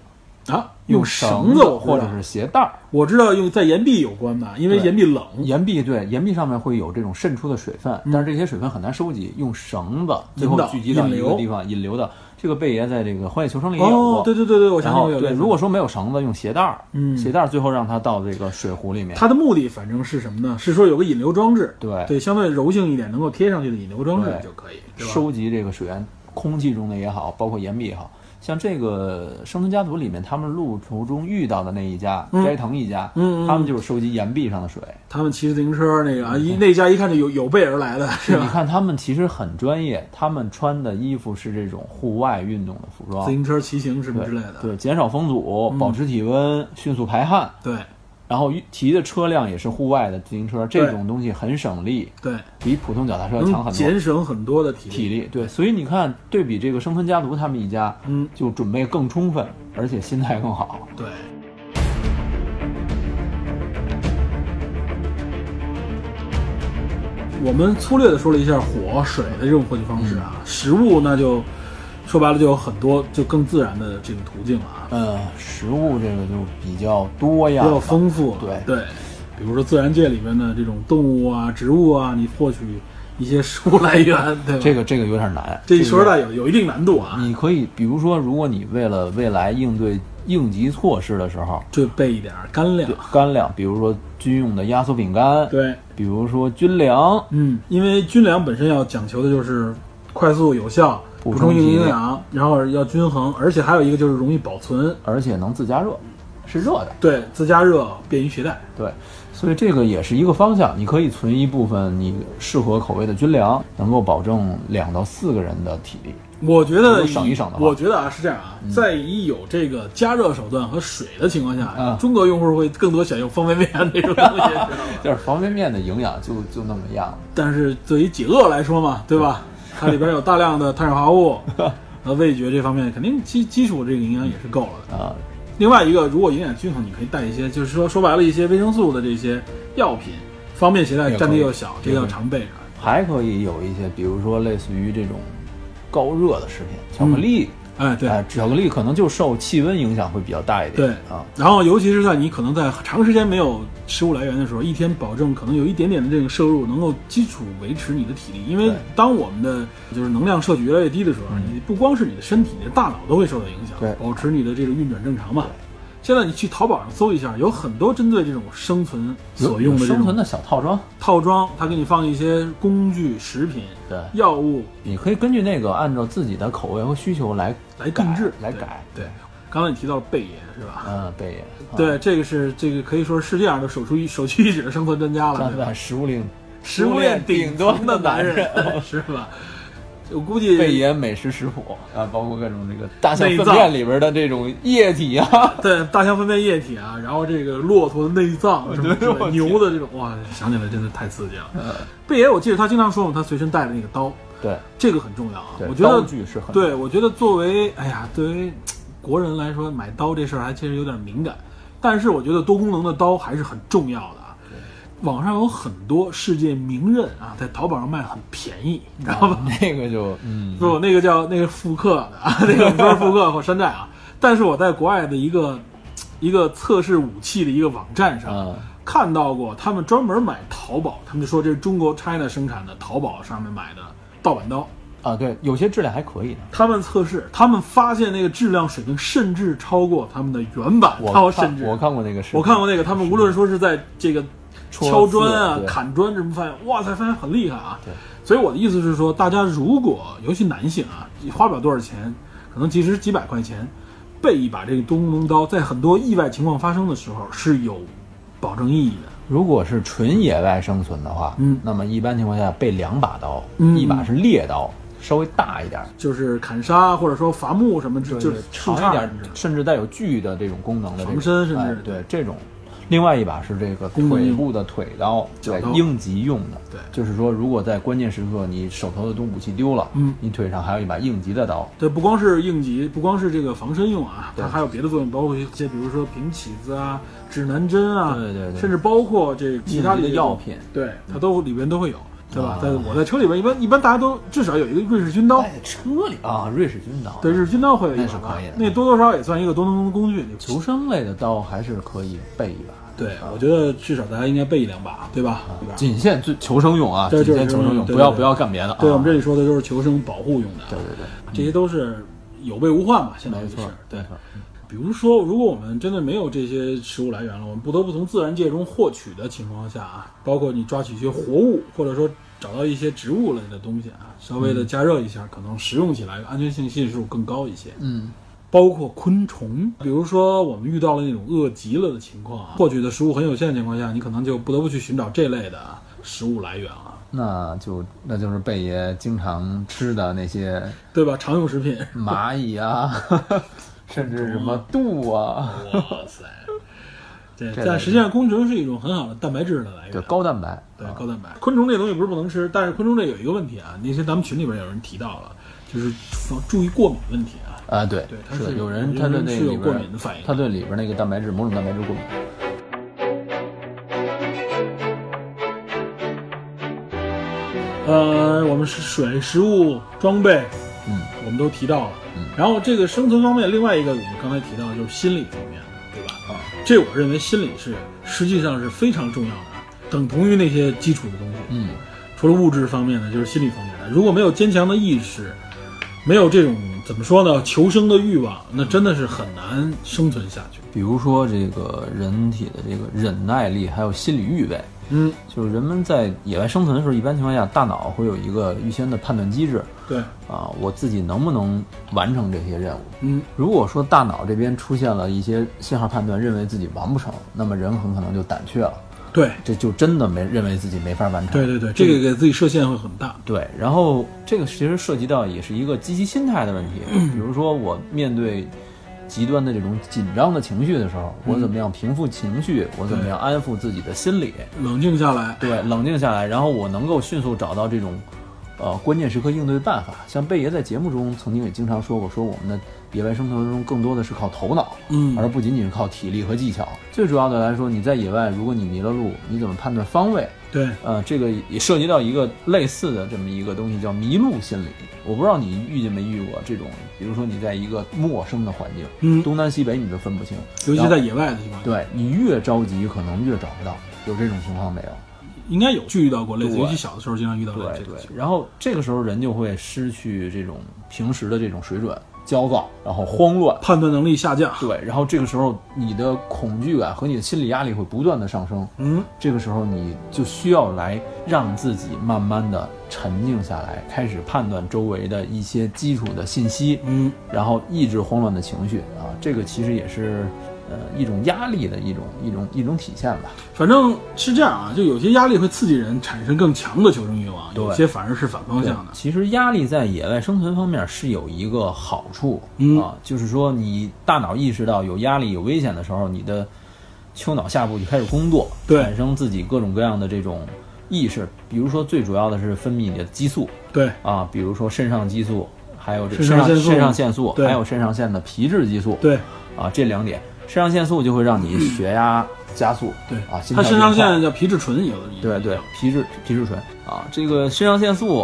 B: 啊，
C: 用
B: 绳
C: 子
B: 或
C: 者是鞋带儿。
B: 我知道用在岩壁有关的，因为
C: 对
B: 岩壁冷，
C: 岩壁对岩壁上面会有这种渗出的水分，但是这些水分很难收集，用绳子最后
B: 嗯引导
C: 聚集到
B: 引
C: 一个
B: 流
C: 地方引流的。这个贝爷在这个《荒野求生》里也有过。
B: 哦，对对对对，我
C: 然
B: 想起
C: 后
B: 我有
C: 对，
B: 这个
C: 如果说没有绳子，用鞋带儿，
B: 嗯
C: 鞋带儿最后让它到这个水壶里面。
B: 它的目的反正是什么呢？是说有个引流装置，
C: 对
B: 对，相对柔性一点，能够贴上去的引流装置
C: 对
B: 就可以，对吧
C: 收集这个水源，空气中的也好，包括岩壁也好，像这个《生存家族》里面，他们路途中遇到的那一家
B: 嗯
C: 斋藤一家，
B: 嗯嗯嗯
C: 他们就是收集岩壁上的水。
B: 他们骑自行车那个
C: 嗯
B: 啊，一那家一看就有有备而来的，是
C: 你
B: 吧？
C: 看他们其实很专业，他们穿的衣服是这种户外运动的服装
B: 自，行车骑行什么
C: 对
B: 之类的，
C: 嗯
B: 嗯
C: 对，减少风阻，保持体温，迅速排汗，
B: 对
C: 然后提的车辆也是户外的自行车，这
B: 对
C: 种东西很省力，
B: 对，
C: 比普通脚踏车要强
B: 能
C: 很多。
B: 节省很多的体力。
C: 体力对，所以你看，对比这个生存家族他们一家，
B: 嗯
C: 就准备更充分，而且心态更好。
B: 对，我们粗略的说了一下火、水的这种获取方式
C: 嗯
B: 啊，食物那就说白了就有很多就更自然的这种途径了啊，
C: 嗯，食物这个就比较多
B: 比
C: 样，
B: 较丰富了。啊
C: 对
B: 对，比如说自然界里面的这种动物啊、植物啊，你获取一些食物来源，对吧？
C: 这个这个有点难。
B: 这一说实
C: 个嗯
B: 在有有一定难度啊，
C: 你可以，比如说，如果你为了未来应对应急措施的时候，
B: 就备一点干粮
C: 对。干粮，比如说军用的压缩饼干，，
B: 对，
C: 比如说军粮，
B: 嗯，因为军粮本身要讲求的就是快速有效，
C: 补
B: 补
C: 充
B: 充
C: 营
B: 营
C: 养
B: 养，然后要均衡，而且还有一个就是容易保存，
C: 而且能自加热，是热的。
B: 对，自加热，便于携带。
C: 对，所以这个也是一个方向，你可以存一部分你适合口味的军粮，能够保证两到四个人的体力。
B: 我觉
C: 如
B: 得
C: 果省一省的话嗯
B: 我觉得啊是这样啊，在以有这个加热手段和水的情况下，
C: 嗯
B: 中国用户会更多选用方便面这种东西， 知道吗
C: 就是方便面的营养就就那么样，
B: 但是对于解饿来说嘛，对吧？它里边有大量的碳水化合 物，呃，味觉这方面肯定基基础这个营养也是够了的。
C: 啊、
B: 另外一个，如果营养均衡，你可以带一些，就是说说白了，一些维生素的这些药品，方便携带，
C: 也可以
B: 占地又小，这个
C: 也
B: 要
C: 可以
B: 常备着。
C: 还可以有一些，比如说类似于这种高热的食品，巧克力，
B: 哎，对。
C: 哎巧克力可能就受气温影响会比较大一点，
B: 对
C: 啊，
B: 然后，尤其是在你可能在长时间没有食物来源的时候，一天保证可能有一点点的这个摄入，能够基础维持你的体力。因为
C: 对嗯
B: 当我们的就是能量摄取越来越低的时候，你不光是你的身体，你的大脑都会受到影响。
C: 对
B: 保持你的这个运转正常嘛。现在你去淘宝上搜一下，有很多针对这种生存所用的这
C: 生
B: 种
C: 存的小套装，
B: 套装，它给你放一些工具、食品、
C: 对
B: 药物
C: 你可以根据那个按照自己的口味和需求来
B: 来定制、
C: 来
B: 对
C: 改，
B: 对，刚才你提到了贝爷是吧？
C: 嗯，贝爷，啊，
B: 对，这个是这个可以说是世界上的首屈一首屈一指的生存专家了，
C: 站
B: 啊对吧
C: 啊在？食物链
B: 食物链顶端的男
C: 顶端的 男
B: 人是吧？我估计
C: 贝爷美食食谱啊，包括各种这个大象
B: 内
C: 粪
B: 脏
C: 便里边的这种液体 啊，
B: 对大象粪便液体啊，然后这个骆驼的内 脏什么之类
C: 我
B: 的，嗯
C: 天
B: 牛的这种，哇，想起来真的太刺激了。贝爷，我记得他经常说嘛，他随身带的那个刀，
C: 对，
B: 这个很重要啊
C: 对。
B: 我觉得
C: 刀具是很
B: 对，我觉得作为哎呀，对于国人来说，买刀这事儿还其实有点敏感，但是我觉得多功能的刀还是很重要的啊。网上有很多世界名刃啊，在淘宝上卖很便宜，
C: 嗯
B: 你知道吧？
C: 那个就嗯，
B: 不，那个叫那个复刻的 啊，那个不是复刻或山寨啊，但是我在国外的一个一个测试武器的一个网站上，
C: 嗯
B: 看到过他们专门买淘宝，他们就说这是中国 China 生产的淘宝上面买的盗版刀。
C: 啊，对，有些质量还可以呢。
B: 他们测试，他们发现那个质量水平甚至超过他们的原版
C: 我
B: 刀，甚
C: 看
B: 至
C: 我看过那个视频，
B: 我看过那个，他们无论说是在这个
C: 戳
B: 敲砖啊
C: 刺、对
B: 砍砖什么，发现哇塞，发现很厉害啊
C: 对。
B: 所以我的意思是说，大家如果尤其男性啊，花不了多少钱，可能即使几百块钱，备一把这个多功能刀，在很多意外情况发生的时候是有保证意义的。
C: 如果是纯野外生存的话，
B: 嗯
C: 那么一般情况下备两把刀，
B: 嗯
C: 一把是猎刀，稍微大一点，
B: 就是砍杀或者说伐木什么，就
C: 就是长
B: 树
C: 一
B: 杈
C: 点
B: 什么，的
C: 甚至带有锯的这种功能的这种
B: 防身甚至
C: 哎对这种。另外一把是这个
B: 功能
C: 腿
B: 用
C: 部的腿刀，对
B: 脚刀
C: 应急用的，
B: 对
C: 就是说如果在关键时刻你手头的东武器丢了，
B: 嗯
C: 你腿上还有一把应急的刀，
B: 对，不光是应急，不光是这个防身用啊，
C: 对
B: 它还有别的作用，包括一些比如说平起子啊、指南针啊，
C: 对对对
B: 甚至包括这个其他
C: 应急
B: 的
C: 的药品，啊
B: 对，它都里边都会有。对吧？在我在车里边，一般一般大家都至少有一个瑞士军刀，
C: 在车里啊，瑞士军刀，
B: 对，瑞士军刀会有一把
C: 那是可以的
B: 那多多少少也算一个多能的工具。你
C: 求生类的刀还是可以备一把的。
B: 对，我觉得至少大家应该备一两把，对吧？对吧
C: 仅限最求生用啊，
B: 对就
C: 仅
B: 是
C: 限求生用，
B: 对
C: 不要
B: 对
C: 不要干别的啊。
B: 对我们这里说的都是求生保护用的，
C: 对对对，
B: 这些都是有备无患嘛，现在
C: 没
B: 就是
C: 错
B: 对
C: 没错。嗯
B: 比如说，如果我们真的没有这些食物来源了，我们不得不从自然界中获取的情况下啊，包括你抓取一些活物，或者说找到一些植物类的东西啊，稍
C: 嗯
B: 微的加热一下，可能食用起来安全性系数更高一些。
C: 嗯，
B: 包括昆虫，比如说我们遇到了那种饿极了的情况啊，获取的食物很有限的情况下，你可能就不得不去寻找这类的食物来源啊，
C: 那就那就是贝爷经常吃的那些
B: 对吧？常用食品，
C: 蚂蚁啊， 甚至什么
B: 嗯
C: 杜啊，
B: 哇塞！对，
C: 这
B: 但实际上昆虫是一种很好的蛋白质的来源，
C: 对，高蛋白，
B: 对高蛋白。昆虫这东西不是不能吃，但是昆虫这有一个问题啊，那些咱们群里边有人提到了，就是防注意过敏问题啊。
C: 啊，对
B: 对，它
C: 是的
B: 是
C: 有
B: 有
C: 人
B: 些
C: 他对
B: 人
C: 那
B: 是有
C: 里边
B: 过敏的反应
C: 他对里边那个蛋白质某种蛋白质过敏。
B: 呃，我们是水、食物、装备，
C: 嗯，
B: 我们都提到了。
C: 嗯
B: 然后这个生存方面，另外一个我们刚才提到的就是心理方面，对吧？
C: 啊，
B: 这我认为心理是实际上是非常重要的，等同于那些基础的东西。
C: 嗯，
B: 除了物质方面的，就是心理方面的。如果没有坚强的意识，没有这种怎么说呢，求生的欲望，那真的是很难生存下去。
C: 比如说这个人体的这个忍耐力，还有心理预备，
B: 嗯，
C: 就是人们在野外生存的时候，一般情况下大脑会有一个预先的判断机制
B: 对，
C: 啊，我自己能不能完成这些任务。
B: 嗯，
C: 如果说大脑这边出现了一些信号判断，认为自己完不成，那么人很可能就胆怯了，
B: 对，
C: 这就真的没认为自己没法完成。
B: 对对对，这个给自己设限会很大。
C: 对，然后这个其实涉及到也是一个积极心态的问题，比如说我面对极端的这种紧张的情绪的时候，我怎么样平复情绪，我怎么样安抚自己的心理，
B: 冷静下来，
C: 对，冷静下来，然后我能够迅速找到这种，呃，关键时刻应对的办法。像贝爷在节目中曾经也经常说过，说我们的野外生存中更多的是靠头脑，
B: 嗯
C: 而不仅仅是靠体力和技巧。最主要的来说，你在野外，如果你迷了路，你怎么判断方位？
B: 对，
C: 呃，这个也涉及到一个类似的这么一个东西，叫迷路心理。我不知道你遇见没遇过这种，比如说你在一个陌生的环境，
B: 嗯
C: 东南西北你都分不清，
B: 尤其
C: 然后
B: 在野外的地方，，
C: 对你越着急，可能越找不到。有这种情况没有？
B: 应该有遇到过类似，
C: 对
B: 尤其小的时候经常遇到类似
C: 对
B: 这
C: 对
B: 个情，
C: 然后这个时候人就会失去这种平时的这种水准，焦躁，然后慌乱，
B: 况，判断能力下降。啊
C: 对，然后这个时候你的恐惧感和你的心理压力会不断的上升，
B: 嗯，
C: 这个时候你就需要来让自己慢慢的沉静下来，开始判断周围的一些基础的信息，
B: 嗯，
C: 然后抑制慌乱的情绪啊，这个其实也是呃一种压力的一种一种一种体现吧，
B: 反正是这样啊，就有些压力会刺激人产生更强的求生欲望，
C: 对
B: 有些反而是反方
C: 对
B: 向的。
C: 其实压力在野外生存方面是有一个好处、
B: 嗯
C: 啊，就是说你大脑意识到有压力、有危险的时候，你的丘脑下部就开始工作，
B: 对
C: 产生自己各种各样的这种意识。比如说，最主要的是分泌你的激素
B: 对，
C: 啊，比如说肾上激素，还有这
B: 肾上
C: 肾
B: 腺素
C: 肾上腺素，
B: 对
C: 还有肾上腺的皮质激素，
B: 对，
C: 啊，这两点，肾上腺素就会让你血压加速，
B: 对
C: 啊，心
B: 它
C: 跳
B: 肾上
C: 变快
B: 腺叫皮质醇，有的
C: 对对，皮质皮质醇啊，这个肾上腺素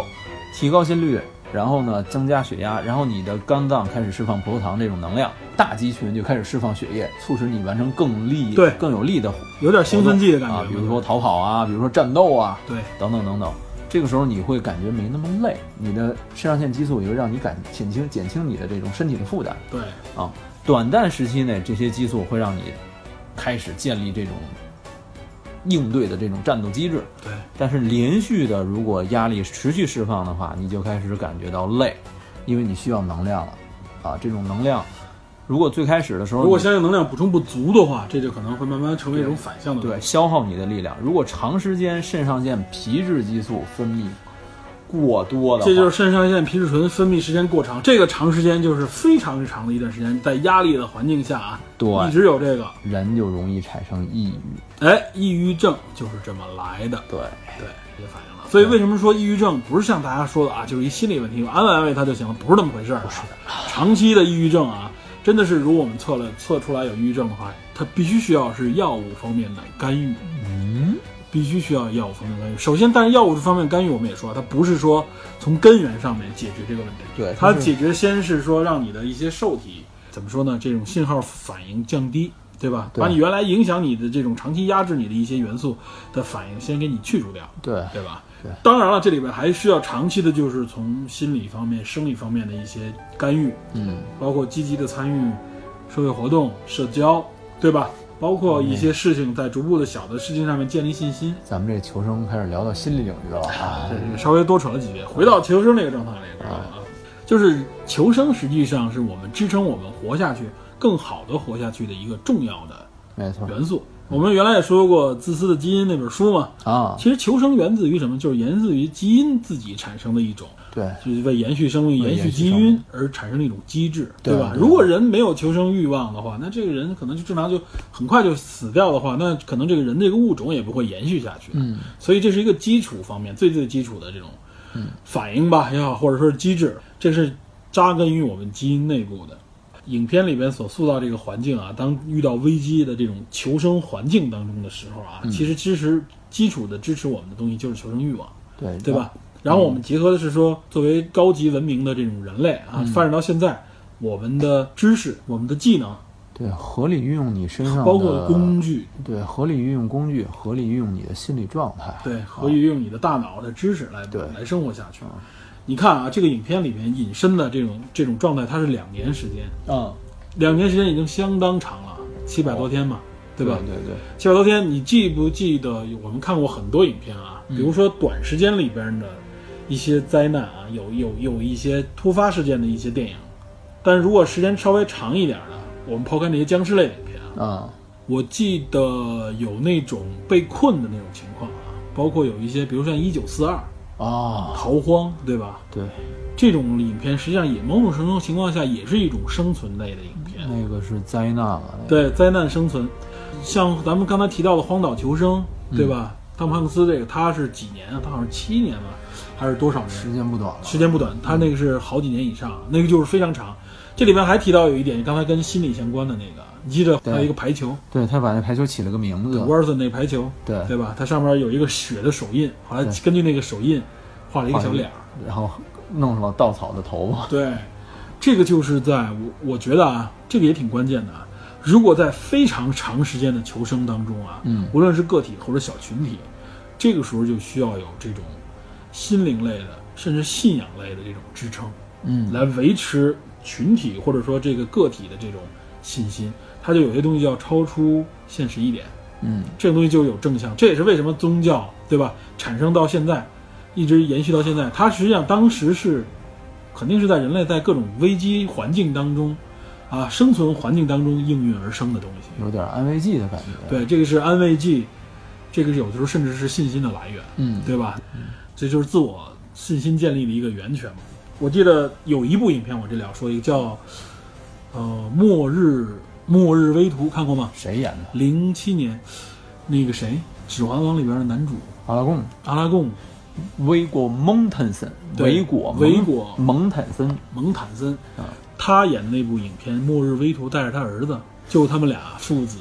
C: 提高心率，然后呢增加血压，然后你的肝脏开始释放葡萄糖这种能量，大肌群就开始释放血液，促使你完成更力
B: 对
C: 更有力的活
B: 有点兴奋剂的
C: 动
B: 感觉
C: 啊，，比如说逃跑啊，比如说战斗啊，
B: 对，
C: 等等等等。这个时候你会感觉没那么累，你的肾上腺激素也会让你感减轻减轻你的这种身体的负担
B: 对，
C: 啊。短暂时期内，这些激素会让你开始建立这种应对的这种战斗机制。
B: 对，
C: 但是连续的，如果压力持续释放的话，你就开始感觉到累，因为你需要能量了，啊，这种能量，如果最开始的时候
B: 如果
C: 你
B: 相应能量补充不足的话，这就可能会慢慢成为一种反向的。
C: 对，消耗你的力量，如果长时间肾上腺皮质激素分泌过多的话，
B: 这就是肾上腺皮质醇分泌时间过长，这个长时间就是非常长的一段时间，在压力的环境下啊，
C: 对
B: 一直有这个，
C: 人就容易产生抑郁，
B: 哎，抑郁症就是这么来的，
C: 对，
B: 对，也反映了。所以为什么说抑郁症不是像大家说的啊，就是一心理问题，安慰安慰他就行了，不是那么回事儿、啊。长期的抑郁症啊，真的是如果我们测了测出来有抑郁症的话，它必须需要是药物方面的干预。嗯，必须需要药物方面干预。首先，但是药物这方面干预，我们也说，它不是说从根源上面解决这个问题，
E: 对
B: 它
E: 就是
B: 解决先是说让你的一些受体怎么说呢，这种信号反应降低，对吧？
E: 对
B: 把你原来影响你的这种长期压制你的一些元素的反应先给你去除掉，
E: 对
B: 对吧？
E: 对
B: 当然了，这里边还需要长期的，就是从心理方面、生理方面的一些干预，
E: 嗯，
B: 包括积极的参与社会活动、社交，对吧？包括一些事情在逐步的小的事情上面建立信心。
E: 咱们这求生开始聊到心理领域了啊，
B: 这个稍微多扯了几遍，回到求生这个状态里边啊，就是求生实际上是我们支撑我们活下去、更好的活下去的一个重要的
E: 没错
B: 元素。我们原来也说过《自私的基因》那本书嘛，
E: 啊，
B: 其实求生源自于什么？就是源自于基因自己产生的一种
E: 对
B: 就是为延续生命、
E: 为
B: 延续
E: 延续
B: 基
E: 生命
B: 因而产生的一种机制，
E: 对
B: 吧？
E: 对
B: 如果人没有求生欲望的话，那这个人可能就正常就很快就死掉的话，那可能这个人这个物种也不会延续下去。
E: 嗯，
B: 所以这是一个基础方面最最基础的这种
E: 嗯
B: 反应吧也好，或者说是机制，这是扎根于我们基因内部的。影片里边所塑造这个环境啊，当遇到危机的这种求生环境当中的时候
E: 嗯
B: 啊，其实支持基础的支持我们的东西就是求生欲望。
E: 对
B: 对？吧？然后我们结合的是说，作为高级文明的这种人类啊，发展到现在，我们的知识、我们的技能，
E: 对，合理运用你身
C: 嗯
E: 上
B: 包括
E: 的
B: 工具，
E: 对，合理运用工具，合理运用你的心理状态，啊
B: 对，
C: 嗯
B: 可以用你的大脑的知识来
E: 对
B: 来生活下去。你看啊，这个影片里面引申的这种这种状态，它是两年时间，
E: 啊，
B: 两年时间已经相当长了，七百多天嘛，对吧？
E: 对对，
B: 七百多天，你记不记得我们看过很多影片啊？比如说短时间里边的一些灾难啊，有有有一些突发事件的一些电影，但如果时间稍微长一点的，我们抛开那些僵尸类的影片啊，
E: 啊，
B: 我记得有那种被困的那种情况啊，包括有一些，比如像《一九四二》
E: 啊，
B: 逃荒，对吧？
E: 对，
B: 这种影片实际上也某种程度情况下也是一种生存类的影片，
E: 那个是灾难了，那个
B: 对灾难生存，像咱们刚才提到的《荒岛求生》，对吧？
E: 嗯
B: 汤姆汉克斯这个他是几年啊？他好像七年吧，还是多少时
E: 时间不短了，
B: 时间不短，他那个是好几年以上，那个就是非常长。这里边还提到有一点，刚才跟心理相关的那个，你记得还有一个排球，
E: 对他把那排球起了个名字，
B: 沃尔森那排球，
E: 对
B: 对吧？它上面有一个血的手印，后来
E: 对
B: 根据那个手印画了一个
E: 画了
B: 小
E: 一个
B: 脸儿。
E: 然后弄上了稻草的头发，
B: 对，这个就是在我我觉得啊，这个也挺关键的啊。如果在非常长时间的求生当中啊，
E: 嗯
B: 无论是个体或者小群体，这个时候就需要有这种心灵类的，甚至信仰类的这种支撑，
E: 嗯
B: 来维持群体或者说这个个体的这种信心。它就有些东西要超出现实一点，
E: 嗯，
B: 这种东西就有正向，这也是为什么宗教对吧产生到现在，一直延续到现在。它实际上当时是，肯定是在人类在各种危机环境当中，啊生存环境当中应运而生的东西。
E: 有点安慰剂的感觉，，
B: 对，这个是安慰剂，这个是有的时候甚至是信心的来源，
E: 嗯，
B: 对吧？这就是自我信心建立的一个源泉嘛。我记得有一部影片，我这里要说一个叫，呃，《末日末日危图》，看过吗？
E: 谁演的？
B: 零七年，那个谁，《指环王》里边的男主
E: 阿拉贡，
B: 阿拉贡
E: 维果蒙腾森，
B: 对
E: 维果蒙
B: 维果
E: 蒙坦森，
B: 蒙坦森，
E: 啊
B: 他演的那部影片《末日危图》，带着他儿子，就他们俩父子，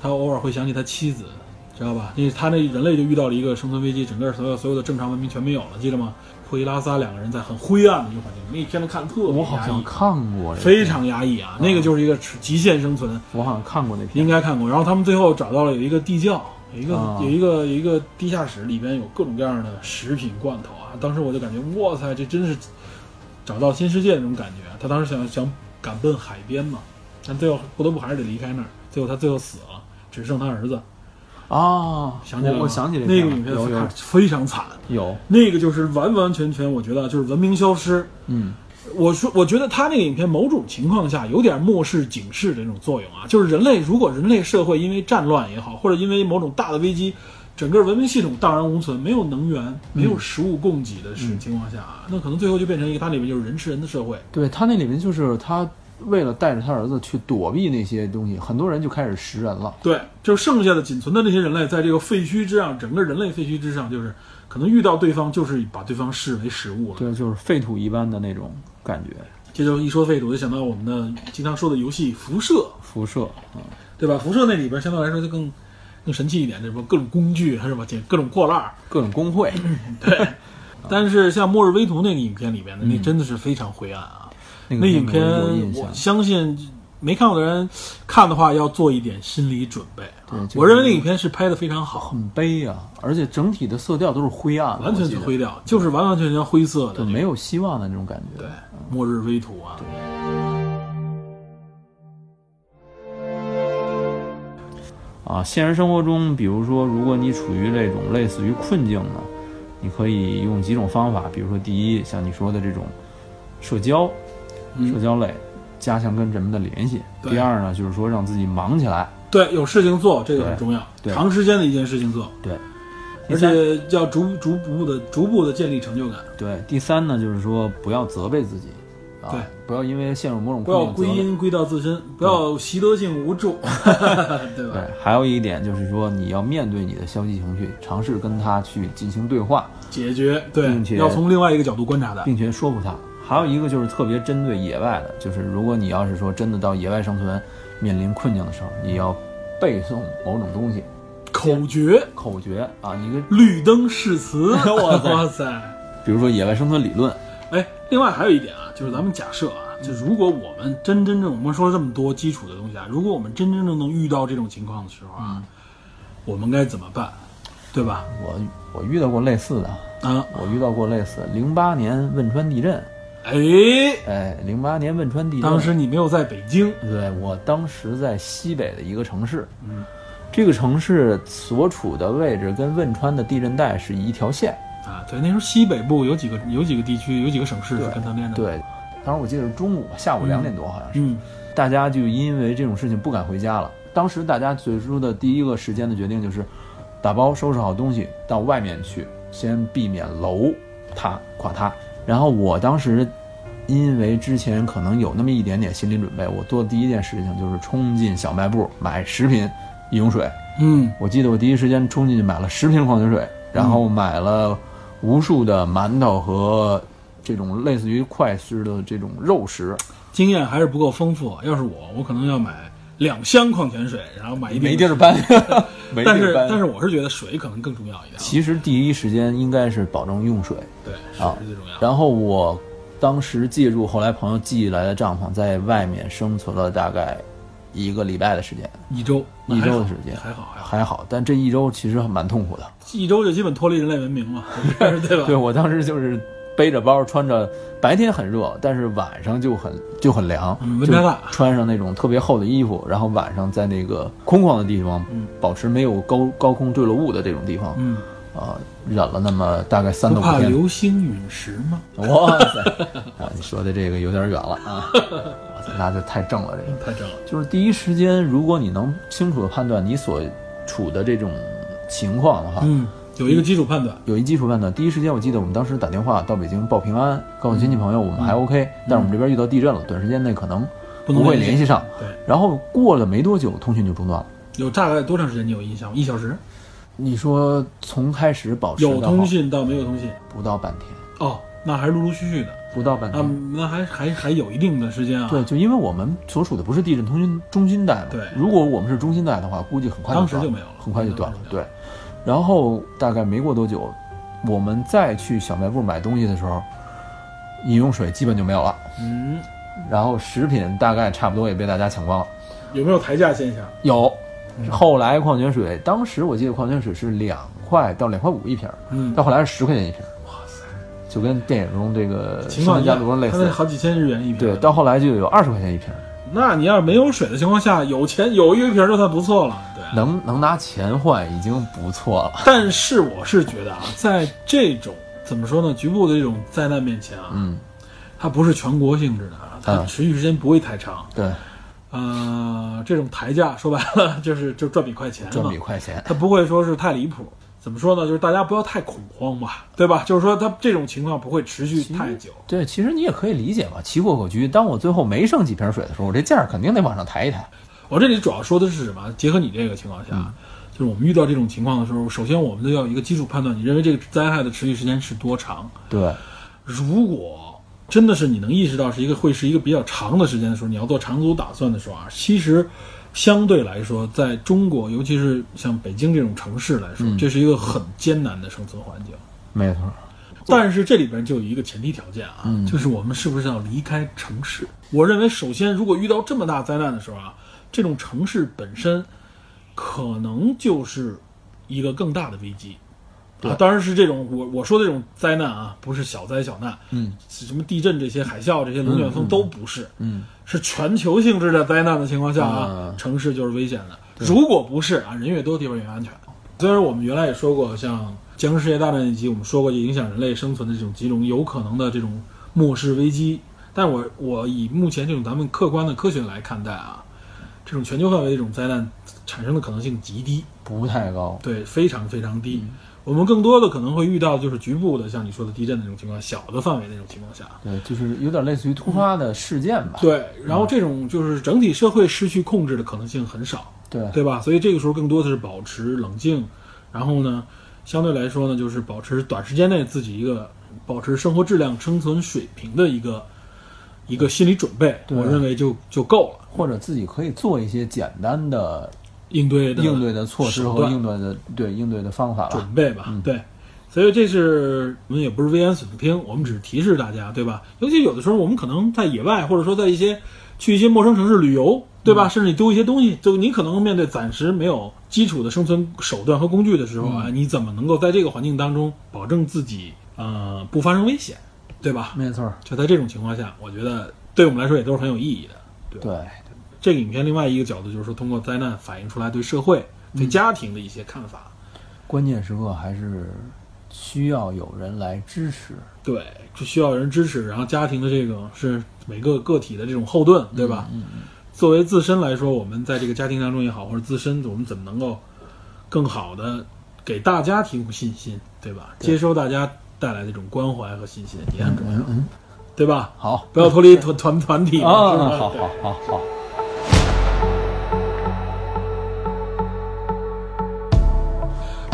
B: 他偶尔会想起他妻子，知道吧？因为他那人类就遇到了一个生存危机，整个所有所有的正常文明全没有了，记得吗？霍伊拉撒两个人在很灰暗的一个环境，那一片子看特别
E: 我好
B: 压
E: 像
B: 抑
E: 看过这个，
B: 非，常压抑啊，那个就是一个极限生存，
E: 我好像看过那片
B: 应，该看过。然后他们最后找到了有一个地窖，有一个、
E: 啊
B: 有一个有一个地下室，里边有各种各样的食品罐头啊。当时我就感觉，哇塞，这真是找到新世界那种感觉。他当时想想赶奔海边嘛，但最后不得不还是得离开那儿。最后他最后死了，只剩他儿子。
E: 啊，
B: 想起来了
E: 我
B: 吗
E: 我想起这
B: 那个
E: 了
B: 影片
E: 有有
B: 非常惨，
E: 有，
B: 那个就是完完全全，我觉得就是文明消失。
E: 嗯，
B: 我说，我觉得他那个影片某种情况下有点末世警示的那种作用啊，就是人类如果人类社会因为战乱也好，或者因为某种大的危机，整个文明系统荡然无存，没有能源、没有食物供给的是情况下啊，那可能最后就变成一个它里面就是人吃人的社会。
E: 对他那里面就是他为了带着他儿子去躲避那些东西，很多人就开始食人了，
B: 对，就剩下的仅存的那些人类，在这个废墟之上，整个人类废墟之上，就是可能遇到对方，就是把对方视为食物了。
E: 对，就是废土一般的那种感觉，
B: 这就一说废土，就想到我们的经常说的游戏《辐射》，
E: 辐射，嗯
B: 对吧？辐射那里边相对来说就更更神奇一点，这不各种工具还是吧，各种破烂儿。
E: 各种工会，
B: 但是像《末日危途》那个影片里面的，那真的是非常灰暗啊。
E: 嗯那
B: 那
E: 个
B: 影片
E: 我有印象
B: 我。相信没看过的人看的话，要做一点心理准备
E: 对
B: 啊。
E: 这个
B: 我认为那影片是拍的非常好，
E: 很悲啊，而且整体的色调都是灰暗的，
B: 完全
E: 我
B: 是
E: 记得
B: 灰，掉，就是完完全全灰色的
E: 对，
B: 这个
E: 没有希望的那种感觉。
B: 对，末日危途啊。
C: 啊，现实生活中，比如说，如果你处于那种类似于困境呢，你可以用几种方法，比如说，第一，像你说的这种社交，社交类，加强跟人们的联系；
B: 嗯对
C: 第二呢，就是说让自己忙起来；
B: 对，有事情做，这个很
C: 对
B: 重要，
C: 对
B: 长时间的一件事情做，
C: 对，第
B: 而
C: 三
B: 且要逐逐步的、逐步的建立成就感，
C: 对，第三呢，就是说不要责备自己，啊，
B: 对，
C: 不要因为陷入某种
B: 不要
C: 困境
B: 归
C: 责备
B: 因归到自身，不要习得性无助， 对吧？
C: 对，还有一点就是说，你要面对你的消极情绪，尝试跟他去进行对话，
B: 解决对
C: 并，且
B: 要从另外一个角度观察它。
C: 并且说服他。还有一个就是特别针对野外的，就是如果你要是说真的到野外生存，面临困境的时候，你要背诵某种东西，
B: 口诀：
C: 口诀啊，一个
B: 绿灯誓词。 哇哇塞！
C: 比如说野外生存理论，
B: 哎，另外还有一点啊，就是咱们假设啊，就如果我们真真正我们说了这么多基础的东西啊，如果我们真真正正遇到这种情况的时候啊，我们该怎么办？对吧？
C: 我我遇到过类似的，
B: 啊，
C: 我遇到过类似零八年汶川地震，
B: 哎，
C: 哎，零八年汶川地震，
B: 当时你没有在北京，
C: 对我当时在西北的一个城市，嗯，这个城市所处的位置跟汶川的地震带是一条线，
B: 啊，对，那时候西北部有几个有几个地区有几个省市是跟他连着的。，
C: 对，当时我记得是中午下午两点多好像是，
B: 嗯，
C: 大家就因为这种事情不敢回家了。当时大家最初的第一个时间的决定就是，打包收拾好东西到外面去，先避免楼塌垮塌。然后我当时，因为之前可能有那么一点点心理准备，我做的第一件事情就是冲进小卖部买食品、饮用水。
B: 嗯，
C: 我记得我第一时间冲进去买了十瓶矿泉水，然后买了无数的馒头和这种类似于快食的这种肉食。
B: 经验还是不够丰富。要是我，我可能要买两箱矿泉水，然后买一
C: 没
B: 瓶
C: 地儿搬，没地
B: 但
C: 儿
B: 是
C: 搬。
B: 但是我是觉得水可能更重要一点，啊
C: 其实第一时间应该是保证用水，
B: 对，
C: 啊
B: 水是最重要的。
C: 然后我当时借助后来朋友寄来的帐篷，在外面生存了大概一个礼拜的时间，
B: 一周，那
C: 一周
B: 还好
C: 的时间
B: 还好还好，
C: 还好，但这一周其实蛮痛苦的。
B: 一周就基本脱离人类文明 嘛，对吧？
C: 对我当时就是背着包，穿着白天很热，但是晚上就很就很凉
B: 嗯，温
C: 就
B: 差大
C: 穿上那种特别厚的衣服，然后晚上在那个空旷的地方，保持没有高高空坠落物的这种地方，
B: 嗯，
C: 啊，忍了那么大概三
B: 不
C: 到五
B: 怕
C: 天。
B: 流星陨石吗？
C: 哇塞！ 啊，你说的这个有点远了啊，哇塞那就太正了。这个
B: 太正了，
C: 就是第一时间，如果你能清楚的判断你所处的这种情况的话，
B: 嗯，有一个基础判断，
C: 有一基础判断。第一时间，我记得我们当时打电话到北京报平安，告诉亲戚朋友我们还 OK，、但是我们这边遇到地震了，短时间内可能
B: 嗯不能
C: 会
B: 联系
C: 联系上。
B: 对，
C: 然后过了没多久，通讯就中断了。
B: 有大概多长时间你有印象吗？一小时，
C: 你说从开始保持
B: 有
C: 到
B: 通信到没有通信，
C: 不到半天，
B: 哦，那还是陆陆续续的。
C: 不到半
B: 啊
C: 天，，
B: 那还还还有一定的时间啊。
C: 嗯对，，就因为我们所处的不是地震通讯中心带嘛，
B: 对
C: 如果我们是中心带的话，估计很快
B: 当时
C: 断
B: 就
C: 了
B: 没有了
C: 很快就断了
B: 当时。就没
C: 对，然后大概没过多久，我们再去小卖部买东西的时候，饮用水基本就没有了，
B: 嗯，
C: 然后食品大概差不多也被大家抢光了。
B: 有没有抬价现象？
C: 有，
B: 嗯
C: 后来矿泉水，当时我记得矿泉水是两块到两块五一瓶儿，
B: 嗯
C: 到后来是十块钱一瓶。哇塞！就跟电影中这个《
B: 情
C: 生
B: 况
C: 活家族》类
B: 他那
C: 似，
B: 好几千日元一瓶。
C: 对，到后来就有二十块钱一瓶儿。
B: 那你要是没有水的情况下，有钱有一个瓶就算不错了。对，啊
C: 能能拿钱换已经不错了。
B: 但是我是觉得啊，在这种怎么说呢，局部的这种灾难面前啊，
C: 嗯，
B: 它不是全国性质的啊，它
C: 嗯
B: 持续时间不会太长。
C: 对，
B: 呃，这种抬价说白了 就是就赚笔快钱嘛，
C: 赚笔快钱。
B: 它不会说是太离谱。怎么说呢？就是大家不要太恐慌吧，对吧？就是说它这种情况不会持续太久。
C: 对，其实你也可以理解嘛，奇货可居。当我最后没剩几瓶水的时候，我这价儿肯定得往上抬一抬。
B: 我这里主要说的是什么？结合你这个情况下，就是我们遇到这种情况的时候，首先我们都要有一个基础判断，你认为这个灾害的持续时间是多长？
C: 对，
B: 如果真的是你能意识到是一个会是一个比较长的时间的时候，你要做长足打算的时候啊，其实相对来说，在中国，尤其是像北京这种城市来说，这是一个很艰难的生存环境。
C: 没错，
B: 但是这里边就有一个前提条件啊，就是我们是不是要离开城市？我认为，首先，如果遇到这么大灾难的时候啊，这种城市本身可能就是一个更大的危机。啊，当然是这种我我说的这种灾难啊，不是小灾小难，嗯，什么地震这些、海啸这些、龙卷风都不是，
C: 嗯，
B: 是全球性质的灾难的情况下啊，
C: 嗯
B: 城市就是危险的。如果不是啊，人越多地方越安全。虽然我们原来也说过，像《僵尸世界大战》那集，我们说过影响人类生存的这种几种有可能的这种末世危机，但我我以目前这种咱们客观的科学来看待啊，这种全球范围的这种灾难产生的可能性极低，
C: 不太高。
B: 对，非常非常低。我们更多的可能会遇到就是局部的，像你说的地震那种情况，小的范围那种情况下，
C: 对，就是有点类似于突发的事件吧。
B: 对，然后这种就是整体社会失去控制的可能性很少，
C: 对
B: 对吧？所以这个时候更多的是保持冷静，然后呢，相对来说呢，就是保持短时间内自己一个保持生活质量、生存水平的一个一个心理准备，
C: 对
B: 我认为就就够了。
C: 或者自己可以做一些简单的
B: 应对的
C: 应对的措施
B: 手
C: 和
B: 段
C: 应对的对应对的方法吧。
B: 准备吧，对。所以这是我们也不是危言耸听，我们只是提示大家，对吧？尤其有的时候我们可能在野外，或者说在一些去一些陌生城市旅游，对吧？甚至你丢一些东西，就你可能面对暂时没有基础的生存手段和工具的时候啊，你怎么能够在这个环境当中保证自己呃不发生危险，对吧？
C: 没错，
B: 就在这种情况下，我觉得对我们来说也都是很有意义的。
C: 对，
B: 这个影片另外一个角度就是说，通过灾难反映出来对社会、对家庭的一些看法。
C: 关键时刻还是需要有人来支持。
B: 对，就需要人支持，然后家庭的这个是每个个体的这种后盾，对吧？嗯作为自身来说，我们在这个家庭当中也好，或者自身，我们怎么能够更好的给大家提供信心，对嗯吧？接收大家带来的这种关怀和信心也很重要，对吧？
C: 好
B: 不要脱离团团团体
C: 啊，
B: 是吧
C: 好好好好。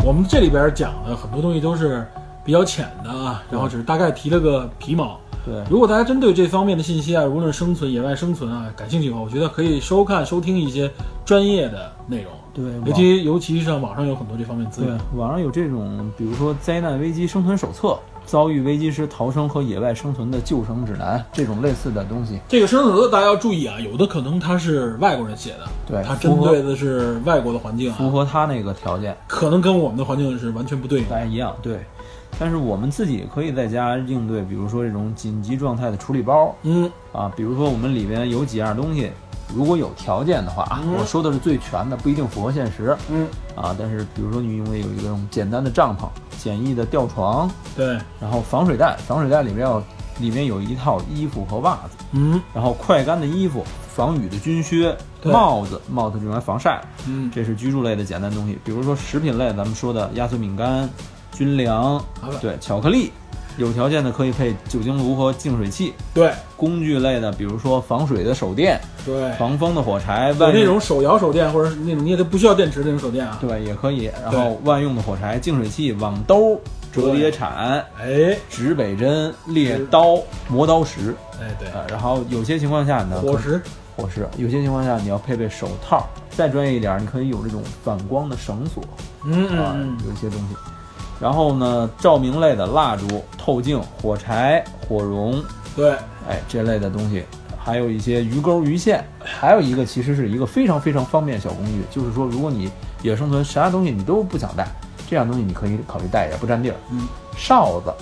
B: 我们这里边讲的很多东西都是比较浅的啊，然后只是大概提了个皮毛。
C: 对
B: 如果大家针对这方面的信息啊，无论生存、野外生存啊，感兴趣的话，我觉得可以收看、收听一些专业的内容。
C: 对
B: 尤其尤其上网上有很多这方面资
C: 对
B: 源。，
C: 网上有这种，比如说灾难危机生存手册、遭遇危机时逃生和野外生存的救生指南这种类似的东西。
B: 这个生存手册大家要注意啊，有的可能它是外国人写的，
C: 对
B: 它针对的是外国的环境
C: 符
B: 啊，
C: 合他那个条件，
B: 可能跟我们的环境是完全不对应的。
C: 大家一样对。但是我们自己可以在家应对，比如说这种紧急状态的处理包
B: 嗯，
C: 啊，比如说我们里边有几样东西，如果有条件的话啊，我说的是最全的，不一定符合现实，
B: 嗯
C: 啊，但是比如说你用有一种简单的帐篷、简易的吊床，
B: 对，
C: 然后防水袋，防水袋里面要里面有一套衣服和袜子，
B: 嗯
C: 然后快干的衣服、防雨的军靴、
B: 对
C: 帽子，帽子用来防晒，
B: 嗯，
C: 这是居住类的简单东西。比如说食品类，咱们说的压缩饼干、军粮
B: 好吧，
C: 对，巧克力，有条件的可以配酒精炉和净水器。
B: 对
C: 工具类的，比如说防水的手电、
B: 对，
C: 防风的火柴，
B: 有
C: 万
B: 那
C: 用
B: 种手摇手电，或者是那种你也得不需要电池的那种手电啊。
C: 对也可以。然后万用的火柴、净水器、网兜、折叠铲、
B: 哎
C: 指北针、猎刀、磨刀石。
B: 哎对，
C: 呃，然后有些情况下呢，
B: 火石，
C: 火石，有些情况下你要配备手套。再专业一点，你可以有这种反光的绳索。
B: 嗯
C: 啊
B: 嗯，嗯，
C: 有一些东西。然后呢，照明类的蜡烛、透镜、火柴、火绒，
B: 对，
C: 哎，这类的东西，还有一些鱼钩、鱼线，还有一个其实是一个非常非常方便的小工具，就是说，如果你野生存啥东西你都不想带，这样东西你可以考虑带，也不占地儿。
B: 嗯，
C: 哨子，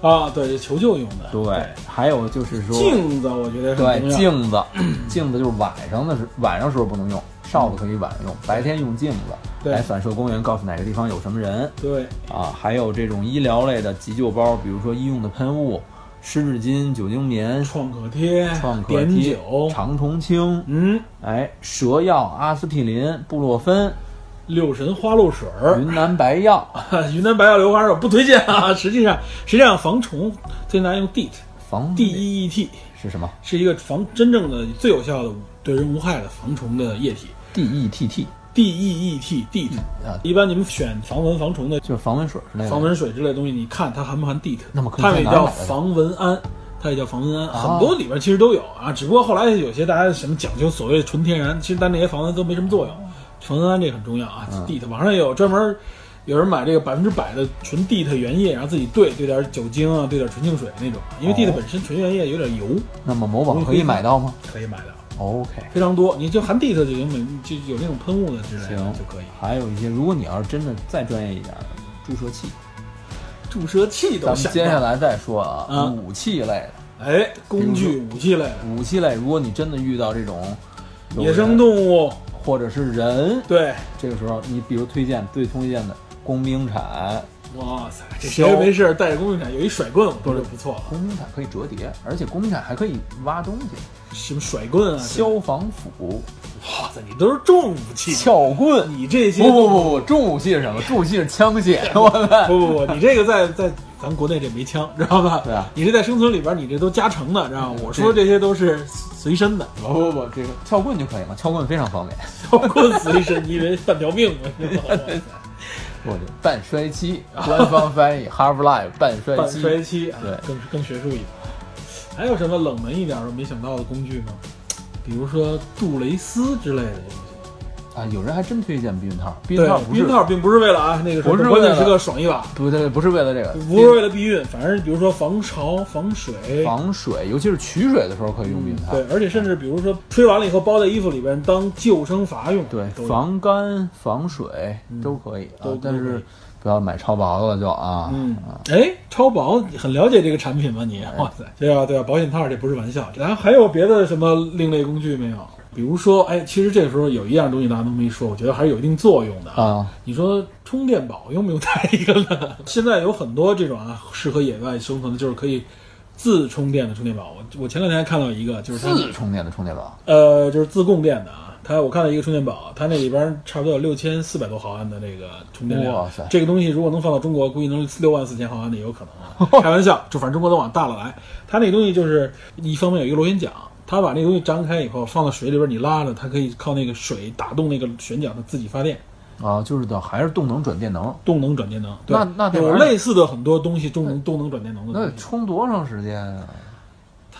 B: 啊，对，求救用的，
C: 对，还有就是说，
B: 镜子我觉得很
C: 对
B: 重要，
C: 镜子， 镜子就是晚上的时晚上时候不能用，哨子可以晚上用，白天用镜子
B: 对
C: 来反射光源，告诉哪个地方有什么人。
B: 对，
C: 啊，还有这种医疗类的急救包，比如说医用的喷雾、湿纸巾、酒精棉、
B: 创可贴、
C: 创可
B: 碘
C: 贴、
B: 酒，
C: 长虫清，
B: 嗯，
C: 哎，蛇药、阿司匹林、布洛芬、
B: 六神花露水儿，
C: 云南白药、
B: 云南白药硫花肉不推荐啊。 实际上，实际上防虫最难用 DEET
C: 防
B: D E E T
C: 是什么
B: 是一个防真正的最有效的对人无害的防虫的液体
C: ？D E T T，
B: D E E T DEET。
C: 啊
B: 一般你们选防蚊防虫的
C: 就是防蚊水之类的。
B: 防蚊水之类的东西，你看它含不含 DEET？
C: 哎那么可以
B: 它
C: 在
B: 也
C: 哪儿
B: 叫
C: 买得到
B: 防蚊胺，它也叫防蚊胺，
C: 哦
B: 很多里边其实都有啊，只不过后来有些大家什么讲究所谓纯天然，其实但那些防蚊都没什么作用。防蚊胺这个很重要啊，DEET
C: 嗯
B: 网上也有专门有人买这个百分之百的纯 DEET 原液，然后自己兑兑点酒精啊，兑点纯净水那种，因为
C: 哦
B: DEET 本身纯原液有点油，
C: 那么某宝可以买到吗
B: 可以买的。
C: ？OK，
B: 非常多，你就含 DEET 就行，每就有那种喷雾的之类的
C: 行
B: 就可以。
C: 还有一些，如果你要是真的再专业一点，注射器，
B: 注射器都
C: 咱们
B: 想
C: 接下
B: 到了，
C: 来再说啊，
B: 嗯
C: 武器类的。
B: 哎，工具、武器类的、
C: 武器类，如果你真的遇到这种有
B: 野
C: 人
B: 生动物，
C: 或者是人，
B: 对，
C: 这个时候你比如推荐最推荐的工兵铲，
B: 哇塞，这
C: 削
B: 谁没事儿带着工具铲有一甩棍，我觉得不错，
C: 工兵铲可以折叠，而且工兵铲还可以挖东西，
B: 什么甩棍啊，这
C: 消防斧、
B: 哇塞，你都是重武器，
C: 撬棍。
B: 你这些
C: 不不不不，重武器是什 么？重武器是枪械。 我们
B: 不不不，你这个在在咱国内这没枪，知道吧？
C: 对啊
B: 你这在生存里边，你这都加成的，知道吗？我说这些都是随身的，
C: 不不 不，这个撬棍就可以了，撬棍非常方便。
B: 包括 随身，你以为半条命吗？
C: 我这半摔期，官方翻译 Half Life 半摔
B: 半
C: 期。
B: 衰期啊，
C: 对
B: 更更学术一点。还有什么冷门一点儿我没想到的工具吗？比如说杜蕾斯之类的东西。
C: 啊，有人还真推荐避孕套，避
B: 对
C: 孕套，不
B: 避
C: 是
B: 孕套并不是为了啊，那个什么
C: 不是为了
B: 关键时刻爽一把，
C: 不对，不是为了这个，
B: 不呃是为了避孕，反正比如说防潮、防水。
C: 防水，尤其是取水的时候可以用避孕套。啊
B: 对，而且甚至比如说吹完了以后包在衣服里边当救生筏用，
C: 对，
B: 都有嗯
C: 防干、防水都可以啊
B: 都，
C: 但
B: 都可
C: 是
B: 以
C: 不要买超薄的就啊。
B: 嗯，哎，超薄，你很了解这个产品吗？你，哇塞，对啊，对啊，保险套这不是玩笑。然后还有别的什么另类工具没有？比如说，哎，其实这时候有一样东西大家都没说，我觉得还是有一定作用的。
C: 啊，
B: 你说充电宝用不用带一个呢？ 现在有很多这种啊，适合野外生存的，就是可以自充电的充电宝。我我前两天还看到一个，就是它
C: 自充电的充电宝，
B: 呃，就是自供电的啊。它我看了一个充电宝，它那里边差不多有六千四百多毫安的这个充电量。
C: 哇塞
B: 这个东西如果能放到中国，估计能六万四千毫安的也有可 能啊。开玩笑，就反正中国都往大了来。它那东西就是一方面有一个螺旋桨，它把那东西张开以后放到水里边，你拉着它可以靠那个水打动那个旋桨，它自己发电，
C: 啊，就是的，还是动能转电能。
B: 动能转电能。对
C: 那那得
B: 有
C: 玩
B: 类似的很多东西，动能动能转电能的
C: 那
B: 东
C: 得
B: 西。
C: 充多长时间啊？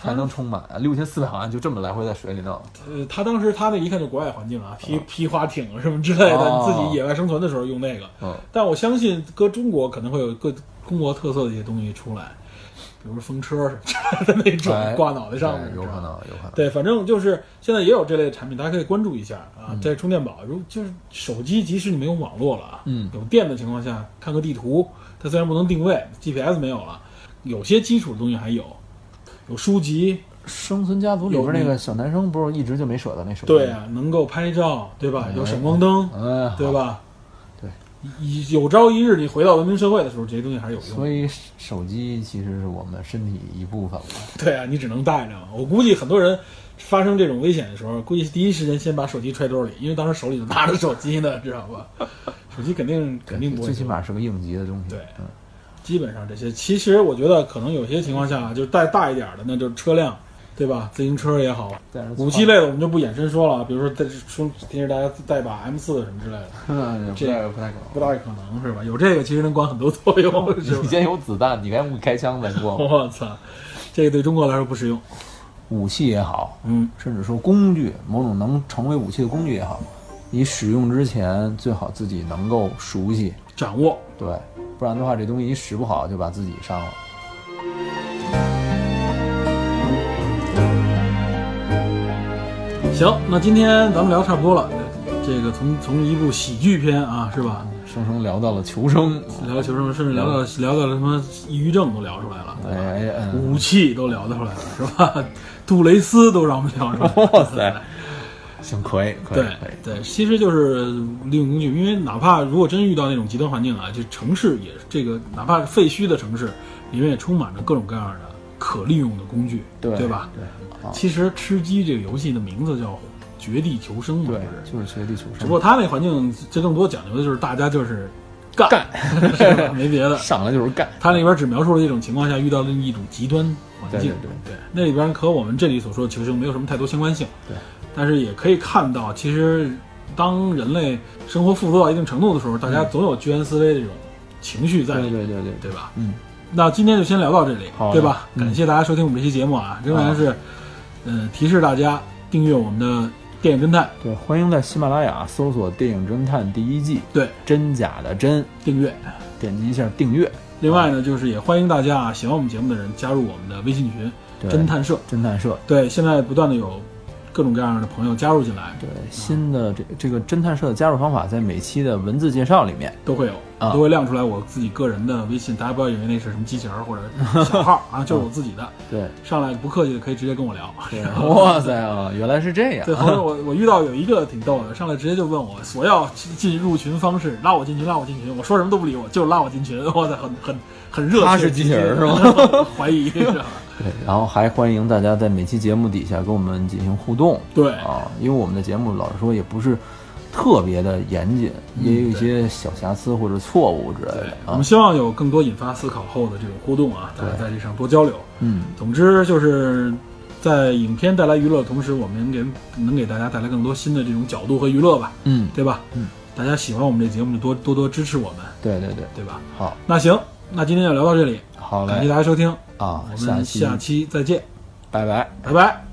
C: 才能充满啊？六千四百毫安就这么来回在水里弄，
B: 呃，他当时他那一看就国外环境啊，皮皮划艇什么之类的，
C: 哦
B: 你自己野外生存的时候用那个。
C: 嗯，
B: 但我相信，搁中国可能会有各中国特色的一些东西出来，比如风车什么的那种
C: 哎
B: 挂脑袋上面，
C: 对有
B: 是
C: 可
B: 吧。
C: 能，有可能。
B: 对，反正就是现在也有这类产品，大家可以关注一下啊。在充电宝，如就是手机，即使你没有网络了啊，
C: 嗯
B: 有电的情况下，看个地图，它虽然不能定位，GPS 没有了，有些基础的东西还有，有书籍，
C: 生存家族里边那个小男生不是一直就没舍得那手机？
B: 对，啊，能够拍照，对吧？有闪光灯，
C: 嗯，好
B: 对？吧？
C: 哎对
B: 以，以有朝一日你回到文明社会的时候，这些东西还是有用的。
C: 所以手机其实是我们身体一部分了。
B: 对啊，你只能带着嘛。我估计很多人发生这种危险的时候，估计第一时间先把手机揣兜里，因为当时手里拿着手机呢，知道吧？手机肯定肯定不会
C: 最
B: 丢。
C: 起码是个应急的东西。
B: 对
C: 嗯，
B: 基本上这些，其实我觉得可能有些情况下，就是带大一点的，那就是车辆，对吧？自行车也好，
C: 但是
B: 武器类的我们就不延伸说了，比如说带说平时大家带把 M 四什么之类的，
C: 嗯，
B: 这
C: 个不太可能。
B: 不大可能是吧？有这个其实能管很多作用，是
C: 你
B: 吧？
C: 先有子弹，你该不开枪再 说。
B: 我操，这个对中国来说不实用。
C: 武器也好，
B: 嗯，
C: 甚至说工具，某种能成为武器的工具也好，你使用之前最好自己能够熟悉，
B: 掌握
C: 对，不然的话这东西一使不好就把自己伤了。
B: 行，那今天咱们聊差不多了。这个从从一部喜剧片啊，是吧？
C: 生生聊到了求生，
B: 聊到求生，甚至聊到聊到了什么抑郁症都聊出来了，
C: 哎哎哎，
B: 武器都聊得出来了，是吧？ 杜蕾斯都让我们聊出来了。
C: 哇塞，行，可以，可
B: 对
C: 以，可以。
B: 对，其实就是利用工具，因为哪怕如果真遇到那种极端环境啊，就城市也这个哪怕是废墟的城市，里面也充满着各种各样的可利用的工具，
C: 对
B: 吧？
C: 对啊
B: 其实吃鸡这个游戏的名字叫《绝地求生》嘛，不是
C: 啊对，就是学地求
B: 只不过
C: 生，
B: 他那环境，这更多讲究的就是大家就是干， 是吧没别的。
C: 上来就是干。
B: 他那边只描述了一种情况下遇到的一种极端环境，
C: 对对对
B: 那里边和我们这里所说的求生没有什么太多相关性。
C: 对，
B: 但是也可以看到，其实当人类生活富足到一定程度的时候，大家总有居安思危这种情绪在
C: 嗯对
B: 里面，
C: 对对对对，
B: 对吧？
C: 嗯，
B: 那今天就先聊到这里
F: 好，
B: 对吧？感谢大家收听我们这期节目啊，仍然是，呃，提示大家订阅我们的电影侦探，
C: 对，欢迎在喜马拉雅搜索《电影侦探》第一季，
B: 对，
C: 真假的真，
B: 订阅。
C: 点击一下订阅。
B: 另外呢，就是也欢迎大家啊，喜欢我们节目的人加入我们的微信群“
C: 对
B: 侦探社
C: 侦探社”。，
B: 对，现在不断的有各种各样的朋友加入进来，
C: 对，新的这这个侦探社的加入方法在每期的文字介绍里面。
B: 都会有，
C: 啊
B: 都会亮出来我自己个人的微信，大家不要以为那是什么机器人儿或者小 号啊，
C: 嗯
B: 就是我自己的。
C: 对，
B: 上来不客气的可以直接跟我聊。
C: 哇塞啊，原来是这样
B: 对，。后来我我遇到有一个挺逗的，上来直接就问我索要进进入群方式，拉我进群，拉我进群，我说什么都不理我，就是拉我进群，哇塞，很很很热情。
C: 他是机器人是
B: 吗？ 怀疑是吧？
C: 对，然后还欢迎大家在每期节目底下跟我们进行互动
B: 对，
C: 啊，因为我们的节目老实说也不是特别的严谨，也有一些小瑕疵或者错误之类
B: 对
C: 的，
B: 我
C: 啊
B: 们。希望有更多引发思考后的这种互动啊，大家在这上多交流。
C: 嗯，
B: 总之就是在影片带来娱乐的同时，我们给能给大家带来更多新的这种角度和娱乐吧，
C: 嗯，
B: 对吧？
C: 嗯，
B: 大家喜欢我们这节目就多多多支持我们，
C: 对对对，
B: 对吧？
C: 好，
B: 那行，那今天就聊到这里，
C: 好
B: 感谢
C: 嘞
B: 大家收听，
C: 啊
B: 我，
C: 下
B: 们
C: 期
B: 下期再见，
C: 拜拜。
B: 拜拜。